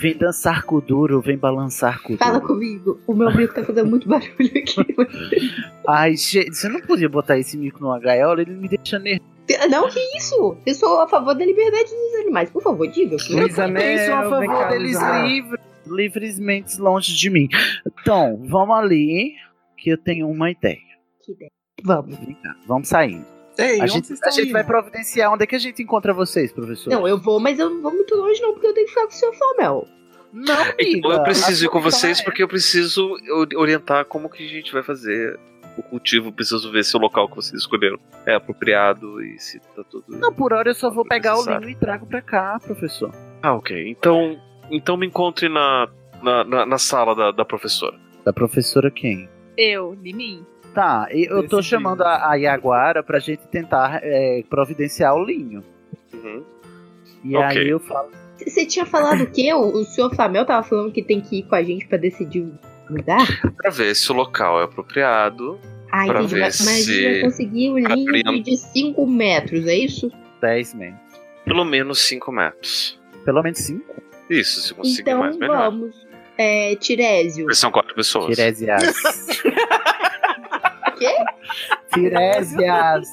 S1: Vem dançar com o duro, vem balançar com o
S8: Fala
S1: duro.
S8: comigo. O meu mico tá fazendo muito barulho aqui.
S1: Ai, gente, você não podia botar esse mico numa gaiola, ele me deixa nervoso.
S8: Não, que isso? Eu sou a favor da liberdade dos animais. Por favor, diga.
S1: Eu também sou a favor deles livres, livremente longe de mim. Então, vamos ali, que eu tenho uma ideia.
S8: Que ideia.
S1: Vamos. Vem cá, vamos saindo.
S10: Ei,
S1: a
S10: onde
S1: gente,
S10: vocês
S1: a
S10: estão
S1: gente
S10: indo?
S1: vai providenciar. Onde é que a gente encontra vocês, professor?
S8: Não, eu vou, mas eu não vou muito longe, não, porque eu tenho que ficar com o seu Flamel.
S1: Não,
S6: Então eu preciso ir com
S8: Agora
S6: vocês
S8: é.
S6: porque eu preciso ori- orientar como que a gente vai fazer o cultivo. Preciso ver se o local que vocês escolheram é apropriado e se tá tudo.
S1: Não, por hora eu só vou pegar o
S6: Necessário.
S1: livro e trago pra cá, professor.
S6: Ah, ok. Então, então me encontre na, na, na- na sala da, da professora.
S1: Da professora quem?
S7: Eu, de mim.
S1: Tá, e eu tô
S6: Decidido.
S1: chamando a, a Iaguara pra gente tentar é, providenciar o linho.
S6: Uhum.
S1: E
S6: Ok.
S1: aí eu falo.
S8: Você tinha falado o quê? O, o senhor Flamel tava falando que tem que ir com a gente pra decidir o lugar?
S6: Pra ver se o local é apropriado.
S8: Ah,
S6: pra
S8: entendi.
S6: ver
S8: Mas, mas a gente vai
S6: se.
S8: conseguir um
S6: Gabriel-
S8: livro de 5 metros, é isso?
S1: 10 metros.
S6: Pelo menos 5 metros.
S1: Pelo menos 5?
S6: Isso, se conseguir
S8: então
S6: mais, melhor.
S8: vamos. É,
S6: <laughs>
S8: Tirésio.
S6: Porque São quatro pessoas.
S1: Tiresias.
S8: Quê?
S1: Tiresias.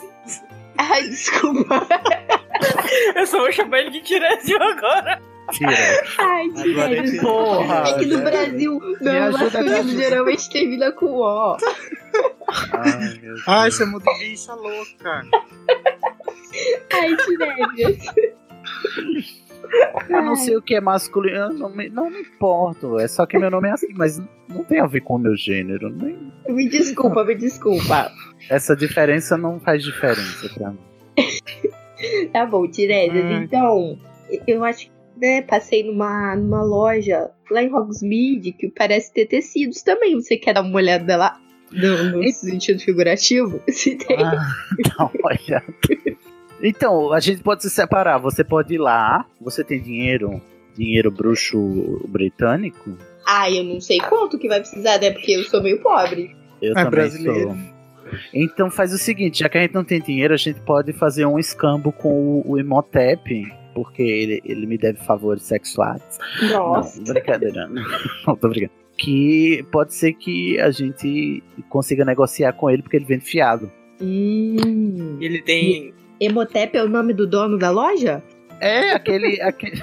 S8: Ai, desculpa.
S4: <laughs> Eu só vou chamar ele de Tiresias agora.
S1: Tira.
S8: Ai,
S1: Agora é
S8: Tirésio.
S1: porra,
S8: É que no
S1: né?
S8: Brasil,
S10: Me
S8: meu
S10: ajuda, me
S8: masculino
S10: ajuda.
S8: geralmente termina com O.
S10: Ai, você mudou bicha
S4: <laughs>
S10: louca.
S8: Ai, Tiresias.
S1: Eu não sei o que é masculino, eu não me, não me importo. É só que meu nome é assim, mas não tem a ver com o meu gênero. Nem,
S8: <laughs> Me desculpa, me desculpa.
S1: essa diferença não faz diferença pra mim.
S8: Tá bom, Tiresias. Então, eu acho que né, passei numa, numa loja lá em Hogsmeade que parece ter tecidos também. Você quer dar uma olhada lá? No, no sentido figurativo? Se tem.
S1: Não, Ah, <laughs> olha. Então, a gente pode se separar. Você pode ir lá, você tem dinheiro, dinheiro bruxo britânico.
S8: Ai, eu não sei quanto que vai precisar, né? Porque eu sou meio pobre.
S10: É
S1: Eu
S8: Ah,
S1: também
S8: brasileiro.
S1: sou. Então faz o seguinte, já que a gente não tem dinheiro, a gente pode fazer um escambo com o, o Imhotep, porque ele, ele me deve favores sexuais.
S8: Nossa.
S1: Não, brincadeira. né? <laughs> Não, tô brincando. Que pode ser que a gente consiga negociar com ele, porque ele vende fiado.
S8: Hum.
S4: Ele tem.
S8: Emotep é o nome do dono da loja?
S1: É,
S8: <laughs>
S1: aquele. <laughs> aquele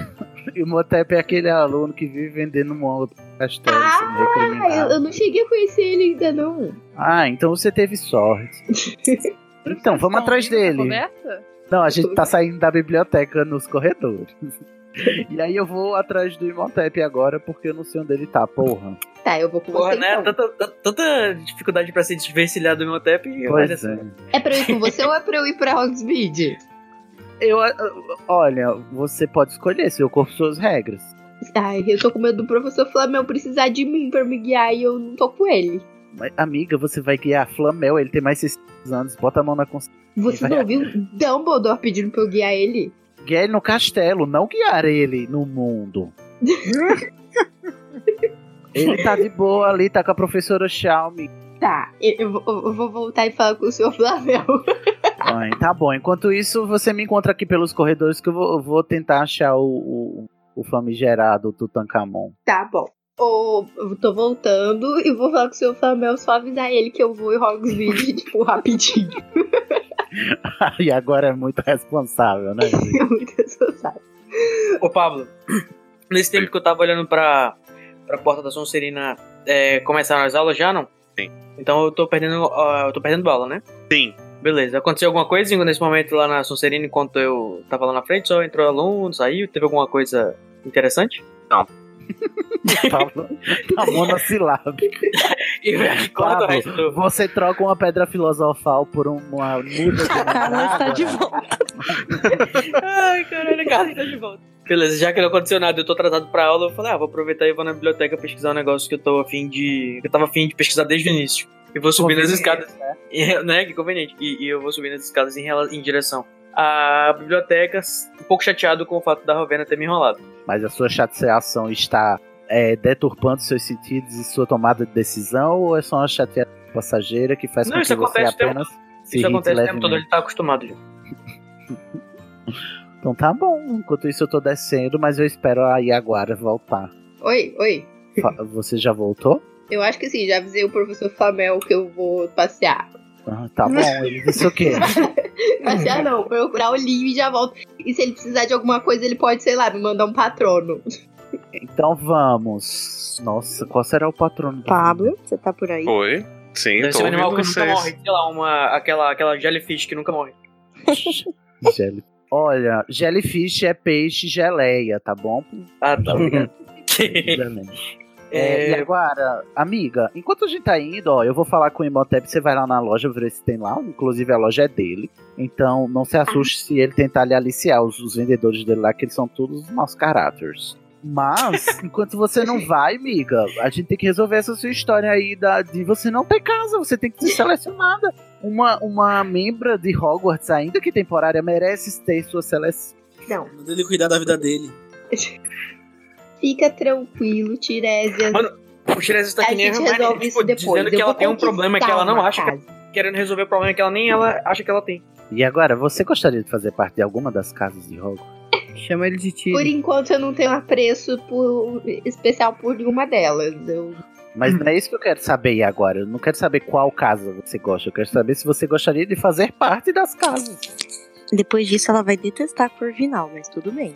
S1: Imhotep é aquele aluno que vive vendendo um castelo. sendo
S8: Ah, eu,
S1: recriminado.
S8: eu não cheguei a conhecer ele ainda, não.
S1: Ah, então você teve
S8: <laughs>
S1: sorte. Então, vamos atrás dele.
S7: Conversa?
S1: Não, a gente tá saindo da biblioteca nos corredores. <laughs> E aí eu vou atrás do Imhotep agora, porque eu não sei onde ele tá, porra.
S8: Tá, eu vou com
S4: Porra,
S8: você.
S4: né?
S8: Então.
S4: Tanta, tanta- tanta dificuldade pra se desvencilhar do Imhotep e olha
S1: Pois
S4: só.
S1: é.
S8: É pra eu ir com você ou é pra eu ir pra Hogsmeade?
S1: Eu, ah, ah, olha, você pode escolher seu corpo, suas regras.
S8: Ai, eu tô com medo do professor Flamel precisar de mim pra me guiar e eu não tô com ele.
S1: Mas, amiga, você vai guiar Flamel, ele tem mais 600 anos, bota a mão na consciência.
S8: Você
S1: Vai-
S8: não ouviu Dumbledore pedindo pra eu guiar ele?
S1: Guiar ele no castelo, não guiar ele no mundo. Ele tá de boa ali, tá com a professora Xiaomi.
S8: Tá, eu, eu vou- eu vou voltar e falar com o senhor Flamel. <laughs>
S1: Ai, tá bom. Enquanto isso, você me encontra aqui pelos corredores que eu vou, eu vou tentar achar o, o, o famigerado Tutankamon.
S8: Tá bom. Ou eu tô voltando e vou falar com o senhor Flamel, só avisar ele que eu vou em Hogsmeade, <laughs> tipo, rapidinho.
S1: <laughs> e agora é muito responsável, né? gente?
S8: Muito responsável.
S4: Ô, Pablo, nesse tempo que eu tava olhando pra, pra porta da Sonserina, é, começaram as aulas já, não?
S6: Sim.
S4: Então eu tô perdendo, ah, eu tô perdendo bala, né?
S6: Sim.
S4: Beleza. Aconteceu alguma coisa nesse momento lá na Sonserina enquanto eu tava lá na frente? Só entrou aluno, saiu? Teve alguma coisa interessante?
S6: Não.
S1: Pablo, tá monossilábico.
S4: corta o
S1: Pablo, você troca uma pedra filosofal por uma muda de
S4: Carla está tá de
S1: volta. <laughs>
S4: Ai, caralho, Carla está de volta. Beleza, já que não aconteceu nada, eu tô atrasado pra aula, eu falei, ah, vou aproveitar e vou na biblioteca pesquisar um negócio que eu tô afim de. que eu tava afim de pesquisar desde o início. E vou subir nas escadas. <laughs> E, né? Que conveniente. E, e eu vou subir nas escadas em, rela- em direção à biblioteca, um pouco chateado com o fato da Rovena ter me enrolado.
S1: Mas a sua chateação está é, deturpando seus sentidos e sua tomada de decisão, ou é só uma chateação passageira que faz
S4: Não,
S1: com
S4: isso
S1: que você
S4: acontece o tempo-
S1: apenas
S4: Isso
S1: se irrite
S4: acontece o tempo todo,
S1: levemente?
S4: ele tá acostumado já.
S1: Então tá bom, enquanto isso eu tô descendo, mas eu espero a Iaguara voltar.
S8: Oi, oi.
S4: <laughs>
S1: Fa- Você já voltou?
S8: Eu acho que sim, já avisei o professor Flamel que eu vou passear.
S1: Ah, tá bom, ele disse o
S4: <laughs>
S1: quê?
S8: Passear não, procurar o livro e já volto. E se ele precisar de alguma coisa, ele pode, sei lá, me mandar um patrono.
S1: Então vamos. Nossa, qual será o patrono?
S9: Pablo, você tá por aí?
S6: Oi? Sim,
S4: Deve
S6: tô
S4: ser um animal que
S6: ouvindo
S4: nunca
S6: vocês.
S4: morre, sei lá, uma, aquela, aquela jellyfish que nunca morre.
S1: Jelly- Olha, jellyfish é peixe geleia, tá bom? Então,
S4: Ah, tá.
S1: Obrigado. É, E agora, amiga, enquanto a gente tá indo, ó, eu vou falar com o Imhotep, você vai lá na loja ver se tem lá. Inclusive a loja é dele. Então não se assuste se ele tentar lhe aliciar os, os vendedores dele lá, que eles são todos maus caráteres. Mas, enquanto você não vai, amiga, a gente tem que resolver essa sua história aí da, de você não ter casa, você tem que ser selecionada. Uma, uma membra de Hogwarts, ainda que temporária, merece ter sua seleção.
S8: Não.
S11: Manda ele cuidar da vida dele.
S8: Fica tranquilo, Tirésia.
S4: Mano, o Xerez está
S8: A
S4: que nem
S8: gente
S4: Hermione,
S8: resolve
S4: tipo,
S8: isso depois.
S4: dizendo que
S8: Eu
S4: ela
S8: vou
S4: tem um problema que ela não
S8: conquistar
S4: acha,
S8: uma
S4: que, querendo resolver o problema que ela nem ela acha que ela tem.
S1: E agora, você gostaria de fazer parte de alguma das casas de Hogwarts?
S5: Chama ele de tio.
S8: Por enquanto eu não tenho apreço por- especial por nenhuma delas. Eu-
S1: Mas
S8: Uhum.
S1: não é isso que eu quero saber aí agora. Eu não quero saber qual casa você gosta. Eu quero saber se você gostaria de fazer parte das casas.
S9: Depois disso, ela vai detestar Corvinal, mas tudo bem.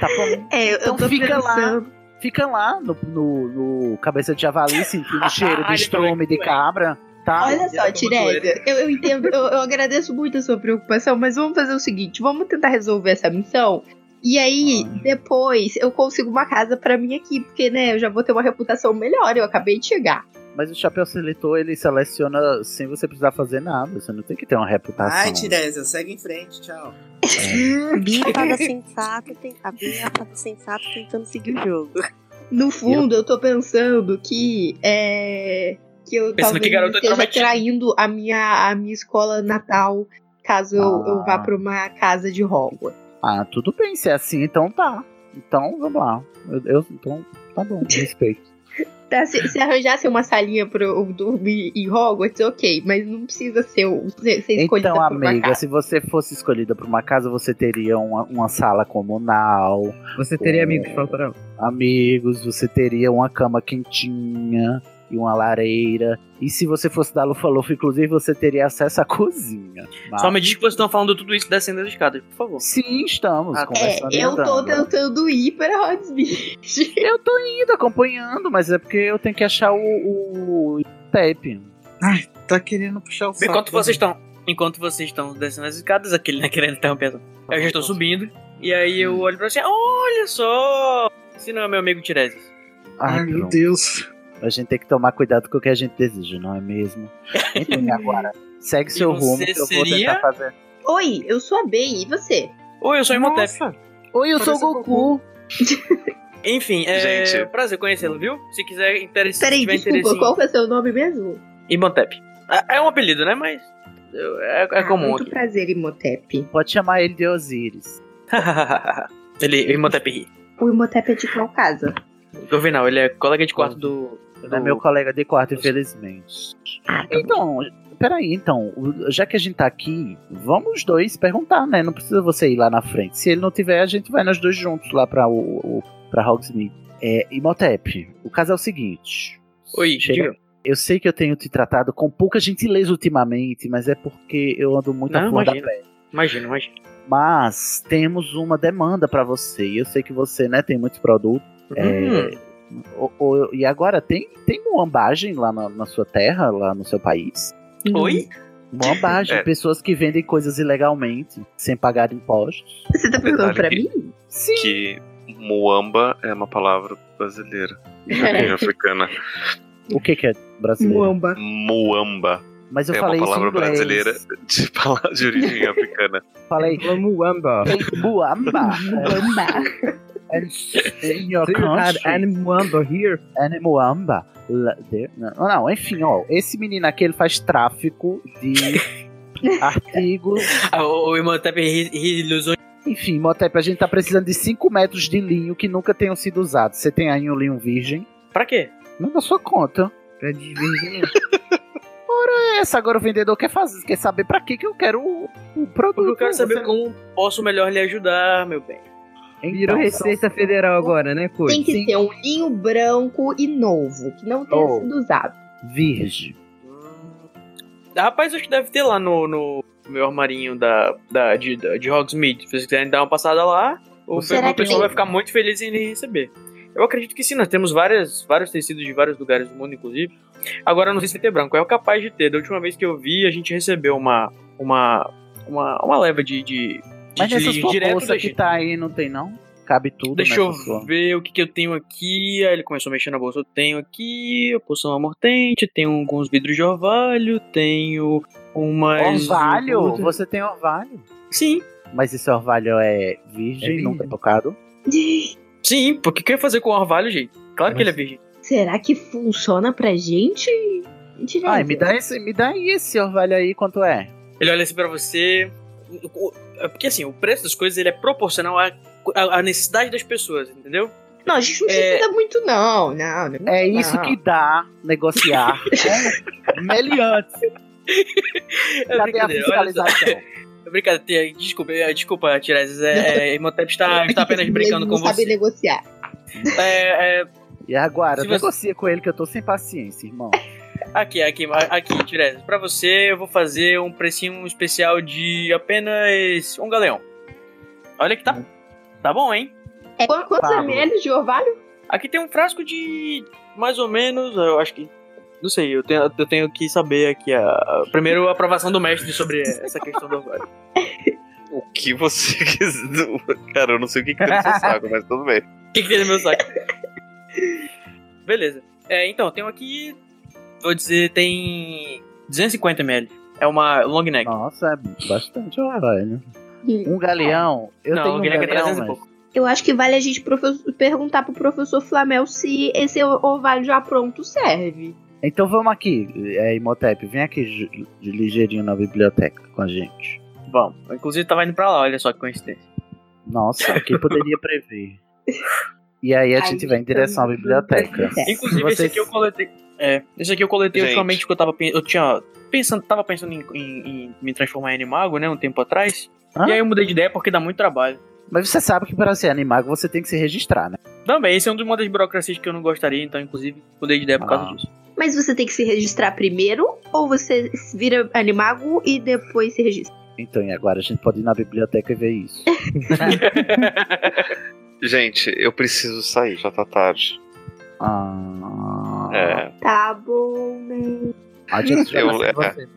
S1: Tá bom?
S8: É,
S1: então fica lá. Fica lá no, no, no cabeça de
S8: <laughs>
S1: javali sentindo o cheiro de estrume de cabra. Tá?
S8: Olha só, Tirésia, eu, eu entendo, eu, eu agradeço muito a sua preocupação, mas vamos fazer o seguinte: vamos tentar resolver essa missão. E aí, depois eu consigo uma casa pra mim aqui, porque, né, eu já vou ter uma reputação melhor, eu acabei de chegar.
S1: Mas o chapéu seletor, ele seleciona sem você precisar fazer nada. Você não tem que ter uma reputação.
S11: Ai, Tirésia, segue em frente, tchau.
S1: É. <laughs>
S9: <laughs> Bífada sensata, tem... a Bífada sensata tentando seguir o jogo.
S8: No fundo, eu tô pensando que é. Que eu
S9: Pensando
S8: talvez
S9: que garota
S8: esteja
S9: intrometida.
S8: traindo a minha, a minha escola natal caso eu, eu vá pra uma casa de Hogwarts.
S1: Ah, tudo bem, se é assim, então tá. Então, vamos lá. Eu, eu- então, tá
S8: <laughs>
S1: bom, respeito.
S8: Tá, se, se arranjasse uma salinha pra eu dormir em Hogwarts, ok, mas não precisa ser, o- ser, ser escolhida
S1: Então,
S8: por uma
S1: amiga,
S8: casa.
S1: se você fosse escolhida por uma casa, você teria uma, uma sala comunal.
S5: Você teria
S1: com
S5: amigos, faltarão.
S1: Amigos, você teria uma cama quentinha e uma lareira. E se você fosse da Lufa Lufa, inclusive, você teria acesso à <laughs> cozinha. Mas
S4: Só me diz que vocês estão falando tudo isso descendo as escadas, por favor.
S1: Sim, estamos conversando.
S8: É, eu tô
S1: andando.
S8: tentando ir para Hogsmeade.
S1: Eu tô indo, acompanhando, mas é porque eu tenho que achar o, o Tep.
S10: Ai, tá querendo puxar o
S4: Enquanto vocês estão. Enquanto vocês estão descendo as escadas, aquele né, querendo interromper. Eu já estou subindo. E aí eu olho pra você, olha só! Esse não é meu amigo
S1: <laughs>
S4: Tiresias.
S1: Ai, meu Deus. A gente tem que tomar cuidado com o que a gente deseja, não é mesmo? Então, e agora, segue seu
S4: E
S1: rumo
S4: você
S1: que eu vou
S4: seria?
S1: tentar fazer.
S8: Oi, eu sou a Bey, e você?
S4: Oi, eu sou Imhotep.
S1: Oi, eu sou o Goku.
S4: Enfim, é
S6: Gente.
S4: prazer conhecê-lo, viu? Se quiser interesse, se
S8: Peraí,
S4: tiver
S8: desculpa,
S4: interesse
S8: qual que é o seu nome mesmo?
S4: em Imhotep. É- É um apelido, né? Mas eu- é, é comum
S8: muito
S4: aqui.
S8: prazer, Imhotep. Ah,
S1: Pode chamar ele de Osiris.
S4: ele, Imhotep ri.
S8: O Imhotep é de qual casa?
S4: Corvinal, ele é colega de quarto do.
S1: Ele é meu colega de quarto, infelizmente.
S8: tá
S1: Então, peraí, então, o- já que a gente tá aqui, vamos dois perguntar, né? Não precisa você ir lá na frente. Se ele não tiver, a gente vai nós dois juntos lá pra, o, o, pra Hogsmeade. É, Imhotep, o caso é o seguinte.
S4: Oi,
S1: Chega-
S4: diga.
S1: Eu sei que eu tenho te tratado com pouca gentileza ultimamente, mas é porque eu ando muito à
S4: Não,
S1: flor Tá da
S4: imagina.
S1: pele.
S4: Imagina, imagina.
S1: Mas temos uma demanda pra você. E eu sei que você, né, tem muitos produtos. É,
S4: Hum. Uhum.
S1: o- o- e agora, tem, tem muambagem lá na, na sua terra, lá no seu país?
S4: Oi? <laughs>
S1: Muambagem,
S4: É.
S1: pessoas que vendem coisas ilegalmente, sem pagar impostos.
S8: Você tá
S6: perguntando pra
S1: mim? Sim.
S6: Que Muamba é uma palavra
S8: <laughs>
S6: brasileira.
S1: É.
S6: É. africana.
S1: O que, que é brasileiro?
S2: Muamba.
S6: Muamba.
S1: Mas eu
S6: é
S1: falei
S6: uma
S1: isso em
S6: palavra
S1: inglês.
S6: brasileira de, <laughs> palavra, de origem africana.
S1: Falei.
S5: Muamba.
S1: Muamba.
S2: Muamba.
S1: In your
S5: Do you have
S1: country. Muamba here? Muamba. la- there- Não, não, enfim, ó. Esse menino aqui, ele faz tráfico de artigos.
S4: Ah, O, o Imhotep é ri- ri- ilusões.
S1: Enfim, Motep, a gente tá precisando de 5 metros de linho que nunca tenham sido usados. Você tem aí um linho virgem?
S4: Pra quê?
S1: Não da sua conta.
S5: Pra desvirginar.
S1: <laughs> Ora, essa agora o vendedor quer fazer, quer saber pra que que eu quero o, o produto.
S4: Porque eu quero saber
S1: Você-
S4: como posso melhor lhe ajudar, meu bem.
S5: Virou Receita Federal agora, né, Coisa?
S8: Então, Tem que ser um linho branco e novo, que não tenha
S4: Oh.
S8: sido usado.
S1: Virgem.
S4: Rapaz, acho que deve ter lá no, no meu armarinho da, da, de, da- de Hogsmeade. Se vocês quiserem dar uma passada lá, o,
S1: Será
S4: o
S1: que tem?
S4: pessoal vai ficar muito feliz em lhe receber. Eu acredito que sim, nós temos várias, vários tecidos de vários lugares do mundo, inclusive. Agora, eu não sei se vai ter branco, é capaz de ter. Da última vez que eu vi, a gente recebeu uma, uma, uma, uma leva de, de, de,
S1: Mas
S4: de
S1: nessas
S4: linha
S1: sua
S4: direto
S1: bolsa
S4: da
S1: que tá aí, não tem não? Cabe tudo né,
S4: Deixa
S1: nessa
S4: eu
S1: sua.
S4: ver o que, que eu tenho aqui. Aí ele começou a mexer na bolsa. Eu tenho aqui a poção amortente, tenho alguns vidros de orvalho, tenho umas.
S1: Orvalho?
S4: Você...
S1: Você tem orvalho?
S4: Sim.
S1: Mas esse orvalho é virgem, nunca tocado?
S4: <laughs> Sim, porque o que eu ia fazer com orvalho, gente? Claro que ele é virgem.
S8: Será que funciona pra gente? A gente vai
S1: Ai, me
S8: ver.
S1: dá, esse, me dá aí esse orvalho aí, quanto é?
S4: Ele olha assim pra você. o- o- é Porque assim, o preço das coisas ele é proporcional à, à- à necessidade das pessoas, entendeu?
S8: Não, a gente não precisa muito, não. Não, não
S1: É isso que dá negociar com meliantes.
S4: É
S1: Cadê a
S4: brincadeira, olha só.
S1: fiscalização?
S4: <laughs> É brincadeira, desculpa, é, desculpa, Tiraz. É, é, Imhotep está, está
S1: <laughs>
S4: apenas brincando
S8: não
S4: com
S8: sabe
S4: você.
S8: negociar.
S4: É, é,
S1: E agora,
S4: Se você-
S1: negocia com ele que eu tô sem paciência, irmão.
S4: Aqui, aqui, aqui, Tiresias. Pra você, eu vou fazer um precinho especial de apenas um galeão. Olha que tá. Tá bom, hein?
S8: É, qu- quantos
S4: Pablo.
S8: ml de orvalho?
S4: Aqui tem um frasco de mais ou menos, eu acho que. Não sei, eu tenho, eu tenho que saber aqui a. a- Primeiro a aprovação do mestre sobre essa questão do
S1: <laughs>
S4: orvalho.
S6: O que você <laughs> quiser. Cara, eu não sei o que, que tem no seu saco, mas tudo bem.
S4: O que, que tem no meu saco?
S8: <laughs>
S4: Beleza. É, então, eu tenho aqui. Vou dizer, tem 250 ml. É uma long neck.
S1: Nossa, é bastante orvalho. Um galeão? Eu
S4: Não,
S1: tenho
S4: o
S1: um
S4: Guilherme é
S1: galeão,
S4: 300 e
S1: mas-
S4: pouco.
S8: Eu acho que vale a gente profe- perguntar pro professor Flamel se esse orvalho já pronto serve.
S1: Então vamos aqui, é, Imhotep, vem aqui ju- de ligeirinho na biblioteca com a gente.
S4: Vamos. Inclusive, tava indo pra lá, olha só que coincidência.
S1: Nossa,
S4: <laughs>
S1: quem poderia prever? E aí a
S4: Aí
S1: gente vai em direção à biblioteca.
S4: Inclusive, esse aqui eu coletei. É, esse aqui eu coletei
S1: Gente.
S4: ultimamente que eu tava pen- Eu tinha. Pensando, tava pensando em, em- em me transformar em mago, né? Um tempo atrás.
S1: Hã?
S4: E aí eu mudei de ideia porque dá muito trabalho.
S1: Mas você sabe que para ser animago você tem que se registrar, né?
S4: Também, esse é um dos das burocracias que eu não gostaria, então, inclusive, mudei de ideia por causa disso.
S8: Mas você tem que se registrar primeiro ou você vira animago e depois se registra?
S1: Então, e agora a gente pode ir na biblioteca e ver isso.
S6: Gente, eu preciso sair, já tá tarde.
S1: Ah.
S6: É.
S8: Tá bom, né?
S1: A gente já
S6: Eu,
S4: assim
S1: nasceu
S6: é,
S1: você.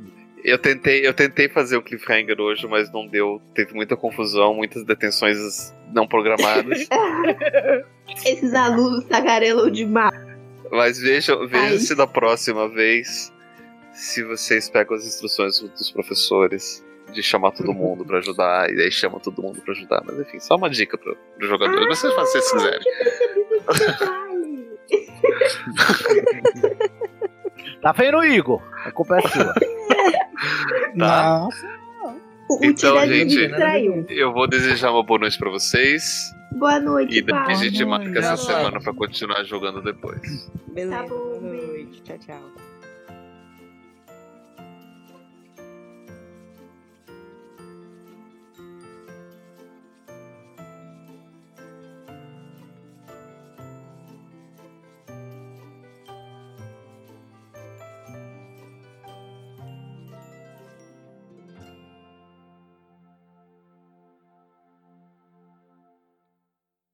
S6: eu tentei, eu tentei fazer o cliffhanger hoje, mas não deu. Teve muita confusão, muitas detenções não programadas.
S8: <laughs> Esses alunos tagarelam demais.
S6: mas veja, veja
S8: Ai.
S6: se da próxima vez se vocês pegam as instruções dos professores de chamar todo mundo pra ajudar e daí chama todo mundo pra ajudar. Mas enfim, só uma dica pro, pro jogador.
S8: Ah,
S6: mas vocês fazem o Ah, que vocês quiserem. <laughs>
S1: Tá vendo, Igor? A culpa é sua.
S10: Nossa.
S8: O
S6: tá? Então,
S8: Tiresias
S6: gente,
S8: distraiu.
S6: eu vou desejar uma boa noite pra vocês.
S8: Boa noite,
S6: E daí a
S8: Pablo.
S6: gente marca essa
S8: Boa
S6: semana pra continuar jogando depois.
S8: Beleza, boa noite. Tchau, tchau.